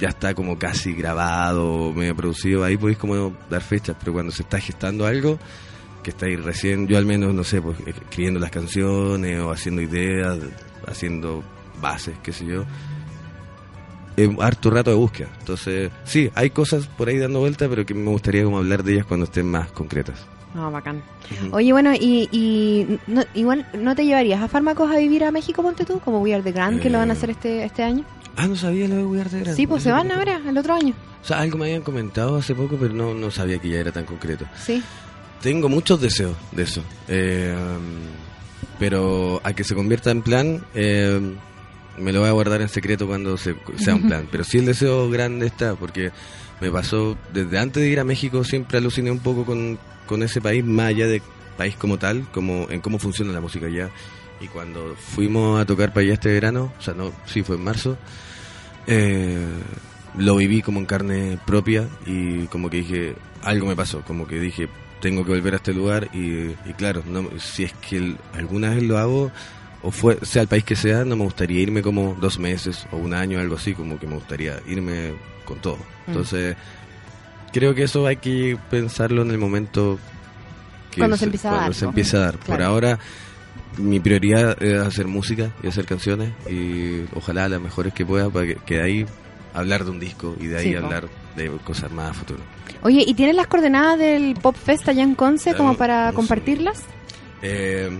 [SPEAKER 13] ya está como casi grabado, medio producido, ahí podéis como dar fechas, pero cuando se está gestando algo, que estáis recién, yo al menos, no sé, pues escribiendo las canciones o haciendo ideas, haciendo bases, qué sé yo, es harto rato de búsqueda. Entonces, sí, hay cosas por ahí dando vuelta, pero que me gustaría como hablar de ellas cuando estén más concretas.
[SPEAKER 2] No, bacán.
[SPEAKER 13] Ujú.
[SPEAKER 2] Oye, bueno, y, y no- igual, ¿no te llevarías a fármacos a vivir a México, ponte tú? Como We Are the Grand, que lo van a
[SPEAKER 13] Eh.
[SPEAKER 2] hacer este, este año.
[SPEAKER 13] Ah, no sabía lo de cuidarte de grande.
[SPEAKER 2] Sí, pues se van
[SPEAKER 13] a ver.
[SPEAKER 2] ahora, el otro año.
[SPEAKER 13] O sea, algo me habían comentado hace poco, pero no, no sabía que ya era tan concreto.
[SPEAKER 2] Sí.
[SPEAKER 13] Tengo muchos deseos de eso. Eh, um, pero a que se convierta en plan, eh, me lo voy a guardar en secreto cuando se- sea un plan. Pero sí el deseo grande está, porque me pasó, desde antes de ir a México siempre aluciné un poco con, con ese país, más allá de país como tal, como en cómo funciona la música allá. Y cuando fuimos a tocar para allá este verano, o sea, no, sí fue en marzo, eh, lo viví como en carne propia y como que dije, algo me pasó, como que dije, tengo que volver a este lugar y, y claro, no, si es que el- alguna vez lo hago, o fue, sea el país que sea, no me gustaría irme como dos meses o un año, algo así, como que me gustaría irme con todo.
[SPEAKER 2] Mm.
[SPEAKER 13] Entonces, creo que eso hay que pensarlo en el momento que
[SPEAKER 2] Cuando se empieza a
[SPEAKER 13] cuando
[SPEAKER 2] dar,
[SPEAKER 13] se
[SPEAKER 2] ¿no?
[SPEAKER 13] empieza a dar. Por
[SPEAKER 2] Claro.
[SPEAKER 13] ahora, mi prioridad es hacer música y hacer canciones y ojalá las mejores que pueda para que, que de ahí hablar de un disco y de ahí
[SPEAKER 2] Sí, po.
[SPEAKER 13] hablar de cosas más a futuro.
[SPEAKER 2] Oye, ¿y tienes las coordenadas del Pop Fest allá en Conce como para compartirlas?
[SPEAKER 13] Eh,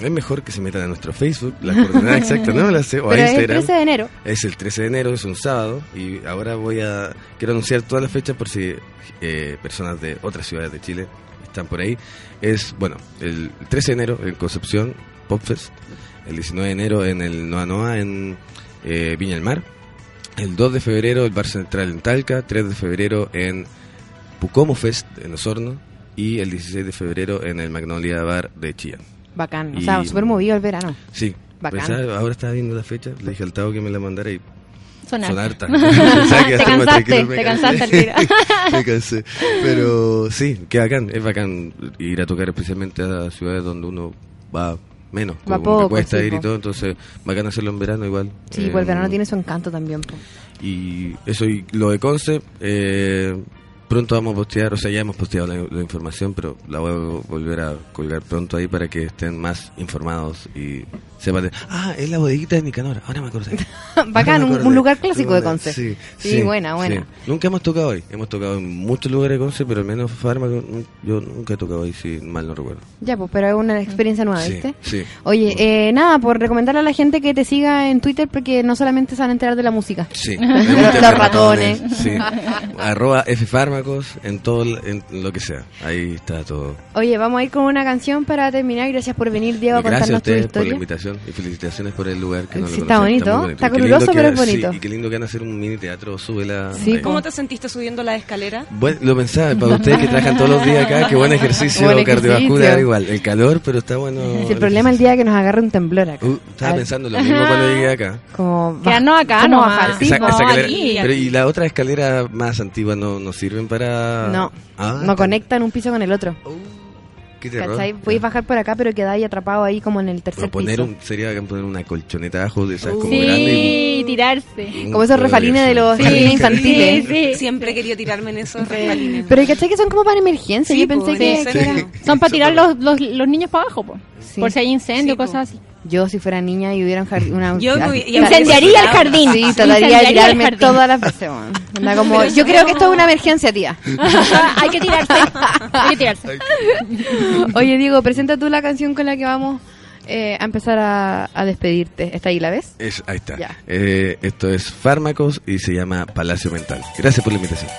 [SPEAKER 13] es mejor que se metan a nuestro Facebook, la coordenada exacta, ¿no? La sé, o a
[SPEAKER 2] Pero es el
[SPEAKER 13] Instagram.
[SPEAKER 2] 13 de enero.
[SPEAKER 13] Es el 13 de enero, es un sábado, y ahora voy a... Quiero anunciar todas las fechas por si eh, personas de otras ciudades de Chile están por ahí. Es, bueno, el 13 de enero en Concepción, Popfest. El 19 de enero en el Noa Noa, en eh, Viña del Mar. El 2 de febrero el Bar Central en Talca. 3 de febrero en Pucomo Fest en Osorno. Y el 16 de febrero en el Magnolia Bar de Chillán.
[SPEAKER 2] Bacán, o
[SPEAKER 13] Y-
[SPEAKER 2] sea, súper movido el verano.
[SPEAKER 13] Sí.
[SPEAKER 2] Bacán.
[SPEAKER 13] Pues, ¿sabes? ahora estaba viendo la fecha, le dije al Tavo que me la mandara y...
[SPEAKER 8] Son
[SPEAKER 13] Son
[SPEAKER 8] hartas.
[SPEAKER 13] hartas. Pensaba que iba a
[SPEAKER 8] Te
[SPEAKER 13] estar más
[SPEAKER 8] cansaste,
[SPEAKER 13] tranquilo, me
[SPEAKER 8] te
[SPEAKER 13] cansé.
[SPEAKER 8] cansaste al tiro.
[SPEAKER 13] me cansé. Pero sí, que bacán, es bacán ir a tocar especialmente a ciudades donde uno va menos,
[SPEAKER 2] Va
[SPEAKER 13] como
[SPEAKER 2] poco,
[SPEAKER 13] que cuesta
[SPEAKER 2] sí,
[SPEAKER 13] ir y
[SPEAKER 2] po.
[SPEAKER 13] todo, entonces bacán hacerlo en verano igual.
[SPEAKER 2] Sí,
[SPEAKER 13] Eh,
[SPEAKER 2] pues el verano tiene su encanto también. po.
[SPEAKER 13] y eso, y lo de Conce, eh, pronto vamos a postear, o sea, ya hemos posteado la, la información, pero la voy a volver a colgar pronto ahí para que estén más informados y sepan. de- Ah, es la bodeguita de Nicanor, ahora me acordé.
[SPEAKER 2] Bacán,
[SPEAKER 13] No me
[SPEAKER 2] un-
[SPEAKER 13] acordé.
[SPEAKER 2] un lugar clásico de
[SPEAKER 13] Sí,
[SPEAKER 2] Conce.
[SPEAKER 13] Sí,
[SPEAKER 2] Sí, buena, buena.
[SPEAKER 13] Nunca hemos tocado ahí. Hemos tocado en muchos lugares de Conce, pero al menos Fármaco nun- yo nunca he tocado ahí, si mal no recuerdo.
[SPEAKER 2] Ya, pues, pero es una experiencia nueva,
[SPEAKER 13] Sí,
[SPEAKER 2] ¿viste?
[SPEAKER 13] sí.
[SPEAKER 2] Oye, eh, nada, por recomendarle a la gente que te siga en Twitter porque no solamente se van a enterar de la música.
[SPEAKER 13] Sí.
[SPEAKER 2] Los-
[SPEAKER 13] Me gustan
[SPEAKER 2] los ratones.
[SPEAKER 13] eh. Sí. Arroba F Fármacos en todo el- en lo que sea. Ahí está todo.
[SPEAKER 2] Oye, vamos a ir con una canción para terminar. Gracias por venir, Diego, a
[SPEAKER 13] Gracias a
[SPEAKER 2] contarnos tu
[SPEAKER 13] ustedes por la
[SPEAKER 2] historia.
[SPEAKER 13] invitación y felicitaciones por el lugar que no
[SPEAKER 2] Sí,
[SPEAKER 13] lo
[SPEAKER 2] está
[SPEAKER 13] conocí.
[SPEAKER 2] bonito,
[SPEAKER 13] muy
[SPEAKER 2] está
[SPEAKER 13] Y qué lindo
[SPEAKER 2] caluroso,
[SPEAKER 13] que-
[SPEAKER 2] pero es
[SPEAKER 13] sí,
[SPEAKER 2] bonito.
[SPEAKER 13] y qué lindo que van a hacer un mini teatro, sube la.
[SPEAKER 9] ¿Cómo te sentiste subiendo la escalera?
[SPEAKER 13] Bueno, lo pensaba, para ustedes que trabajan todos los días acá, qué buen ejercicio,
[SPEAKER 2] Buen ejercicio.
[SPEAKER 13] cardiovascular igual. El calor, pero está bueno.
[SPEAKER 2] Sí, el problema es el día que nos agarre un temblor acá.
[SPEAKER 13] Uh,
[SPEAKER 2] A
[SPEAKER 13] estaba
[SPEAKER 2] ver.
[SPEAKER 13] pensando lo mismo cuando llegué acá.
[SPEAKER 2] Ah. Como
[SPEAKER 8] Quedarnos acá
[SPEAKER 2] ¿Cómo
[SPEAKER 8] nomás.
[SPEAKER 2] bajar?
[SPEAKER 8] Sí,
[SPEAKER 13] Esa-
[SPEAKER 8] po,
[SPEAKER 13] esa escalera-
[SPEAKER 8] aquí.
[SPEAKER 13] pero y la otra escalera más antigua no, no sirven para.
[SPEAKER 2] No,
[SPEAKER 13] Ah,
[SPEAKER 2] no conectan un piso con el otro.
[SPEAKER 13] qué terror.
[SPEAKER 2] ¿Cachai? Podéis bajar por acá, pero quedáis atrapado ahí como en el tercer
[SPEAKER 13] Bueno, poner
[SPEAKER 2] piso.
[SPEAKER 13] un, sería bacán poner una colchoneta abajo de esas como grande.
[SPEAKER 8] Sí, tirarse.
[SPEAKER 2] Como esos refalines de los
[SPEAKER 13] Sí,
[SPEAKER 2] jardines
[SPEAKER 13] sí,
[SPEAKER 2] infantiles.
[SPEAKER 9] Siempre he querido tirarme en esos refalines.
[SPEAKER 2] Pero ¿y cachai que son como para emergencia?
[SPEAKER 8] Sí,
[SPEAKER 2] Yo
[SPEAKER 8] po,
[SPEAKER 2] pensé que,
[SPEAKER 8] sí,
[SPEAKER 2] que
[SPEAKER 8] sí.
[SPEAKER 2] era-
[SPEAKER 8] Son para tirar los, los, los niños para abajo, po.
[SPEAKER 2] Sí.
[SPEAKER 8] por si hay incendio, cosas así.
[SPEAKER 2] Yo, si fuera niña y hubiera un jardín. Una...
[SPEAKER 8] Yo
[SPEAKER 2] Ah,
[SPEAKER 8] hubi- y Incendiaría el jardín.
[SPEAKER 2] Sí,
[SPEAKER 8] Incendiaría
[SPEAKER 2] trataría de
[SPEAKER 8] el
[SPEAKER 2] tirarme
[SPEAKER 8] jardín.
[SPEAKER 2] todas las veces. weón. Onda como,
[SPEAKER 8] Pero
[SPEAKER 2] yo
[SPEAKER 8] no.
[SPEAKER 2] creo que esto es una emergencia, tía.
[SPEAKER 8] hay que tirarse. Hay que tirarse.
[SPEAKER 2] Oye, Diego, presenta tú la canción con la que vamos eh, a empezar a, a despedirte. ¿Está ahí la ves?
[SPEAKER 13] Es- ahí está.
[SPEAKER 2] Ya.
[SPEAKER 13] Eh, esto es Fármacos y se llama Palacio Mental. Gracias por la invitación.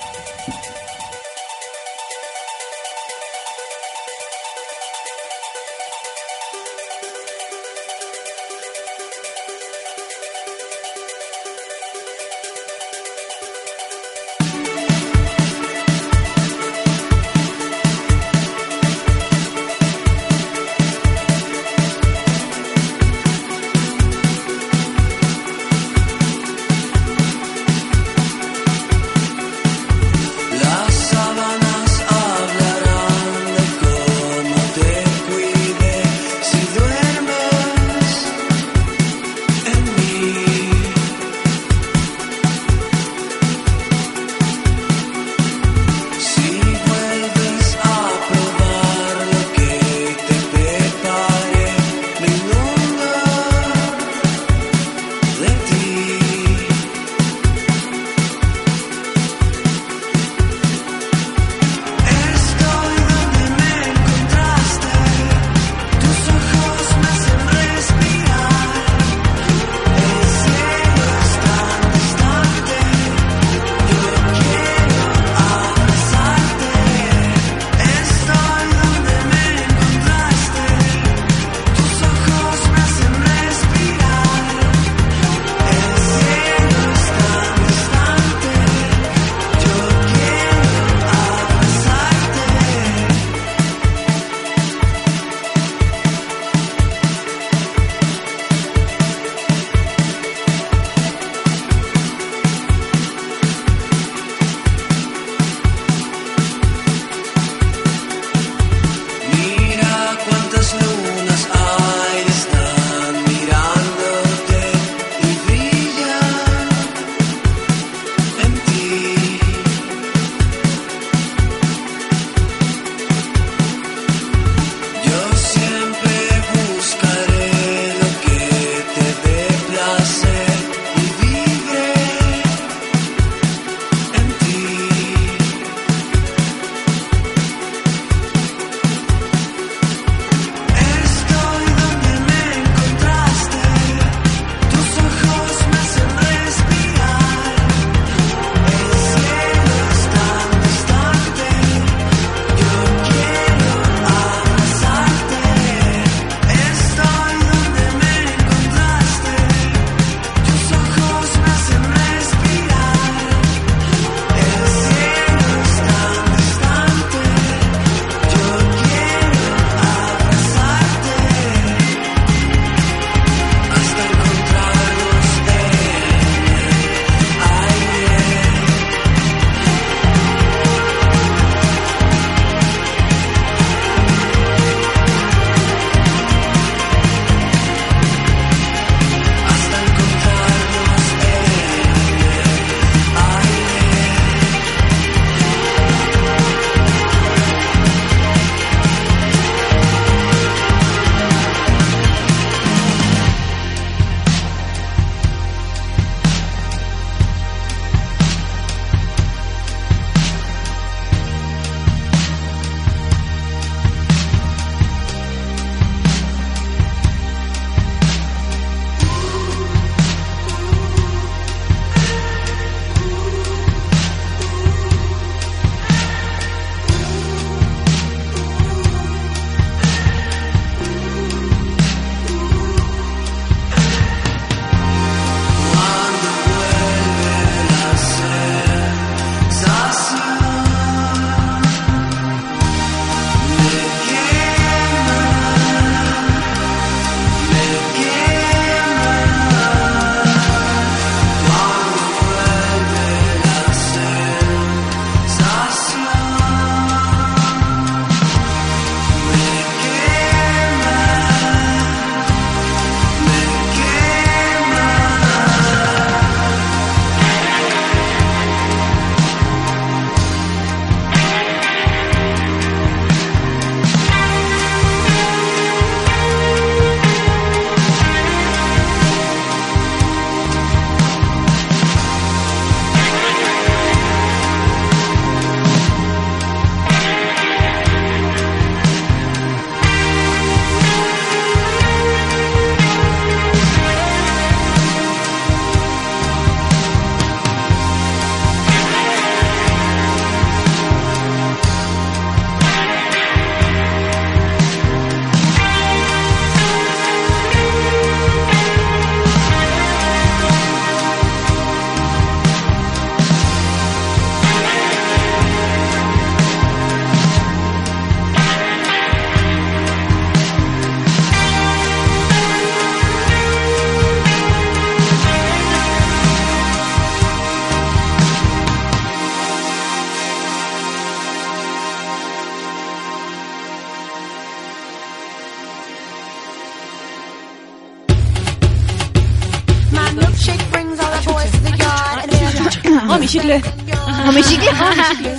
[SPEAKER 4] Milkshake brings all the boys to the yard and they're like,
[SPEAKER 9] Oh, mi chicle.
[SPEAKER 4] Oh, mi chicle.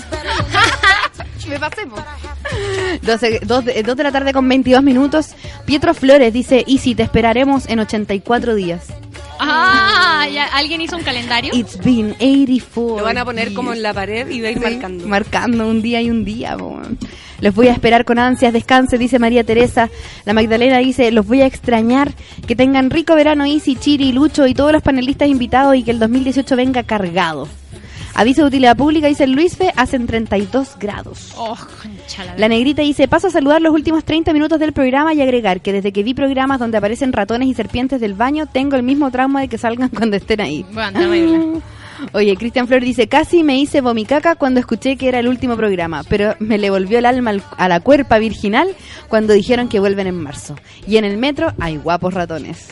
[SPEAKER 8] Me pasé, po.
[SPEAKER 2] 12, 2, de, dos de la tarde con 22 minutos. Pietro Flores dice, y si te esperaremos en 84 días.
[SPEAKER 3] Ah, ya, ¿alguien hizo un calendario?
[SPEAKER 2] It's been 84.
[SPEAKER 9] Lo van a poner como en la pared y va a ir marcando.
[SPEAKER 2] Marcando un día y un día. po, weón. Los voy a esperar con ansias, descanse, dice María Teresa. La Magdalena dice, los voy a extrañar. Que tengan rico verano, Isi, Chiri, Lucho y todos los panelistas invitados y que el 2018 venga cargado. Aviso de utilidad pública, dice Luis Fe, hacen 32 grados.
[SPEAKER 3] Oh, concha la
[SPEAKER 2] La negrita dice, paso a saludar los últimos 30 minutos del programa y agregar que desde que vi programas donde aparecen ratones y serpientes del baño, tengo el mismo trauma de que salgan cuando estén ahí.
[SPEAKER 3] Bueno, terrible.
[SPEAKER 2] Oye, Cristian Flor dice, casi me hice vomicaca cuando escuché que era el último programa, pero me le volvió el alma al- a la cuerpa virginal cuando dijeron que vuelven en marzo. Y en el metro hay guapos ratones.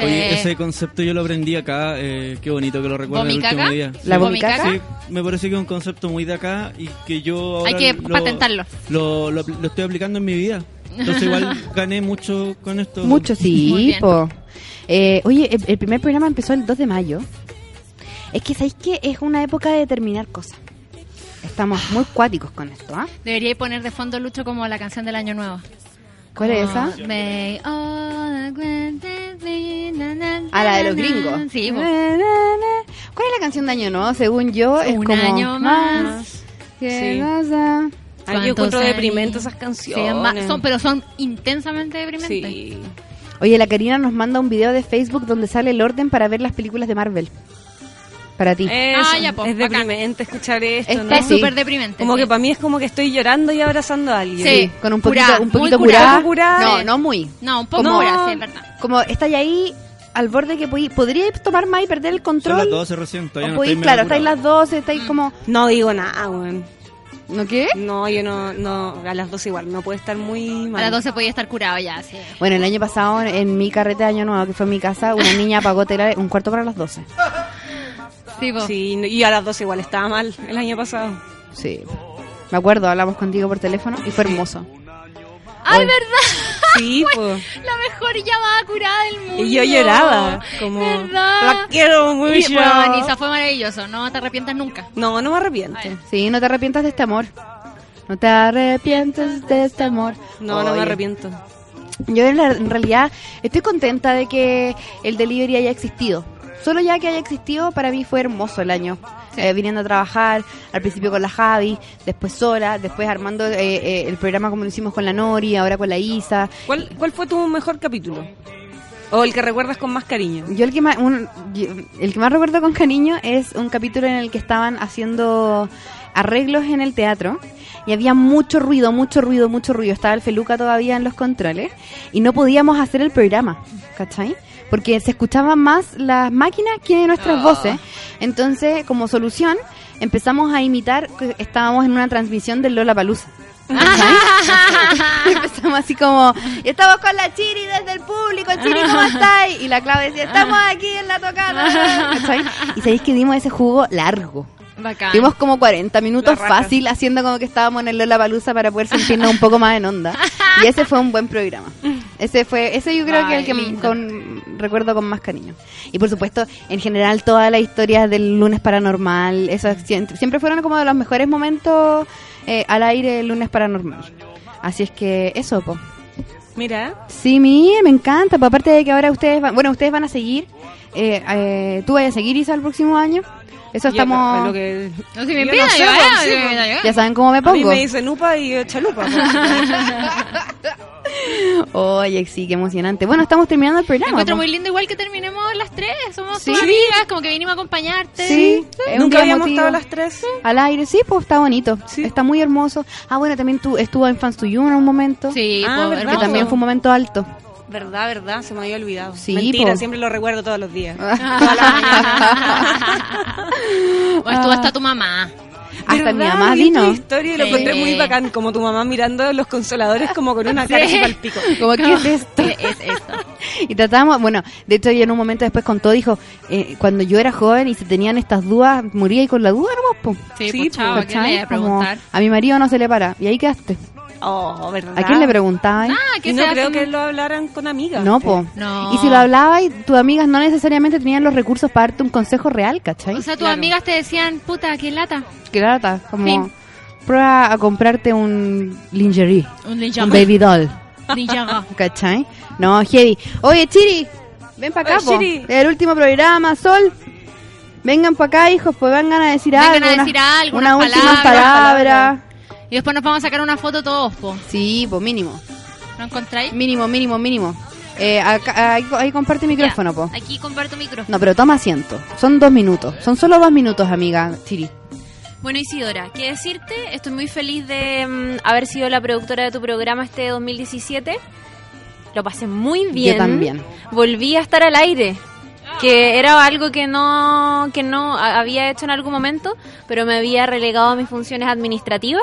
[SPEAKER 5] Oye, ese concepto yo lo aprendí acá. eh, qué bonito que lo recuerdo el
[SPEAKER 3] ¿Vomicaca?
[SPEAKER 5] último día.
[SPEAKER 2] ¿La vomicaca?
[SPEAKER 5] Sí, me parece que es un concepto muy de acá y que yo ahora
[SPEAKER 3] Hay que
[SPEAKER 5] lo-
[SPEAKER 3] patentarlo.
[SPEAKER 5] Lo, lo- lo estoy aplicando en mi vida. Entonces igual gané mucho con esto.
[SPEAKER 2] Mucho,
[SPEAKER 5] Muy
[SPEAKER 2] sí,
[SPEAKER 5] bien.
[SPEAKER 2] po. Eh, oye, el, el primer programa empezó el 2 de mayo. Es que sabéis que es una época de determinar cosas. Estamos muy cuáticos con esto, ¿ah?
[SPEAKER 3] Debería poner de fondo Lucho como la canción del año nuevo.
[SPEAKER 2] ¿Cuál es
[SPEAKER 3] Como
[SPEAKER 2] esa?
[SPEAKER 3] May all the good things be na, na, na,
[SPEAKER 2] A la de los
[SPEAKER 3] na,
[SPEAKER 2] gringos.
[SPEAKER 3] na. Sí, po.
[SPEAKER 2] Na,
[SPEAKER 4] pues.
[SPEAKER 2] na, na. ¿Cuál es la canción de Año Nuevo? Según yo, es
[SPEAKER 3] Un
[SPEAKER 2] como...
[SPEAKER 3] año más.
[SPEAKER 2] ¿Qué
[SPEAKER 9] Sí.
[SPEAKER 2] pasa?
[SPEAKER 9] Ay, yo encuentro deprimente esas
[SPEAKER 3] Sí,
[SPEAKER 9] canciones.
[SPEAKER 3] ma- son, pero son intensamente deprimentes.
[SPEAKER 2] Oye, la Karina nos manda un video de Facebook donde sale el orden para ver las películas de Marvel. Para ti.
[SPEAKER 9] Es,
[SPEAKER 3] Ah, ya, po,
[SPEAKER 9] es deprimente escuchar esto.
[SPEAKER 2] Está
[SPEAKER 9] ¿no?
[SPEAKER 2] es súper
[SPEAKER 3] deprimente.
[SPEAKER 9] Como que para mí es como que estoy llorando y abrazando a alguien.
[SPEAKER 2] Sí, con un poquito,
[SPEAKER 9] Curada,
[SPEAKER 2] un
[SPEAKER 9] muy
[SPEAKER 2] poquito curada.
[SPEAKER 9] curada. Un poco curada.
[SPEAKER 2] No,
[SPEAKER 9] Sí.
[SPEAKER 2] no muy.
[SPEAKER 3] No, un poco
[SPEAKER 2] Como-
[SPEAKER 3] curada, sí, es verdad.
[SPEAKER 2] Como estáis ahí al borde que podí- podríais tomar más y perder el
[SPEAKER 5] Son las
[SPEAKER 2] control.
[SPEAKER 5] 12 recién, todavía
[SPEAKER 2] O
[SPEAKER 5] no
[SPEAKER 2] podéis,
[SPEAKER 5] estoy
[SPEAKER 2] claro,
[SPEAKER 5] medio
[SPEAKER 2] estáis
[SPEAKER 5] curado.
[SPEAKER 2] las 12,
[SPEAKER 3] Mm.
[SPEAKER 2] estáis como...
[SPEAKER 9] No digo nada, weón.
[SPEAKER 2] ¿No qué?
[SPEAKER 9] No, yo no, no, a las 12 igual, no puede estar muy
[SPEAKER 3] A
[SPEAKER 9] mal.
[SPEAKER 3] las 12 podía estar curado ya, sí.
[SPEAKER 2] Bueno, el año pasado en mi carrete de año nuevo, que fue en mi casa, una niña apagó tela un cuarto para las 12.
[SPEAKER 3] Sí,
[SPEAKER 9] no- y a las 12 igual estaba mal el año pasado.
[SPEAKER 2] Sí. Me acuerdo, hablamos contigo por teléfono y fue hermoso.
[SPEAKER 3] ¡Ay, verdad!
[SPEAKER 9] Sí, po.
[SPEAKER 3] La mejor llamada curada del mundo.
[SPEAKER 9] Y yo lloraba, como
[SPEAKER 3] ¿Verdad?
[SPEAKER 9] la quiero mucho.
[SPEAKER 3] Y, bueno, Isa, fue maravilloso. No te arrepientas nunca.
[SPEAKER 9] No, no me arrepiento.
[SPEAKER 2] Sí, no te arrepientas de este amor. No te arrepientes de este amor.
[SPEAKER 9] No, no me
[SPEAKER 2] Oye,
[SPEAKER 9] arrepiento.
[SPEAKER 2] Yo en, la- en realidad estoy contenta de que el delivery haya existido. Solo ya que haya existido, para mí fue hermoso el año. Eh, viniendo a trabajar, al principio con la Javi, después sola, después armando eh, eh, el programa como lo hicimos con la Nori, ahora con la Isa.
[SPEAKER 9] ¿Cuál, ¿Cuál fue tu mejor capítulo? ¿O el que recuerdas con más cariño?
[SPEAKER 2] Yo el que más un- yo- el que más recuerdo con cariño es un capítulo en el que estaban haciendo arreglos en el teatro y había mucho ruido, mucho ruido, mucho ruido. Estaba el Feluca todavía en los controles y no podíamos hacer el programa, ¿cachai? Porque se escuchaban más las máquinas que nuestras voces. Entonces, como solución, empezamos a imitar que estábamos en una transmisión del Lola Palusa. Empezamos así como, estamos con la Chiri desde el público, Chiri, ¿cómo estáis? Y la Clau decía, estamos aquí en la tocada.
[SPEAKER 11] Ah.
[SPEAKER 2] ¿Cachai? Y sabéis que dimos ese jugo largo.
[SPEAKER 3] Bacán.
[SPEAKER 2] Dimos como 40 minutos
[SPEAKER 3] La raja.
[SPEAKER 2] fácil haciendo como que estábamos en el Lola Palusa para poder sentirnos un poco más en onda. Y ese fue un buen programa. Ese fue, ese yo creo
[SPEAKER 3] Ay,
[SPEAKER 2] que el que m-
[SPEAKER 3] lindo.
[SPEAKER 2] con- recuerdo con más cariño. Y por supuesto, en general, todas las historias del lunes paranormal, eso siempre, siempre fueron como de los mejores momentos eh, al aire el lunes paranormal. Así es que eso, po.
[SPEAKER 9] Mira,
[SPEAKER 2] Sí, mire, me encanta. pues, aparte de que ahora ustedes van, bueno, ustedes van a seguir. eh, eh, tú vas a seguir, Isa, el próximo año. Eso
[SPEAKER 9] Yo,
[SPEAKER 2] estamos.
[SPEAKER 9] pues, lo que-
[SPEAKER 3] No, si me
[SPEAKER 9] Yo
[SPEAKER 3] piden,
[SPEAKER 9] sé,
[SPEAKER 3] yo
[SPEAKER 9] pues,
[SPEAKER 3] vaya,
[SPEAKER 9] sí,
[SPEAKER 3] yo
[SPEAKER 9] pues.
[SPEAKER 3] me vaya.
[SPEAKER 2] Ya saben cómo me pongo.
[SPEAKER 9] A mí me dicen upa y yo chalupa. pues.
[SPEAKER 2] Oye, sí, qué emocionante. Bueno, estamos terminando el programa.
[SPEAKER 3] Encuentro
[SPEAKER 2] po.
[SPEAKER 3] muy lindo igual que terminemos las tres. Somos
[SPEAKER 2] Sí.
[SPEAKER 3] tus amigas, como que vinimos a acompañarte.
[SPEAKER 2] Sí, es un
[SPEAKER 9] Nunca
[SPEAKER 2] día
[SPEAKER 9] habíamos
[SPEAKER 2] emotivo.
[SPEAKER 9] estado las tres.
[SPEAKER 2] Al aire, sí, pues está bonito. Está muy hermoso. Ah, bueno, también tú estuvo en Fans to You en un momento.
[SPEAKER 9] Sí, Ah, po, ¿verdad?
[SPEAKER 2] que
[SPEAKER 9] hermoso.
[SPEAKER 2] también fue un momento alto.
[SPEAKER 9] Verdad, verdad, se me había olvidado.
[SPEAKER 2] Sí,
[SPEAKER 9] Mentira,
[SPEAKER 2] po.
[SPEAKER 9] siempre lo recuerdo todos los días.
[SPEAKER 3] O
[SPEAKER 9] Ah.
[SPEAKER 2] Ah.
[SPEAKER 3] estuvo hasta tu mamá.
[SPEAKER 2] Hasta mi
[SPEAKER 9] ¿Verdad?
[SPEAKER 2] mamá
[SPEAKER 9] Vi tu
[SPEAKER 2] vino.
[SPEAKER 9] historia y lo
[SPEAKER 3] Sí.
[SPEAKER 9] encontré muy bacán, como tu mamá mirando los consoladores como con una cara
[SPEAKER 3] Sí.
[SPEAKER 9] así pa'l pico.
[SPEAKER 2] Como, ¿qué es esto? y tratamos, bueno, de hecho ella en un momento después contó, dijo, eh, cuando yo era joven y se tenían estas dudas, moría y con la duda nomás, po.
[SPEAKER 3] Sí, pues, chao, ¿a quién le
[SPEAKER 2] ¿Cachai?
[SPEAKER 3] voy a
[SPEAKER 2] Como,
[SPEAKER 3] preguntar?
[SPEAKER 2] a mi marido no se le para, y ahí quedaste.
[SPEAKER 9] Oh, ¿verdad?
[SPEAKER 2] ¿A quién le preguntaban?
[SPEAKER 9] Ah,
[SPEAKER 2] que
[SPEAKER 9] no
[SPEAKER 2] se
[SPEAKER 9] creo
[SPEAKER 2] hacen-
[SPEAKER 9] que lo hablaran con amigas.
[SPEAKER 2] No, po. Y si lo hablabas, tus amigas no necesariamente tenían los recursos para darte un consejo real, ¿cachai?
[SPEAKER 8] O sea, tus amigas te decían, puta, qué lata.
[SPEAKER 2] Claro, como
[SPEAKER 8] Fin.
[SPEAKER 2] prueba a comprarte un lingerie,
[SPEAKER 8] Un lingerie.
[SPEAKER 2] un baby doll,
[SPEAKER 8] Ninjago.
[SPEAKER 2] ¿cachai? No, heavy. Oye, Chiri, ven para acá,
[SPEAKER 8] Oye,
[SPEAKER 2] po.
[SPEAKER 8] Chiri.
[SPEAKER 2] el último programa, Sol. Vengan para acá, hijos, pues vengan a decir
[SPEAKER 8] Vengan
[SPEAKER 2] algo.
[SPEAKER 8] a
[SPEAKER 2] unas-
[SPEAKER 8] decir algo,
[SPEAKER 2] unas
[SPEAKER 8] unas
[SPEAKER 2] últimas
[SPEAKER 8] palabras.
[SPEAKER 2] palabras.
[SPEAKER 8] Y después nos vamos a sacar una foto todos, po.
[SPEAKER 2] Sí, po, mínimo.
[SPEAKER 8] ¿No encontráis?
[SPEAKER 2] Mínimo, mínimo, mínimo. Eh, acá- ahí, ahí comparte micrófono, po.
[SPEAKER 8] Aquí comparto micrófono.
[SPEAKER 2] No, pero toma asiento. Son dos minutos. Son solo dos minutos, amiga Chiri.
[SPEAKER 3] Bueno, Isidora, ¿qué decirte? Estoy muy feliz de mm, haber sido la productora de tu programa este 2017. Lo pasé muy bien.
[SPEAKER 2] Yo también.
[SPEAKER 3] Volví a estar al aire, que era algo que no, que no a- había hecho en algún momento, pero me había relegado a mis funciones administrativas.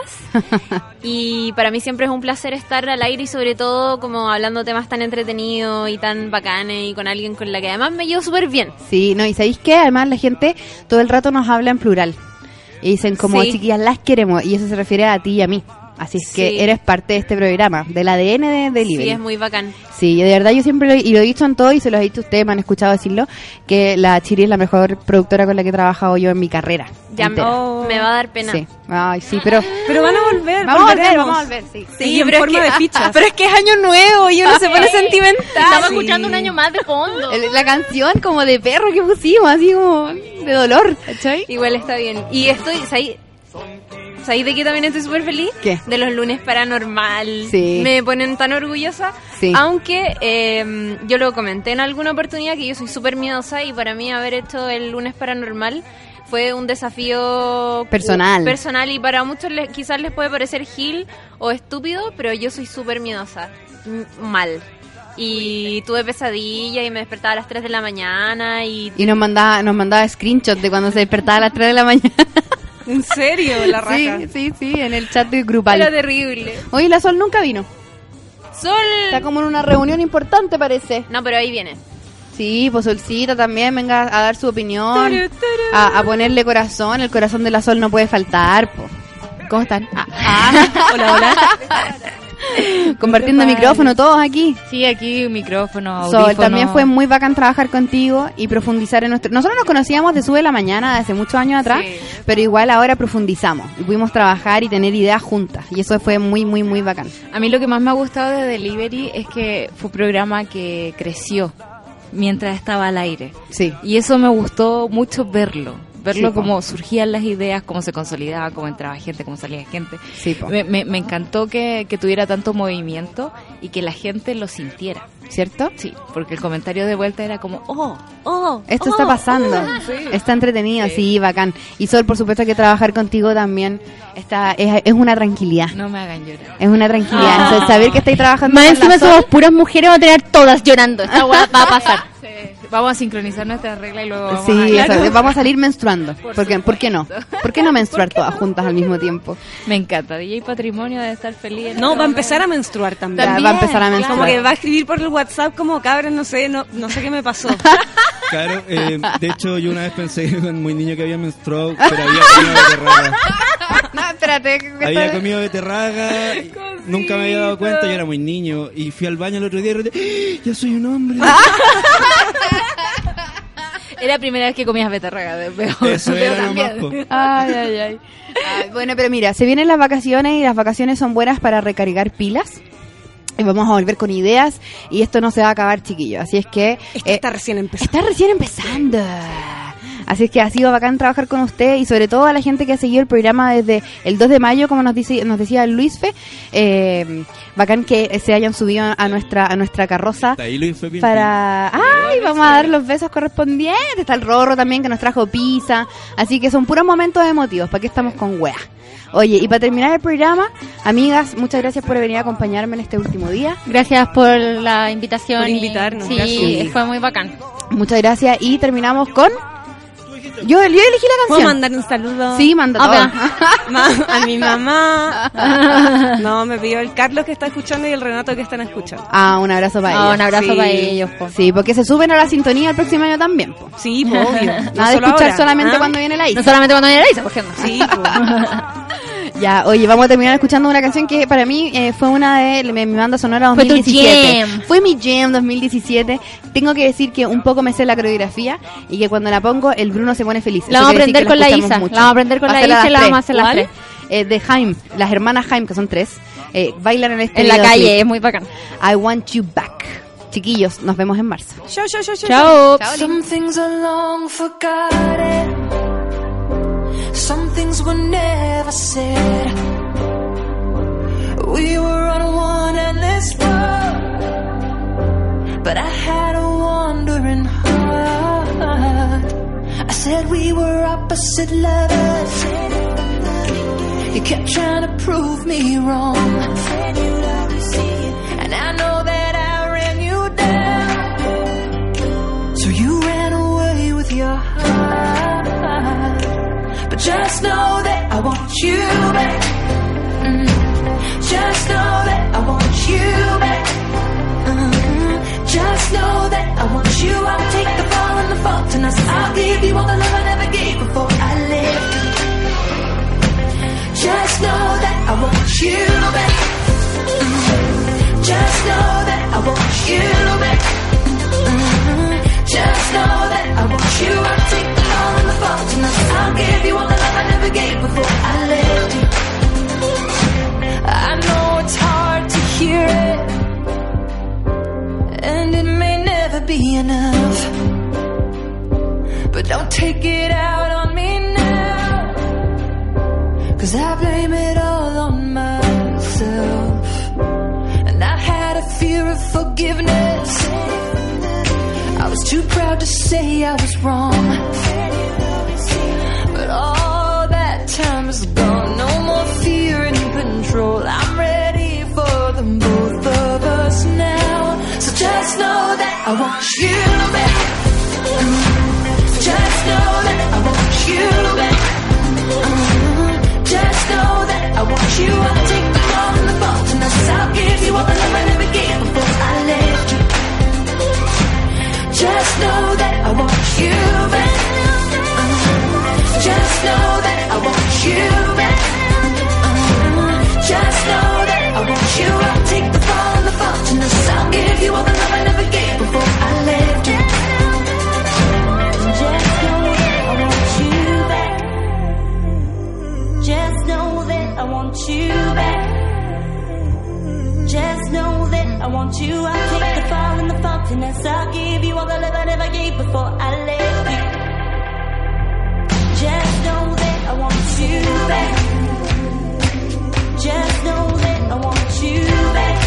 [SPEAKER 3] y para mí siempre es un placer estar al aire y sobre todo como hablando temas tan entretenidos y tan bacanes y con alguien con la que además me llevo súper bien.
[SPEAKER 2] Sí, no, y ¿sabéis qué? Además la gente todo el rato nos habla en plural. Y dicen como,
[SPEAKER 3] Sí.
[SPEAKER 2] chiquillas, las queremos. Y eso se refiere a ti y a mí. Así es que
[SPEAKER 3] Sí.
[SPEAKER 2] eres parte de este programa, del ADN de Delivery.
[SPEAKER 3] Sí, es muy bacán.
[SPEAKER 2] Sí, de verdad yo siempre lo, y lo he dicho en todo y se los he dicho a ustedes, me han escuchado decirlo, que la Chiri es la mejor productora con la que he trabajado yo en mi carrera.
[SPEAKER 3] Ya oh,
[SPEAKER 2] entera.
[SPEAKER 3] me, me va a dar pena.
[SPEAKER 2] Sí, ay, sí, pero...
[SPEAKER 9] Pero van a volver.
[SPEAKER 2] Vamos a volver,
[SPEAKER 9] volveremos.
[SPEAKER 2] vamos a volver, sí.
[SPEAKER 9] Sí, en forma de fichas.
[SPEAKER 3] pero es que es año nuevo y uno se pone
[SPEAKER 2] Sí.
[SPEAKER 3] sentimental.
[SPEAKER 2] Estaba escuchando un año
[SPEAKER 3] más de fondo.
[SPEAKER 2] El- La canción como de perro que pusimos, así como de dolor, ¿cachai?
[SPEAKER 3] Igual está bien. Y estoy, ¿sabéis sabéis de qué también estoy súper feliz?
[SPEAKER 2] ¿Qué?
[SPEAKER 3] De los lunes paranormal.
[SPEAKER 2] Sí.
[SPEAKER 3] Me ponen tan orgullosa.
[SPEAKER 2] Sí.
[SPEAKER 3] Aunque eh, yo lo comenté en alguna oportunidad que yo soy súper miedosa y para mí haber hecho el lunes paranormal fue un desafío
[SPEAKER 2] Personal.
[SPEAKER 3] personal y para muchos les- quizás les puede parecer gil o estúpido, pero yo soy súper miedosa. M- Mal. Y tuve pesadillas y me despertaba a las 3 de la mañana y
[SPEAKER 2] Y nos mandaba, nos mandaba screenshot de cuando se despertaba a las 3 de la mañana.
[SPEAKER 9] ¿En serio? La raja.
[SPEAKER 2] Sí, sí, sí, en el chat de grupal.
[SPEAKER 3] Era terrible.
[SPEAKER 2] Oye, la Sol nunca vino.
[SPEAKER 3] Sol.
[SPEAKER 2] Está como en una reunión importante, parece.
[SPEAKER 3] No, pero ahí viene.
[SPEAKER 2] Sí, pues Solcita también venga a dar su opinión, a, a ponerle corazón. El corazón de la Sol no puede faltar. po. ¿Cómo están? Ah,
[SPEAKER 14] Hola, hola.
[SPEAKER 2] compartiendo
[SPEAKER 14] Grupal.
[SPEAKER 2] micrófono todos aquí.
[SPEAKER 14] Sí, aquí micrófono,
[SPEAKER 2] Sol,
[SPEAKER 14] audífono.
[SPEAKER 2] también fue muy bacán trabajar contigo y profundizar en nuestro... Nosotros nos conocíamos de Sube la Mañana hace muchos años atrás, pero igual ahora profundizamos y pudimos trabajar y tener ideas juntas. Y eso fue muy, muy, muy bacán.
[SPEAKER 14] A mí lo que más me ha gustado de Delivery es que fue un programa que creció mientras estaba al aire.
[SPEAKER 2] Sí.
[SPEAKER 14] Y eso me gustó mucho verlo. Verlo
[SPEAKER 2] Sí, po.
[SPEAKER 14] cómo surgían las ideas, cómo se consolidaba, cómo entraba gente, cómo salía gente.
[SPEAKER 2] Sí, po.
[SPEAKER 14] Me, me- me encantó que, que tuviera tanto movimiento y que la gente lo sintiera.
[SPEAKER 2] ¿Cierto?
[SPEAKER 14] Sí, porque el comentario de vuelta era como, oh,
[SPEAKER 2] Esto está pasando. Está entretenido, sí. bacán. Y Sol, por supuesto que trabajar contigo también está, es, es una tranquilidad.
[SPEAKER 14] no me hagan llorar.
[SPEAKER 2] Es una tranquilidad.
[SPEAKER 8] Ah.
[SPEAKER 2] Entonces, saber que estáis trabajando
[SPEAKER 8] Más
[SPEAKER 2] con
[SPEAKER 8] encima
[SPEAKER 2] la Sol-
[SPEAKER 8] somos puras mujeres, vamos a tener todas llorando. Esta weá va a pasar.
[SPEAKER 14] Vamos a sincronizar nuestra regla y luego vamos
[SPEAKER 2] Sí,
[SPEAKER 14] a...
[SPEAKER 2] eso, vamos a salir menstruando. porque, ¿Por qué no? ¿Por qué no menstruar todas juntas al mismo tiempo?
[SPEAKER 14] Me encanta, DJ Patrimonio debe estar feliz. este
[SPEAKER 9] No, va a empezar a menstruar también.
[SPEAKER 2] Ya, va a empezar a También, menstruar.
[SPEAKER 9] Como que va a escribir por el WhatsApp como cabras, no sé, no, no sé qué me pasó.
[SPEAKER 5] Claro, eh, de hecho yo una vez pensé con muy niño que había menstruado, pero había comido beterraga.
[SPEAKER 2] No, espérate.
[SPEAKER 5] Había comido beterraga, y nunca me había dado cuenta, yo era muy niño y fui al baño el otro día y de repente, ¡Ah! ya soy un hombre.
[SPEAKER 14] Era la primera vez que comías beterraga, de veo.
[SPEAKER 5] Eso
[SPEAKER 14] veo
[SPEAKER 5] era
[SPEAKER 14] también.
[SPEAKER 5] nomás, po.
[SPEAKER 2] Ay, ay, ay. Ay, Bueno, pero mira, se vienen las vacaciones y las vacaciones son buenas para recargar pilas. Y vamos a volver con ideas y esto no se va a acabar, chiquillo. Así es que... está
[SPEAKER 9] recién empezando.
[SPEAKER 2] Está recién empezando. Así es que ha sido bacán trabajar con usted y sobre todo a la gente que ha seguido el programa desde el 2 de mayo, como nos dice, nos decía Luisfe. Eh, bacán que se hayan subido a nuestra a nuestra carroza
[SPEAKER 5] Hasta ahí Luis fue bien.
[SPEAKER 2] para ay vamos a dar los besos correspondientes está el rorro también que nos trajo pizza así que son puros momentos emotivos para qué estamos con wea oye y para terminar el programa amigas muchas gracias por venir a acompañarme en este último día
[SPEAKER 8] Gracias por la invitación.
[SPEAKER 9] Por
[SPEAKER 8] y-
[SPEAKER 9] invitarnos,
[SPEAKER 8] Sí,
[SPEAKER 9] gracias.
[SPEAKER 8] fue muy bacán.
[SPEAKER 2] muchas gracias y terminamos con yo, yo elegí la
[SPEAKER 9] ¿Puedo
[SPEAKER 2] canción
[SPEAKER 9] mandar un saludo?
[SPEAKER 2] sí manda todo.
[SPEAKER 9] Ma- a mi mamá. No, me pidió el Carlos que está escuchando y el Renato que están escuchando.
[SPEAKER 2] Ah, un abrazo para
[SPEAKER 9] Ah,
[SPEAKER 2] ellos.
[SPEAKER 9] un abrazo para ellos, po.
[SPEAKER 2] Sí, porque se suben a la sintonía el próximo año también. po.
[SPEAKER 9] Sí, po, obvio.
[SPEAKER 2] Nada
[SPEAKER 9] No
[SPEAKER 2] de
[SPEAKER 9] solo
[SPEAKER 2] escuchar
[SPEAKER 9] ahora,
[SPEAKER 2] solamente
[SPEAKER 9] ¿ah?
[SPEAKER 2] cuando viene la ISA. pues.
[SPEAKER 8] No solamente cuando viene la Isa, por ejemplo.
[SPEAKER 9] Sí,
[SPEAKER 2] Ya, oye, vamos a terminar escuchando una canción que para mí eh, fue una de le- mi, banda sonora
[SPEAKER 8] Fue tu
[SPEAKER 2] 2017.
[SPEAKER 8] jam.
[SPEAKER 2] Fue mi jam 2017. Tengo que decir que un poco me sé la coreografía y que cuando la pongo el Bruno se pone feliz.
[SPEAKER 8] La
[SPEAKER 2] Eso
[SPEAKER 8] vamos a
[SPEAKER 2] quiere decir
[SPEAKER 8] aprender
[SPEAKER 2] que
[SPEAKER 8] con la
[SPEAKER 2] escuchamos
[SPEAKER 8] Isa,
[SPEAKER 2] mucho.
[SPEAKER 8] la vamos a aprender con
[SPEAKER 2] Va
[SPEAKER 8] la
[SPEAKER 2] ser
[SPEAKER 8] Isa y la
[SPEAKER 2] tres.
[SPEAKER 8] vamos a hacer las
[SPEAKER 2] ¿Cuál?
[SPEAKER 8] tres.
[SPEAKER 2] Eh, de Haim, las hermanas Haim, que son tres, eh, bailan en este
[SPEAKER 8] En la
[SPEAKER 2] videoclip.
[SPEAKER 8] calle, es muy bacán.
[SPEAKER 2] I want you back. Chiquillos, nos vemos en marzo.
[SPEAKER 4] Show, show, show, show.
[SPEAKER 2] Chao.
[SPEAKER 4] show. Some things are long forgotten. Some things were never said. We were on one endless road, but I had a wandering heart. I said we were opposite lovers. You kept trying to prove me wrong, and I know that I ran you down. So you ran away with your heart. But just know that I want you back. Mm. Just know that I want you back. Mm. Just know that I want you. I'll take the fall and the fault, and I'll give you all the love I never gave before I left. Just know that I want you back. Mm. Just know that I want you back. Mhm. Just know that I want you. I'll take the fall and the fault, and I'll give you all the love I never gave before I left you. I know it's hard to hear it, and it may never be enough. But don't take it out on me now, cause I blame it all on myself. And I had a fear of forgiveness. I was too proud to say I was wrong. But all that time is gone. No more fear and control. I'm ready for them both of us now. So just know that I want you back. Just know that I want you back. Mm-hmm. Just know that I want you. I'll take the fall and the fault, and I'll give you all the love I never gave before I left you. Just know that I want you back. Mm-hmm. Just know that I want you back. Mm-hmm. Just know that I want you. I'll take the fall and the fault, and I'll give you all the love I never gave before I left you. Just know that I want you back. Just know that I want you back. Just know that I want you. I'll take the fall and the faultiness. I'll give you all the love I never gave before I left you. Just know that I want you back. Just know that I want you back.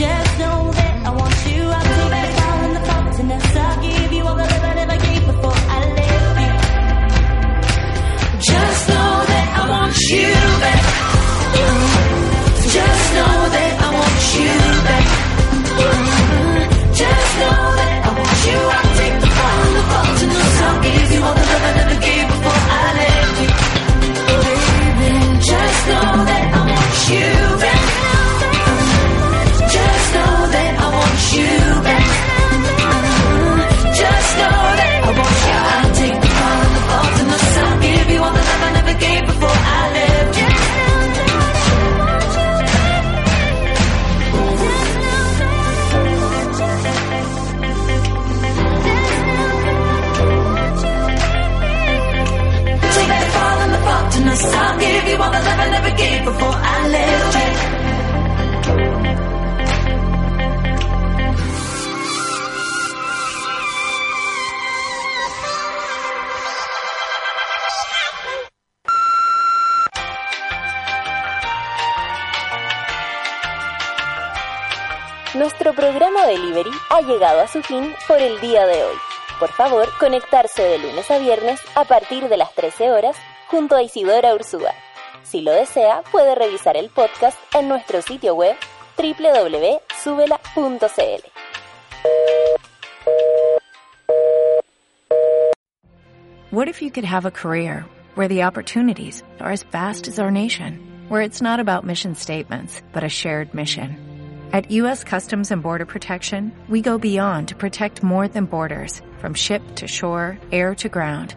[SPEAKER 4] Just know that I want you. I'll take the fall and the faultiness. I'll give you all the love I never gave before I left you. Just know that I want you back. Just know that I want you back. Just know that I want you. I'll take the fall and the fault and the I'll give you all the love I never gave before I left you. Baby, just know that I want you back. Just know that I want you back. Just know that I want you. I'll take the fall and the fault and the I'll give you all the love I never gave before I left you. Take that fall and the fault in us. I'll give you all the love I never gave before I left you.
[SPEAKER 1] Nuestro programa Delivery ha llegado a su fin por el día de hoy. Por favor, conectarse de lunes a viernes a partir de las 13 horas junto a Isidora Ursúa. Si lo desea, puede revisar el podcast en nuestro sitio web www.subela.cl.
[SPEAKER 15] What if you could have a career where the opportunities are as vast as our nation, where it's not about mission statements, but a shared mission? At U.S. Customs and Border Protection, we go beyond to protect more than borders from ship to shore, air to ground.